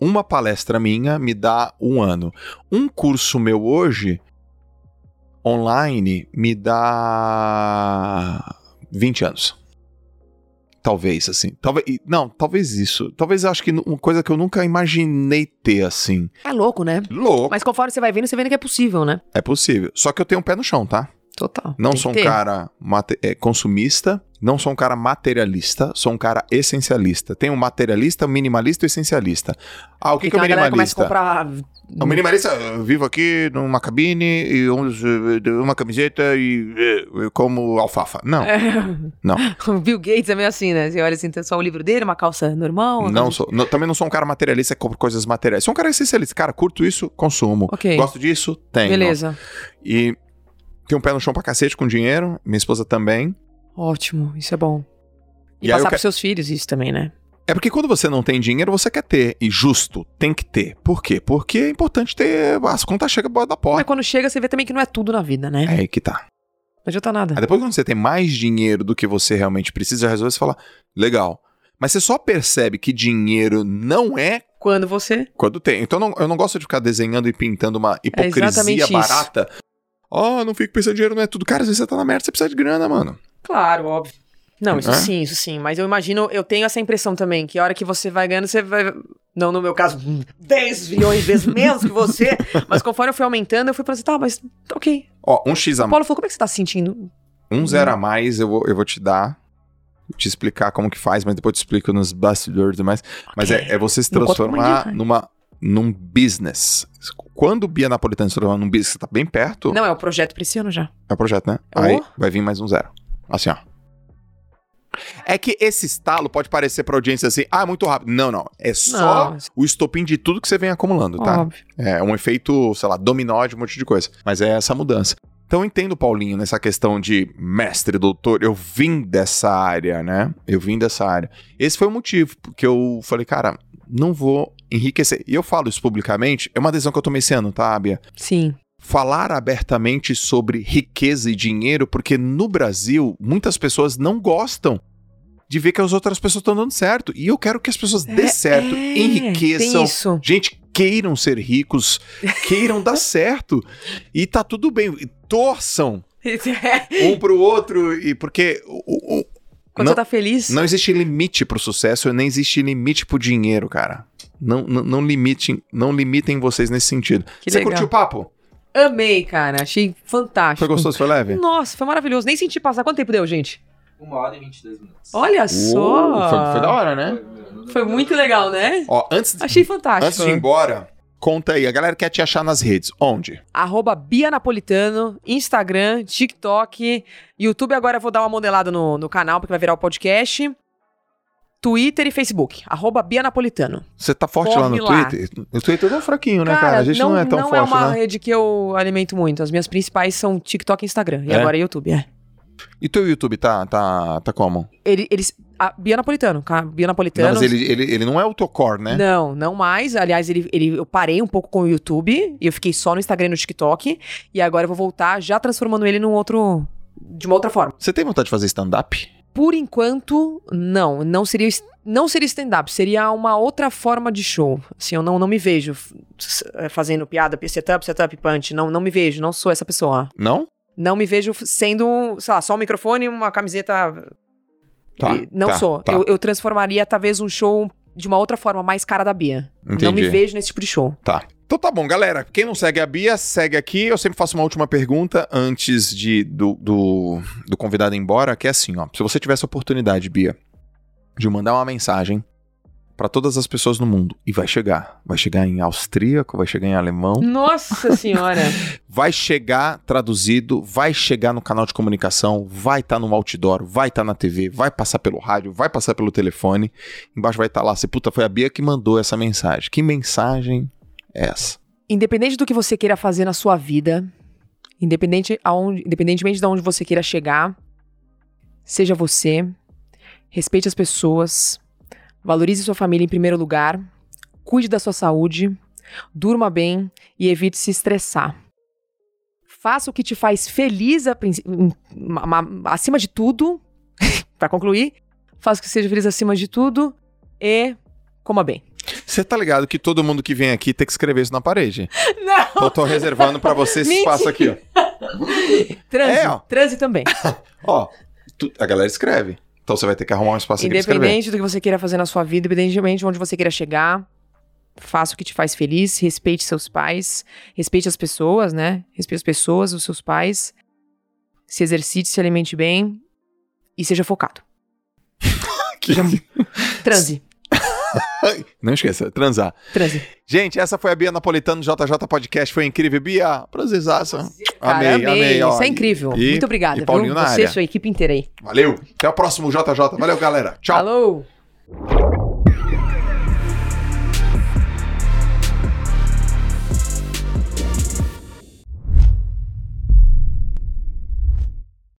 Speaker 1: Uma palestra minha me dá um ano. Um curso meu hoje online me dá 20 anos. Talvez, assim. Talvez, e- não, talvez isso. Talvez eu acho que nu- uma coisa que eu nunca imaginei ter, assim.
Speaker 2: É louco, né?
Speaker 1: Louco.
Speaker 2: Mas conforme você vai vendo, você vendo que é possível, né?
Speaker 1: É possível. Só que eu tenho um pé no chão, tá?
Speaker 2: Total.
Speaker 1: Não
Speaker 2: Tem que
Speaker 1: sou um
Speaker 2: ter.
Speaker 1: cara mate- é, consumista, não sou um cara materialista, sou um cara essencialista. Tem um materialista, um minimalista e um essencialista. Ah, o que,
Speaker 2: Porque
Speaker 1: que é o
Speaker 2: tem uma galera que
Speaker 1: minimalista? É um
Speaker 2: começa a
Speaker 1: O
Speaker 2: comprar.
Speaker 1: minimalista, eu vivo aqui numa cabine, e uns, eh, uma camiseta e eh, eu como alfafa. Não,
Speaker 2: É.
Speaker 1: Não.
Speaker 2: O [laughs] Bill Gates é meio assim, né? Você olha assim, tem só o livro dele, uma calça normal. uma
Speaker 1: não
Speaker 2: calça-
Speaker 1: sou. não- também não sou um cara materialista que compra coisas materiais. Sou um cara essencialista. Cara, curto isso, consumo.
Speaker 2: Ok.
Speaker 1: Gosto disso, tenho.
Speaker 2: Beleza.
Speaker 1: E tenho um pé no chão pra cacete com dinheiro, minha esposa também.
Speaker 2: Ótimo, isso é bom. E,
Speaker 1: E aí eu
Speaker 2: passar
Speaker 1: que-
Speaker 2: pros seus filhos isso também, né?
Speaker 1: É porque quando você não tem dinheiro, você quer ter. E justo, tem que ter. Por quê? Porque é importante ter. As contas chegam boa da
Speaker 2: Mas
Speaker 1: porta.
Speaker 2: quando chega, você vê também que não é tudo na vida, né?
Speaker 1: É aí que tá.
Speaker 2: Não adianta nada.
Speaker 1: Aí depois, quando você tem mais dinheiro do que você realmente precisa, às vezes você fala, legal. Mas você só percebe que dinheiro não é
Speaker 2: Quando você.
Speaker 1: quando tem. Então não- eu não gosto de ficar desenhando e pintando uma hipocrisia
Speaker 2: É exatamente isso.
Speaker 1: barata. Ó, não fico pensando dinheiro não é tudo. Cara, às vezes você tá na merda, você precisa de grana, mano.
Speaker 2: Claro, óbvio. Não, isso
Speaker 1: É?
Speaker 2: sim, isso sim. Mas eu imagino, eu tenho essa impressão também, que a hora que você vai ganhando, você vai. Não, no meu caso, 10 milhões de vezes menos que
Speaker 1: [laughs]
Speaker 2: você. Mas conforme eu fui aumentando, eu fui pensando, tá, mas ok.
Speaker 1: Ó, um X a
Speaker 2: O Paulo falou, como é que você tá se sentindo?
Speaker 1: Um zero a mais eu vou, eu vou te dar, te explicar como que faz, mas depois eu te explico nos bastidores e mais. Mas é, é você se
Speaker 2: Não conta
Speaker 1: transformar
Speaker 2: comigo,
Speaker 1: numa, num business. Quando o Bia Napolitano se transformar num business, você tá bem perto,
Speaker 2: Não, é o projeto pra esse ano já.
Speaker 1: é o projeto, né?
Speaker 2: Oh.
Speaker 1: Aí vai vir mais um zero. Assim, ó. É que esse estalo pode parecer pra audiência assim, ah, muito rápido. Não, não. É só
Speaker 2: Não.
Speaker 1: o estopim de tudo que você vem acumulando, tá?
Speaker 2: Óbvio.
Speaker 1: É um efeito, sei lá, dominó de um monte de coisa. Mas é essa mudança. Então eu entendo, Paulinho, nessa questão de mestre, doutor, eu vim dessa área, né? Eu vim dessa área. Esse foi o motivo, porque eu falei, cara, não vou enriquecer. E eu falo isso publicamente, é uma decisão que eu tomei esse ano, tá, Bia?
Speaker 2: Sim.
Speaker 1: Falar abertamente sobre riqueza e dinheiro, porque no Brasil, muitas pessoas não gostam de ver que as outras pessoas estão dando certo. E eu quero que as pessoas dê certo,
Speaker 2: É,
Speaker 1: enriqueçam,
Speaker 2: Tem isso.
Speaker 1: Gente, queiram ser ricos, queiram
Speaker 2: [laughs]
Speaker 1: dar certo. E tá tudo bem. E torçam
Speaker 2: [laughs] É.
Speaker 1: um pro outro. E porque. O, o-
Speaker 2: Quando
Speaker 1: não,
Speaker 2: você tá feliz.
Speaker 1: não existe limite pro sucesso, nem existe limite pro dinheiro, cara. Não, não, não limitem, não limitem vocês nesse sentido.
Speaker 2: Que
Speaker 1: Você
Speaker 2: legal.
Speaker 1: curtiu o papo?
Speaker 2: Amei, cara. Achei fantástico.
Speaker 1: Foi gostoso, foi leve?
Speaker 2: Nossa, foi maravilhoso. Nem senti passar. Quanto tempo deu, gente?
Speaker 3: Uma hora e 22 minutos.
Speaker 2: Olha
Speaker 1: Uou,
Speaker 2: só.
Speaker 1: foi, foi da hora, Assim, né?
Speaker 3: Foi,
Speaker 2: Foi muito legal, né?
Speaker 1: Ó, antes,
Speaker 2: Achei fantástico.
Speaker 1: antes de ir embora, conta aí. A galera quer te achar nas redes. Onde?
Speaker 2: Arroba Bia Napolitano, Instagram, TikTok, YouTube. Agora eu vou dar uma modelada no, no canal, porque vai virar o podcast. Twitter e Facebook. Arroba Bia Napolitano.
Speaker 1: Você tá forte
Speaker 2: Corre
Speaker 1: lá no
Speaker 2: lá.
Speaker 1: Twitter? O Twitter é fraquinho, né, cara? A gente não, é tão
Speaker 2: não
Speaker 1: forte,
Speaker 2: uma
Speaker 1: né?
Speaker 2: rede que eu alimento muito. As minhas principais são TikTok e Instagram. E
Speaker 1: É?
Speaker 2: agora YouTube, é.
Speaker 1: E teu YouTube tá, tá, tá como?
Speaker 2: Ele, eles. A Bia Napolitano, ca- Bia Napolitano.
Speaker 1: Não, mas ele, ele, ele não é o teu core, né?
Speaker 2: Não, não mais. Aliás, ele, ele- eu parei um pouco com o YouTube e eu fiquei só no Instagram e no TikTok. E agora eu vou voltar já transformando ele num outro. De uma outra forma.
Speaker 1: Você tem vontade de fazer stand-up?
Speaker 2: Por enquanto, não. Não seria, es- não seria stand-up. Seria uma outra forma de show. Assim, eu não, não me vejo f- s- eh, fazendo piada, setup, setup, punch. Não, não me vejo. Não sou essa pessoa.
Speaker 1: Não?
Speaker 2: Não me vejo f- sendo, um, sei lá, só um microfone e uma camiseta
Speaker 1: Tá,
Speaker 2: e- Não
Speaker 1: tá,
Speaker 2: sou.
Speaker 1: tá.
Speaker 2: Eu, eu transformaria talvez um show de uma outra forma, mais cara da Bia.
Speaker 1: Entendi.
Speaker 2: Não me vejo nesse tipo de show.
Speaker 1: Tá. Então tá bom, galera. Quem não segue a Bia, segue aqui. Eu sempre faço uma última pergunta antes de do, do, do convidado ir embora, que é assim, ó. Se você tivesse a oportunidade, Bia, de mandar uma mensagem pra todas as pessoas no mundo, e vai chegar. Vai chegar em austríaco, vai chegar em alemão,
Speaker 2: Nossa senhora.
Speaker 1: vai chegar traduzido, vai chegar no canal de comunicação, vai estar no outdoor, vai estar na TV, vai passar pelo rádio, vai passar pelo telefone. Embaixo vai estar lá, se puta, foi a Bia que mandou essa mensagem. Que mensagem é essa?
Speaker 2: [laughs] Independente do que você queira fazer na sua vida, independente aonde, independentemente de onde você queira chegar, seja você, respeite as pessoas, valorize sua família em primeiro lugar, cuide da sua saúde, durma bem e evite se estressar. Faça o que te faz feliz a princ- em- ma- ma- acima de tudo, [laughs] pra concluir, faça o que seja feliz acima de tudo e coma bem.
Speaker 1: Você tá ligado que todo mundo que vem aqui tem que escrever isso na parede.
Speaker 2: Não,
Speaker 1: Eu tô reservando pra você esse espaço aqui, ó.
Speaker 2: transe,
Speaker 1: É, ó.
Speaker 2: transe também.
Speaker 1: Ó, tu- a galera escreve. Então você vai ter que arrumar um espaço aqui pra escrever.
Speaker 2: Independente do que você queira fazer na sua vida, independentemente de onde você queira chegar, faça o que te faz feliz, respeite seus pais, respeite as pessoas, né? Respeite as pessoas, os seus pais. Se exercite, se alimente bem e seja focado.
Speaker 1: Que-
Speaker 2: Transe,
Speaker 1: [laughs] Não esqueça, transar.
Speaker 2: transe.
Speaker 1: Gente, essa foi a Bia Napolitano, JJ Podcast. Foi incrível. Bia, prazerzaço. Amei,
Speaker 2: Cara,
Speaker 1: amei. ó.
Speaker 2: Isso é incrível.
Speaker 1: E-
Speaker 2: Muito obrigada.
Speaker 1: e Paulinho
Speaker 2: viu?
Speaker 1: na
Speaker 2: Você
Speaker 1: área.
Speaker 2: e sua equipe inteira aí.
Speaker 1: Valeu. Até o próximo JJ. Valeu, galera. Tchau.
Speaker 2: Alô!